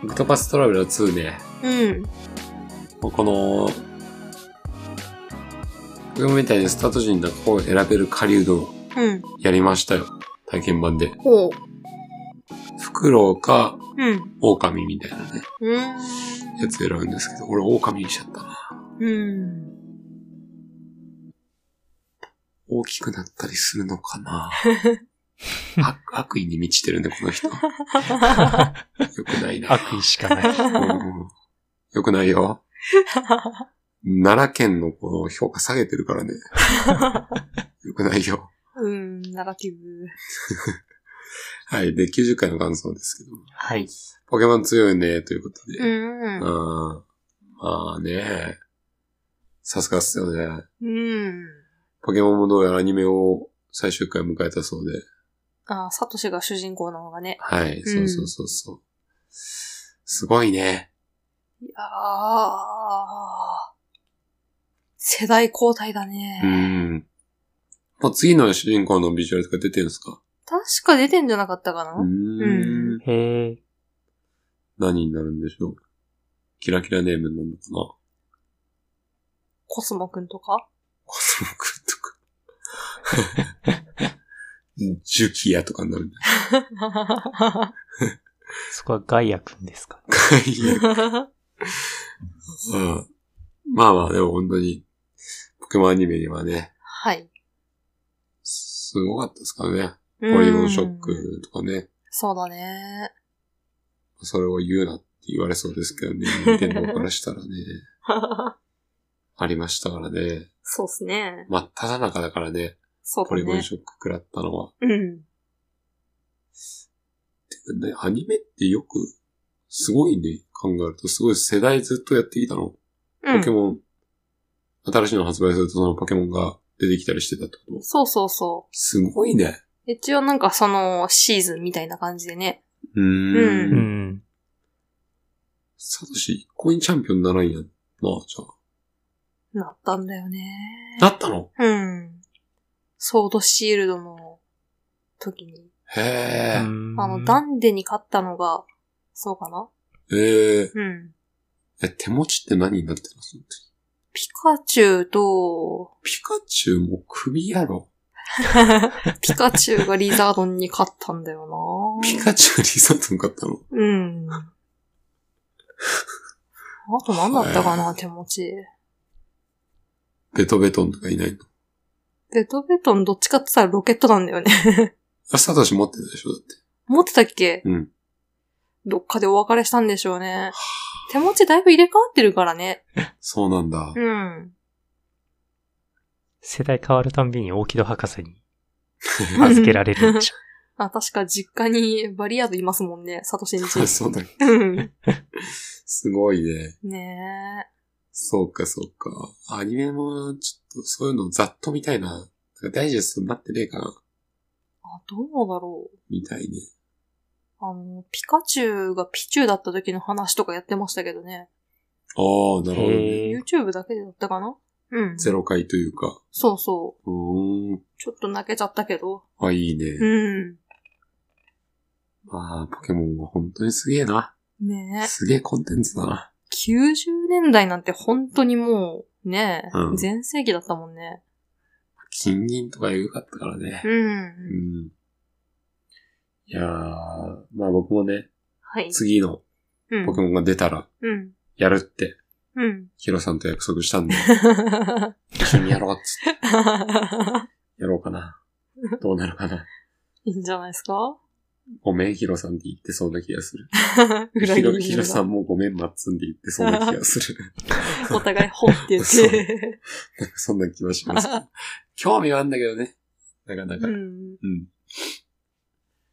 S1: オクトパストラベラー2ね、
S2: うん。
S1: もうこの、僕みたいにスタート時になんかこう選べる狩人を
S2: うん。
S1: やりましたよ。体験版で。
S2: ほう。
S1: フクロウか、
S2: うん。
S1: 狼みたいなね、
S2: う
S1: やつ選ぶんですけど、俺狼にしちゃったな。
S2: ーん。うん。
S1: 大きくなったりするのか
S2: [LAUGHS]
S1: な悪悪意に満ちてるね、この人。よく [LAUGHS] ないな。
S3: 悪意しかない。
S1: うんよくない
S2: [LAUGHS]
S1: よ。奈良県のこの評価下げてるから
S2: [LAUGHS]
S1: ね。よくないよ。
S2: うん。ナラティブ。
S1: はい。で、90回の感想ですけど。
S3: はい。
S1: ポケモン強いね、ということで。
S2: うん。
S1: うん。まあね。さすがっすよね。
S2: うん。
S1: ポケモンもどうやらアニメを最終回迎えたそうで。
S2: あー、サトシが主人公なのがね。
S1: はい。
S2: う
S1: そ
S2: ん
S1: うそうそうそう。すごいね。
S2: いやー。世代交代だね。
S1: うん。もう次の主人公のビジュアルとか出てるんですか
S2: 確か出てんじゃなかったかな、
S1: うー。
S2: うん
S3: へえ。
S1: 何になるんでしょうキラキラネームになるのかな
S2: コスモくんとか
S1: コスモくんとか。ジュキヤとかになるんだ。
S3: そこはガイアくんですか。
S1: いやうん。まあまあ、でも本当に、ポケモンアニメにはね、
S2: [LAUGHS] はい。
S1: すごかったですからね。
S2: ポ
S1: ポリゴンショッ。クとかね、
S2: そうだね。
S1: それを言うなって言われそうですけどね、任天堂からしたらね、ありましたからね。
S2: そうっすね。
S1: 真っ只中だからね、
S2: そう
S1: ポ
S2: だ
S1: リゴン
S2: ね。
S1: ショック食らったのは。
S2: うん。
S1: ね、アニメってよく、すごいね、考えると、すごい世代ずっとやってきたの。
S2: う
S1: ポケ
S2: ん。
S1: モン、新しいの発売するとそのポケモンが出てきたりしてたってこと
S2: そうそうそ
S1: すごいね。
S2: う。一応なんかそのシーズンみたいな感じでね。
S1: うー。
S2: うん
S3: うん。
S1: サトシ、コインチャンピオンにならんやん。なあ、じゃ
S2: なったんだよね。
S1: あ。なったの
S2: うん。ソードシールドの時に。
S1: へえ。
S2: あの、ダンデに勝ったのが、そうかな
S1: ええ。
S2: うん。
S1: え、手持ちって何になってるのその時
S2: ピカチュウと、
S1: ピカチュウも首やろ。
S2: ピカチュウがリザードンに勝ったんだよ
S1: ピカチュウリザードン買ったの
S2: なうん。あと何だったかな、手持ち。
S1: ベトベトンとかいないの
S2: ベトベトンどっちかって言ったらロケットなんだよね。
S1: あ、サトシ持ってたでしょだって。
S2: 持ってたっけ
S1: うん。
S2: どっかでお別れしたんでしょうね。手持ちだいぶ入れ替わってるからね。
S1: そうなんだ。。
S2: うん。
S3: 世代変わるたんびに大木戸博士に預けられるんでしょ。
S2: あ、確か実家にバリアードいますもんね、サトシンジ
S1: [LAUGHS] そうだ。
S2: うん
S1: すごいね。
S2: ね
S1: そうか、そうか。アニメも、ちょっと、そういうのざっと見たいな。なんかダイジェストになってねえかな。
S2: え。あ、どうだろう。
S1: みたいね。
S2: あの、ピカチュウがピチュウだった時の話とかやってましたけどね。
S1: ああ、なるほどね。
S3: へえ
S2: YouTube だけだったかなうん。
S1: ゼロ回というか。
S2: そうそう
S1: ーん
S2: う。。ちょっと泣けちゃったけど。
S1: あ、いいね。
S2: うん。
S1: まあ、ポケモンは本当にすげえな。
S2: ねえ。
S1: すげえコンテンツだな。
S2: 90年代なんて本当にもう、ねえ
S1: うん、
S2: 全盛期だったもんね。
S1: 金銀とかエグかったからね
S2: う。。
S1: うんん。いやー、まあ僕もね、
S2: はい。
S1: 次の
S2: うん
S1: ポケモンが出たら、
S2: うん。
S1: やるって、
S2: うん。
S1: ヒロさんと約束した
S2: [LAUGHS]
S1: んで、一緒にやろうっつって、やろうかな。どうなるかな。
S2: いいんじゃないですか
S1: ごめん、ヒロさんって言ってそうな気がする。
S2: [LAUGHS] 裏
S1: ヒロ
S2: 切り
S1: ヒロさんもごめん、マッツンって言ってそうな気がす
S2: [LAUGHS]
S1: る。
S2: お互い本って言っ
S1: そう
S2: て。
S1: なんかそんな気はします。興味はあんだけどね。なかなか。
S2: う
S1: うん。
S2: ん。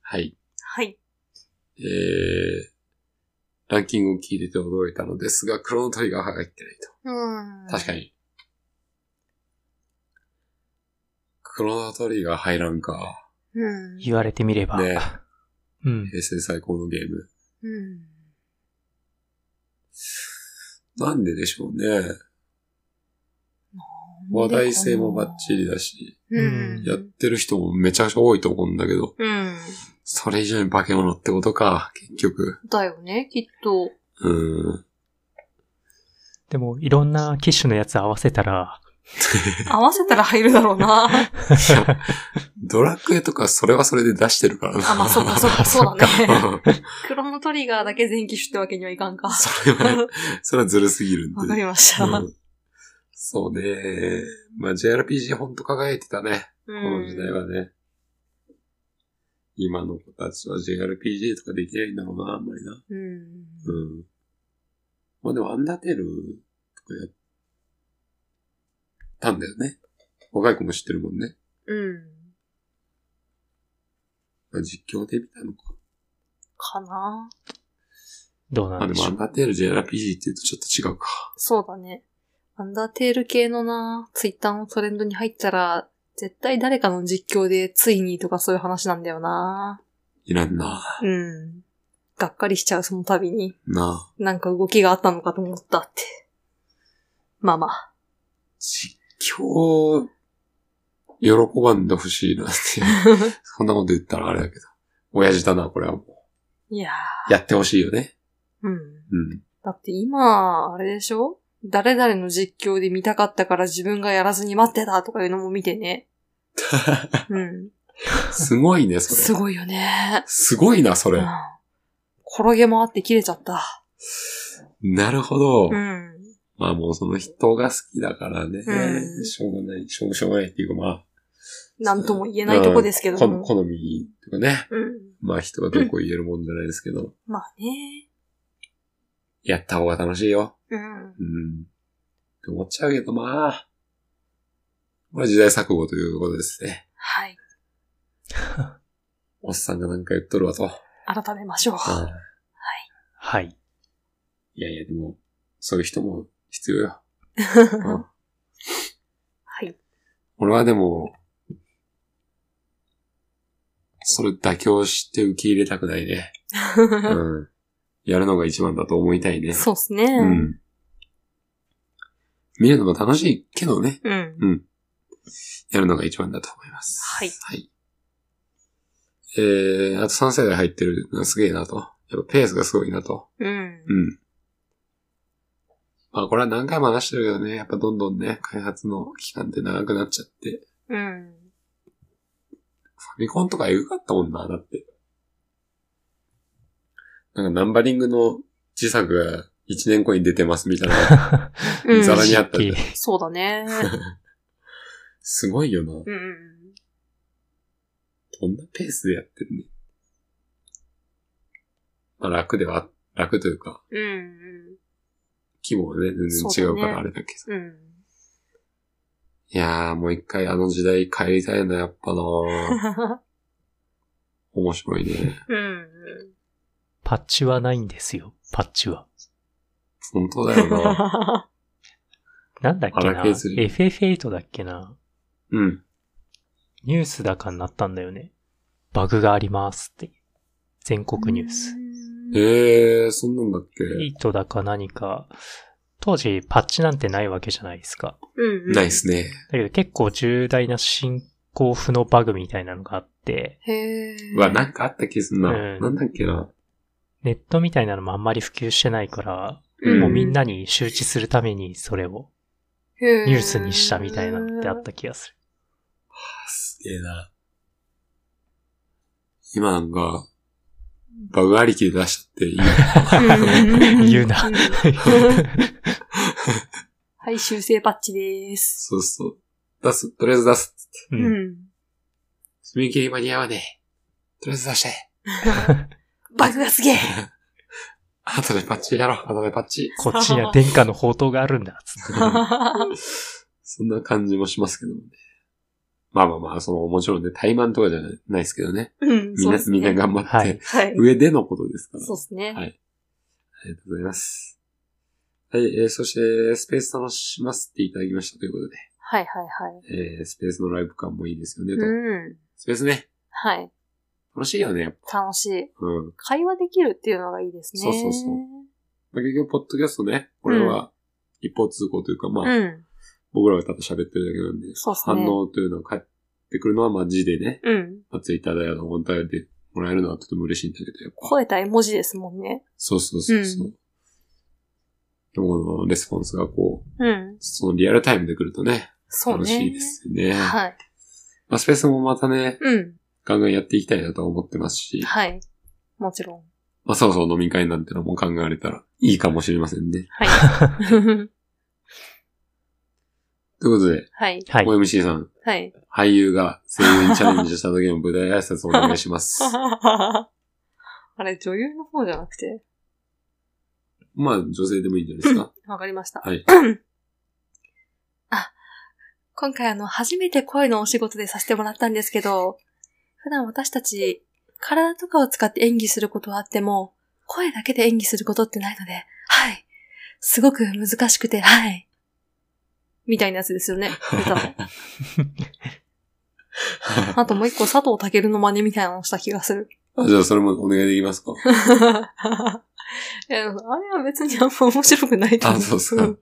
S1: はい。
S2: はい。
S1: えー、ランキングを聞いてて驚いたのですが、クロノトリガーが入ってないと。
S2: うん。
S1: 確かに。クロノトリガー入らんか。
S2: うん。
S3: 言われてみれば。
S1: ね
S3: うん。
S1: 平成最高のゲーム。
S2: うん。
S1: なんででしょうね。話題性もバッチリだし、
S2: うん。
S1: やってる人もめちゃくちゃ多いと思うんだけど、
S2: うん。
S1: それ以上に化け物ってことか、結局。
S2: だよね、きっと。
S1: うん。
S3: でも、いろんな機種のやつ合わせたら、
S2: 合わせたら入るだろ
S1: [LAUGHS]
S2: うな。 [LAUGHS]
S1: ドラクエとかそれはそれで出してるからな。
S2: あ、まあ、そう
S1: [LAUGHS]
S2: か、そうか、そうだね。
S1: うん
S2: クロノトリガーだけ全機種ってわけにはいかん
S1: [LAUGHS]
S2: か。
S1: それは、それはずるすぎるんで。
S2: わかりました。う
S1: うんそうね。まあ、JRPG ほんと輝いてたね。この時代
S2: ん。
S1: はね。今の子たちは JRPG とかできないんだろうな、あんまりな。
S2: うん。
S1: うん。まあでも、アンダーテールとかやったんだよね。若い子も知ってるもんね。
S2: うん。
S1: まあ、実況で見たのか。
S2: かな
S3: どう
S1: ま
S3: な
S1: あ
S3: ん
S1: で
S3: で
S1: も、
S3: し
S1: ア
S3: ょ
S1: ン
S3: う。
S1: ダーテール JRPG って言うとちょっと違うか。
S2: そうだね。アンダーテール系のな、ツイッターのトレンドに入ったら、絶対誰かの実況でついにとかそういう話なんだよな。
S1: いらんな。
S2: うん。がっかりしちゃう、その度に。
S1: なあ。
S2: なんか動きがあったのかと思ったって。まあまあ。
S1: 実況、喜ばんでほしいなっていう。
S2: [LAUGHS]
S1: そんなこと言ったらあれだけど。親父だな、これはも
S2: いや
S1: う。やってほしいよね。
S2: ー。うん。
S1: うん。
S2: だって今、あれでしょ誰々の実況で見たかったから自分がやらずに待ってたとかいうのも見
S1: [LAUGHS]
S2: てね。うん。
S1: すごいね、それ。
S2: すごいよね。
S1: すごいな、そ
S2: うん
S1: れ。。
S2: 転げ回って切れちゃった。
S1: なるほど。
S2: うん。
S1: まあもうその人が好きだからね。
S2: うん
S1: しょうがない、しょうしょうがないっていうかまあ。
S2: なんとも言えないとこですけど
S1: うん
S2: も。
S1: 好好みとかね。
S2: うん。
S1: まあ人がどうこう言えるもんじゃないですけど。
S2: まあね。
S1: やった方が楽しいよ。
S2: うん。
S1: うん。って思っちゃうけどまあ。これは時代錯誤ということですね。
S2: はい。
S1: おっさんがなんか言っとるわと。
S2: 改めましょう。
S1: うん
S3: はい。
S1: いやいや、でも、そういう人も必要
S2: [LAUGHS]
S1: よ。うん
S2: はい。
S1: 俺はでも、それ妥協して受け入れたくないね。うん。やるのが一番だと思いたいね。
S2: [LAUGHS] そうっすね。
S1: う。ん。見るのも楽しいけどね。
S2: うん。
S1: やるのが一番だと思います。
S2: はい
S1: はい。えー、あと3世代入ってるのはすげえなと。やっぱペースがすごいなと。
S2: うん。
S1: うん。まあこれは何回も話してるけどね、やっぱどんどんね、開発の期間って長くなっちゃって、
S2: う
S1: ァ
S2: ん。
S1: ミコンとかエグかったもんな、だって。なんかナンバリングの自作が1年後に出てますみたいな、
S2: うん。
S1: ざらにあったんだ
S2: そう
S1: [LAUGHS]
S2: だね。
S1: すごいよな。
S2: うんうんうん。
S1: こんなペースでやってるね。まあ楽では、楽というか、
S2: うん
S1: 規模はね、全然違うか
S2: そうだね
S1: らあれだけど。
S2: うん。うん。
S1: いやー、もう一回あの時代帰りたいな、やっぱな面白いね。
S2: うん。
S3: パッチはないんですよ、パッチは。
S1: 本当だよな。
S2: [LAUGHS]
S3: なんだっけ
S1: 荒
S3: な
S1: 削り
S3: ?FF8 だっけな
S1: うん。
S3: ニュースだかになったんだよね。バグがありますって。全国ニュース。。
S1: えー、そんなんだっけ
S3: 8だか何か。当時パッチなんてないわけじゃないですか。
S2: うん。
S1: ないっ。すね。
S3: だけど結構重大な進行不能バグみたいなのがあって、
S2: へえ。
S1: うわ、なんかあった気すんな。
S3: うん
S1: なんだっけな。
S3: ネットみたいなのもあんまり普及してないから、
S1: うん
S3: もうみんなに周知するためにそれをニ
S2: ニ
S3: ュースにしたみたいなのってあった気がする。
S1: すげえな。今なんか、バグありきで出しちゃっていい。
S3: [LAUGHS] 言うな。
S2: はい、修正パッチです。
S1: そうそう。出す、とりあえず出す。[LAUGHS]
S3: う、
S2: うんん。
S1: 締め切り間に合わねえ。とりあえず出して。 [LAUGHS]
S2: バグがすげえ
S1: あとでパッチやろう。あとでパッ
S2: [LAUGHS]
S1: チ。
S3: こっちには殿下の宝刀があるんだ。つって
S1: そんな感じもしますけどもね。まあまあまあ、その、もちろんね、怠慢とかじゃないないですけどね。
S2: うん、
S1: みんな、みんな [LAUGHS]
S2: が。
S1: 頑張って、
S3: はい
S2: はい。
S1: 上でのことですから。
S2: そうですね。
S1: はいありがとうございます。はい、えー、そして、スペース楽しませていただきましたということ
S2: はい、はい、はい。
S1: で、えー、スペースのライブ感もいいですよね、と。
S2: うん。
S1: スペースね、
S2: はい。
S1: 楽しいよね、やっぱ。
S2: 楽しい。
S1: うん。
S2: 会話できるっていうのがいいですね。
S1: そうそうそうまあ、結局、ポッドキャストね、これは、一方通行というか、まあ、
S2: うん。
S1: 僕らがただ喋ってるだけなんで、
S2: そうっすね
S1: 反応というのが返ってくるのは、まあ、字でね、
S2: うん。
S1: まあ、ツイッターだよ、本体でもらえるのはとても嬉しいんだけど、やっぱ。
S2: 声た絵文字ですもんね。
S1: そうそうそうそう。
S2: う
S1: でも、このレスポンスがこう、
S2: うん。
S1: そのリアルタイムで来るとね、
S2: そうね。
S1: 楽しいで。すよね。
S2: はい。
S1: まあ、スペースもまたね、
S2: うん。
S1: ガンガンやっていきたいなと思ってますし、
S2: はい。もちろん。
S1: まあ、そろそろ飲み会なんてのも考えられたらいいかもしれませんね。 [LAUGHS]
S2: はい。
S1: ということで、
S2: はい。
S3: はい。
S1: OMC さん、 [LAUGHS]
S2: はい。
S1: 俳優が声優にチャレンジした時の舞台挨拶をお願いし
S2: [LAUGHS]
S1: ます。
S2: あれ、女優の方じゃなくて。
S1: まあ、女性でもいいんじゃないですか。
S2: わかりました。
S1: はい。
S2: あ、今回あの、初めて声のお仕事でさせてもらったんですけど、普段私たち、体とかを使って演技することはあっても、声だけで演技することってないので、はい。すごく難しくて、はい。みたいなやつですよ
S1: [LAUGHS]
S2: ね。歌 [LAUGHS] あともう一個佐藤健の真似みたいなのをした気がする。 [LAUGHS]
S1: あじゃあ、それもお願いできますか。
S2: いやあれは別にあんま面白くないと思
S1: あ、
S2: う。
S1: そうですか。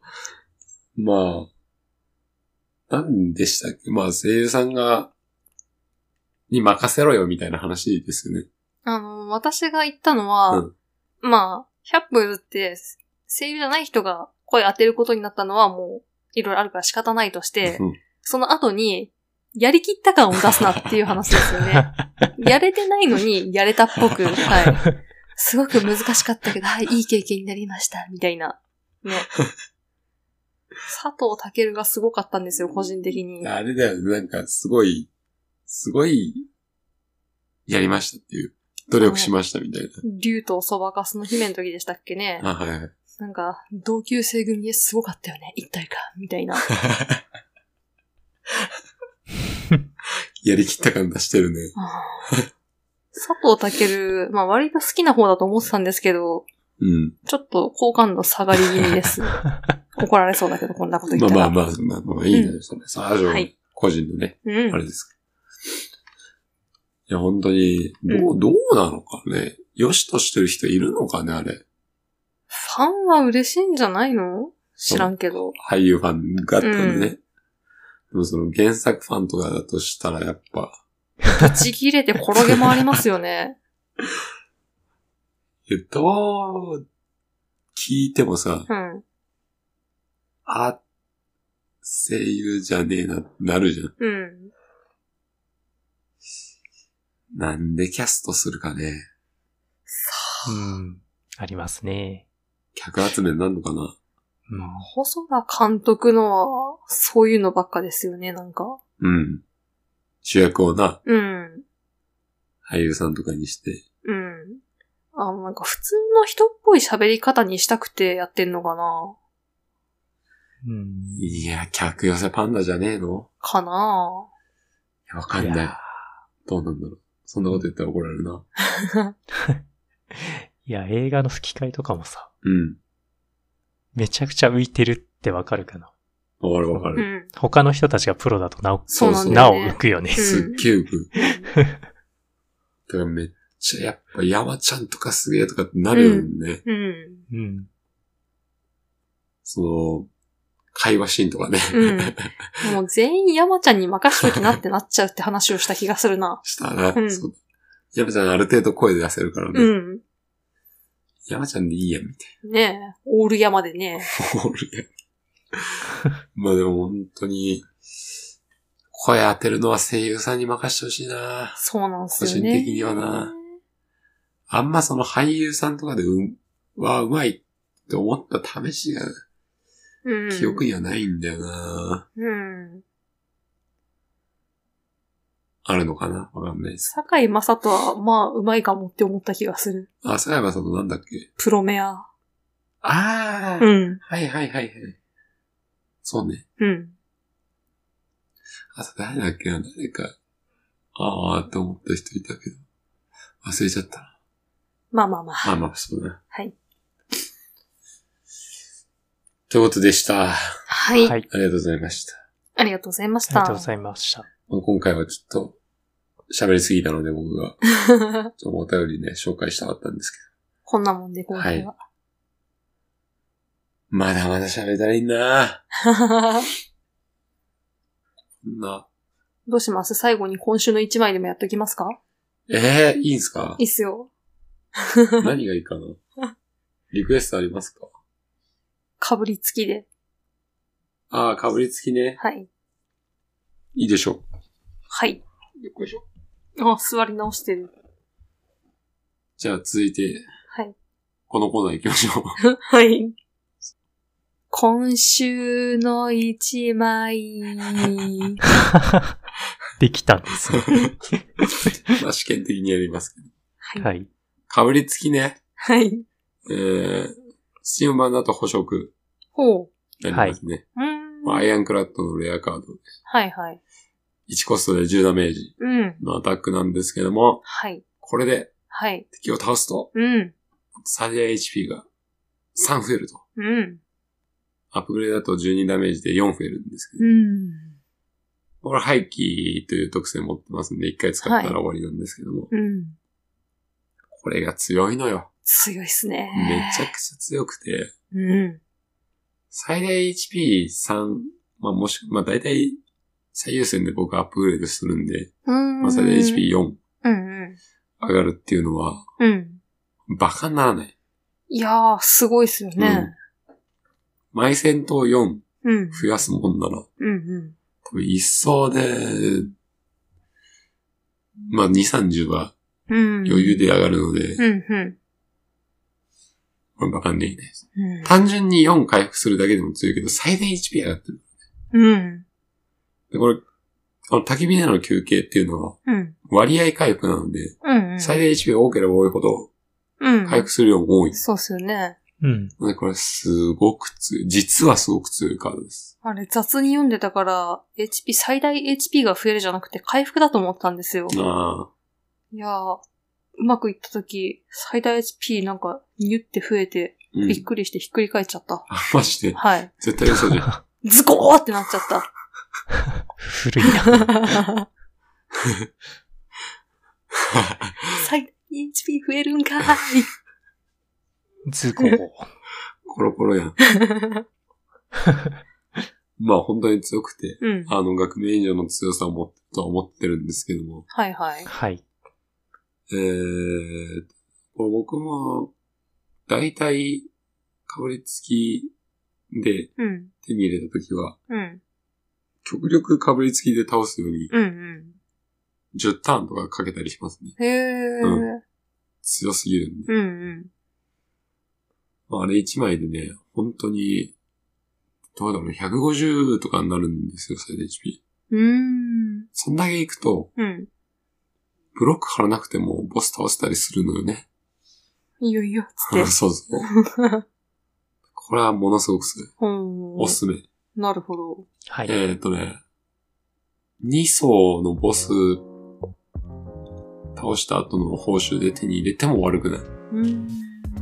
S1: まあ、なんでしたっけまあ、声優さんが、に任せろよみたいな話ですよね。
S2: あの、私が言ったのは、
S1: うん
S2: まあ、100歩譲って、声優じゃない人が声当てることになったのはもう、いろいろあるから仕方ないとして、
S1: うん
S2: その後に、やりきった感を出すなっていう話です
S1: [LAUGHS]
S2: よね。やれてないのに、やれたっぽく、はい。
S1: [LAUGHS]
S2: すごく難しかったけど、はい、いい経験になりました、みたいな。
S1: [LAUGHS]
S2: ね。佐藤健がすごかったんですよ、個人的に。
S1: あれだよね。なんか、すごい、すごい、やりましたっていう。努力しましたみたい
S2: 竜とそばかすの姫の時でしたっけね。
S1: な。あ、はい [LAUGHS] はい。
S2: なんか、同級生組ですごかったよね。一体か、みたい
S1: [LAUGHS]
S2: な。
S1: やりきった感出してるね。
S2: 佐藤健、まあ割と好きな方だと思ってたんですけど、
S1: うん。
S2: ちょっと好感度下がり気
S1: [LAUGHS]
S2: 味です。怒られそうだけど、こんなこと言
S1: ま
S2: っ
S1: あ
S2: たら。
S1: まあまあ、まあまあ、いいね。
S2: う
S1: それさあ、じゃあ
S2: はい
S1: 個人のね、
S2: うん
S1: あ。れですか。いや、本当に、どう、どうなのかね。良しとしてる人いるのかね、あれ。
S2: ファンは嬉しいんじゃないの知らんけど。
S1: 俳優ファンがあったのね。
S2: うん
S1: でもその原作ファンとかだとしたらやっぱ、
S2: ぶち切れて転げ回りますよ
S1: [LAUGHS]
S2: ね。
S1: えどう、聞いてもさ、
S2: うん。
S1: あ、声優じゃねえな、なるじゃん。
S2: うん。
S1: なんでキャストするかね。
S3: [LAUGHS] うん。ありますね。
S1: 客集めになるのかな
S3: うん。
S2: 細田監督のは、そういうのばっかですよね、なんか。
S1: うん。主役をな、
S2: うん。
S1: 俳優さんとかにして。
S2: うん。あの、なんか普通の人っぽい喋り方にしたくてやってんのかな
S3: うん。
S1: いや、客寄せパンダじゃねえの
S2: かない
S1: やわかん
S3: い
S1: ない
S3: や。
S1: どうなんだろう。そんなこと言ったら怒られるな。
S3: いや、映画の吹き替えとかもさ、
S1: うん。
S3: めちゃくちゃ浮いてるってわかるかな。
S1: わかるわか
S2: う
S1: る。
S2: ん。
S3: 他の人たちがプロだとなお、
S1: そうそう。
S2: そうな
S3: なんお
S2: だよね
S3: 浮くよね。
S1: すっげえ浮く。
S2: う
S1: だからめっちゃやっぱ山ちゃんとかすげえとかってなるよね。
S2: ん。うん。
S3: うん。
S1: その、会話シーンとかね。。
S2: うんもう全員山ちゃんに任しときなってなっちゃうって話をした気がするな
S1: したら、
S2: うん
S1: そう山ちゃんある程度声出せるからね。
S2: うん。
S1: 山ちゃんでいいやん、みた
S2: ねえ。オール山でね。
S1: いな。俺ね [LAUGHS] まあでも本当に、声当てるのは声優さんに任せてほしいな
S2: そうなんすよね。
S1: 個人的にはなあんまその俳優さんとかでうん、はうまいって思った試しが
S2: うん。
S1: 記憶にはないんだよな、
S2: うん。
S1: あるのかなわかんないです。
S2: 坂井正人は、まあ、うまいかもって思った気がする。
S1: あ、坂山さんとなんだっけ
S2: プロメア。
S1: ああ、
S2: うん。
S1: はいはいはいはい。そうね。
S2: うん。
S1: あと誰だっけな誰か。ああ、って思った人いたけど。忘れちゃったな。
S2: まあまあま
S1: ま
S2: あ。
S1: あまあ、そうだな。
S2: はい。
S1: ということでした。あ
S2: はい。
S3: はい。
S1: りがとうございました。
S2: ありがとうございまし
S3: ありが
S2: た。
S3: とうございました。
S1: まあ今回はちょっと、喋りすぎたので僕が、ちょっとお便りね、紹介したかったんですけ
S2: [LAUGHS] こんなもんで、今回は。
S1: ど。まだまだ喋りたいなこんな。
S2: [LAUGHS] どうします最後に今週の一枚でもやっときますか
S1: ええいいんすか
S2: いいっすよ。
S1: 何がいいかなリクエストありますか
S2: かぶりつきで。
S1: ああ、かぶりつきね。
S2: はい。
S1: いいでしょ
S2: はい。
S1: う。よっこいしょ。
S2: あ、座り直してる。
S1: じゃあ続いて、
S2: はい。
S1: このコーナー行きましょう。 [LAUGHS]
S2: はい。今週の一枚。
S3: できたんです
S2: [LAUGHS]
S3: ね。
S1: まあ試験的にやりますけど。
S2: は。
S3: はいい。
S1: かぶりつきね。
S2: はい。
S1: えー、スチーム版だと捕食
S2: ほう。
S1: になりますね。
S2: うーん。
S1: まあ、アイアンクラッドのレアカードで、
S2: はいはい。
S1: 1コストで10ダメージ
S2: うん。
S1: のアタックなんですけども、
S2: はい。
S1: これで
S2: はい。
S1: 敵を倒すと、
S2: うん。
S1: 最大 HP が3増えると。
S2: うん。
S1: アップグレードだと12ダメージで4増えるんですけど、
S2: うん。
S1: これ廃棄という特性持ってますんで、1回使ったら終わりなんですけども、
S2: うん。
S1: これが強いのよ。
S2: 強いっすね。
S1: めちゃくちゃ強くて、
S2: うん。
S1: 最大 HP3、まあもし、まあ大体最優先で僕はアップグレードするんで、
S2: うん。
S1: まあ最大 HP4
S2: うんうん。
S1: 上がるっていうのは、
S2: うん。
S1: バカにならない。
S2: いやー、すごいっすよね。
S1: 毎戦闘4
S2: うん。
S1: 増やすもんなら、
S2: うんうん。
S1: 多分一層で、まあ2、30は
S2: うん。
S1: 余裕。で上がるので、
S2: うんう
S1: これバカにできないです。
S2: ん。うん
S1: 単純に4回復するだけでも強いけど、最大 HP 上がってる。
S2: うん。
S1: で、これ、あの、焚き火での休憩っていうのは、
S2: うん。
S1: 割合回復なので、
S2: うんうん。
S1: 最大 HP が多ければ多いほど、
S2: うん。
S1: 回復する量も多いんです。
S2: そうっすよね。
S3: うん。
S1: なので、これすごく強い。実はすごく強いカードです。
S2: あれ、雑に読んでたから、HP、最大 HP が増えるじゃなくて回復だと思ったんですよ。
S1: ああ、
S2: いやー、うまくいったとき、最大 HP なんか、ニュって増えて、
S1: うん
S2: びっ。くりしてひっくり返っちゃった。
S1: あ、マジで。
S2: はい。
S1: 絶対嘘じゃん。
S2: ズコーってなっちゃ
S1: [LAUGHS]
S2: った。
S3: 古いな。
S2: [LAUGHS] 最大 HP 増えるんかーい。
S3: 図工。
S1: コロコロやん。まあ、本当に強くて、 [LAUGHS]
S2: うん。
S1: あの、学名以上の強さを持ってるとは思ってるんですけども、
S2: はいはい。
S3: はい。
S1: えー、これ僕も、だいたい、かぶりつきで
S2: うん。
S1: 手に入れたときは、
S2: うん。
S1: 極力かぶりつきで倒すように
S2: うんうん。
S1: 10ターンとかかけたりしますね。
S2: へえ。
S1: う
S2: うん
S1: 強すぎるんで。
S2: うん。
S1: まああれ1枚でね、本当に、どうだろう、150とかになるんですよ、最大 HP。
S2: うーん。
S1: そんだけ行くと、
S2: うん。
S1: ブロック張らなくてもボス倒せたりするのよね。
S2: いいよいいよ、つっ
S1: そうそう。
S2: て。
S1: これはものすごくする。
S2: ほ
S1: おすすめ。
S2: う。なるほど。
S3: はい。
S1: えーっとね、2層のボス、倒した後の報酬で手に入れても悪くない。
S2: うーん。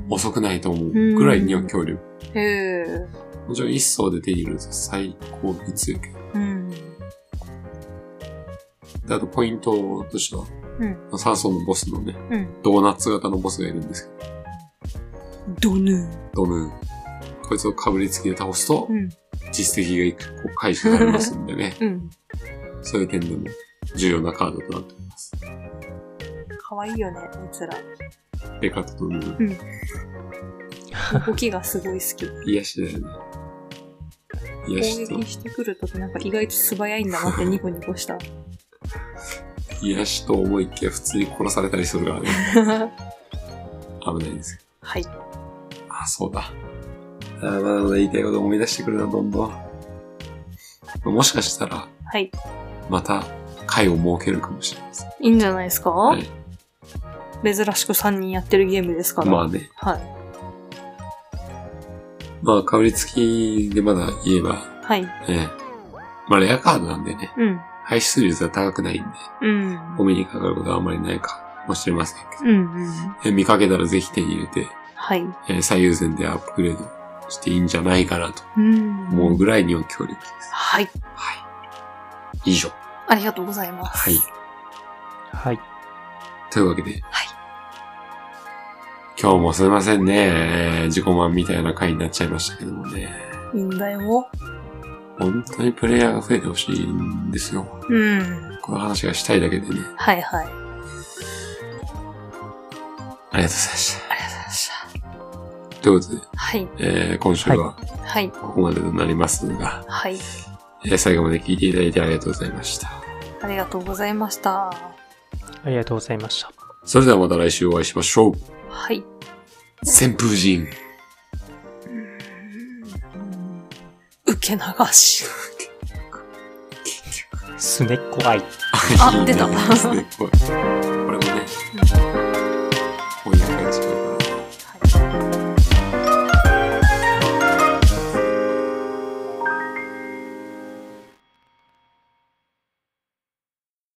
S1: 遅くないと思うぐらいには強力。
S2: へえ。
S1: もちろん1層で手に入れると最高に強いけど。
S2: うん。
S1: であとポイントとしては、
S2: うん
S1: 3層のボスのね、
S2: うん。
S1: ドーナツ型のボスがいるんですけ
S2: ドヌー。
S1: ど、ドムーン。こいつをかぶりつきで倒すと
S2: う、ん。。
S1: 実績が一個回収されますんでね
S2: [LAUGHS] うん。
S1: そういう点でも重要なカードとなっております。
S2: かわいいよね、あいつら。
S1: デカとドムーン。
S2: 動きがすごい好
S1: [LAUGHS]
S2: き。
S1: 癒しだよね。
S2: 攻
S1: 癒しと
S2: 撃、してくるときなんか意外と素早いんだ
S1: [LAUGHS]
S2: なってニコニコした。 [LAUGHS]
S1: 癒しと思いきや普通に殺されたりするからね。危ないですけ
S2: はい。
S1: ど。あ、そうだ。あーまだまだ言いたいこと思い出してくるな、どんどん。もしかしたら、
S2: はい。
S1: また会を設けるかもしれません。
S2: いいんじゃないですか、
S1: はい
S2: 珍しく3人やってるゲームですから。
S1: まあね。
S2: はい。
S1: まあ、かぶりつきでまだ言えば、
S2: はい。
S1: ね、まあ、レアカードなんでね、
S2: うん。
S1: 排出率は高くないんで、
S2: うん。
S1: お目にかかることはあまりないかもしれませんけど、
S2: うんうん。
S1: え見かけたらぜひ手に入れて、
S2: はい。
S1: えー最優先でアップグレードしていいんじゃないかなと
S2: うん。
S1: 思うぐらいには強力です。
S2: はい。
S1: はい。以上。
S2: ありがとうございます。
S1: はい。
S3: はい。
S1: というわけで、今日もすいませんね、えー自己満みたいな回になっちゃいましたけどもね、
S2: いいんだよ。
S1: 本当にプレイヤーが増えてほしいんですよ。
S2: うん。
S1: この話がしたいだけでね。
S2: はいはい。
S1: ありがとうございました。
S2: ありがとうございました。
S1: ということで、
S2: はい。
S1: えー今週は
S2: はい。
S1: ここまでとなりますが、
S2: はい。
S1: えー最後まで聞いていただいてありがとうございました。
S2: ありがとうございました。
S3: ありがとうございました。
S1: それではまた来週お会いしましょう。
S2: はい。
S1: 旋風陣。
S2: うん受け流し。
S3: すねっこ愛。
S2: あ出た
S1: [LAUGHS] いいねいいですねこれこれもね、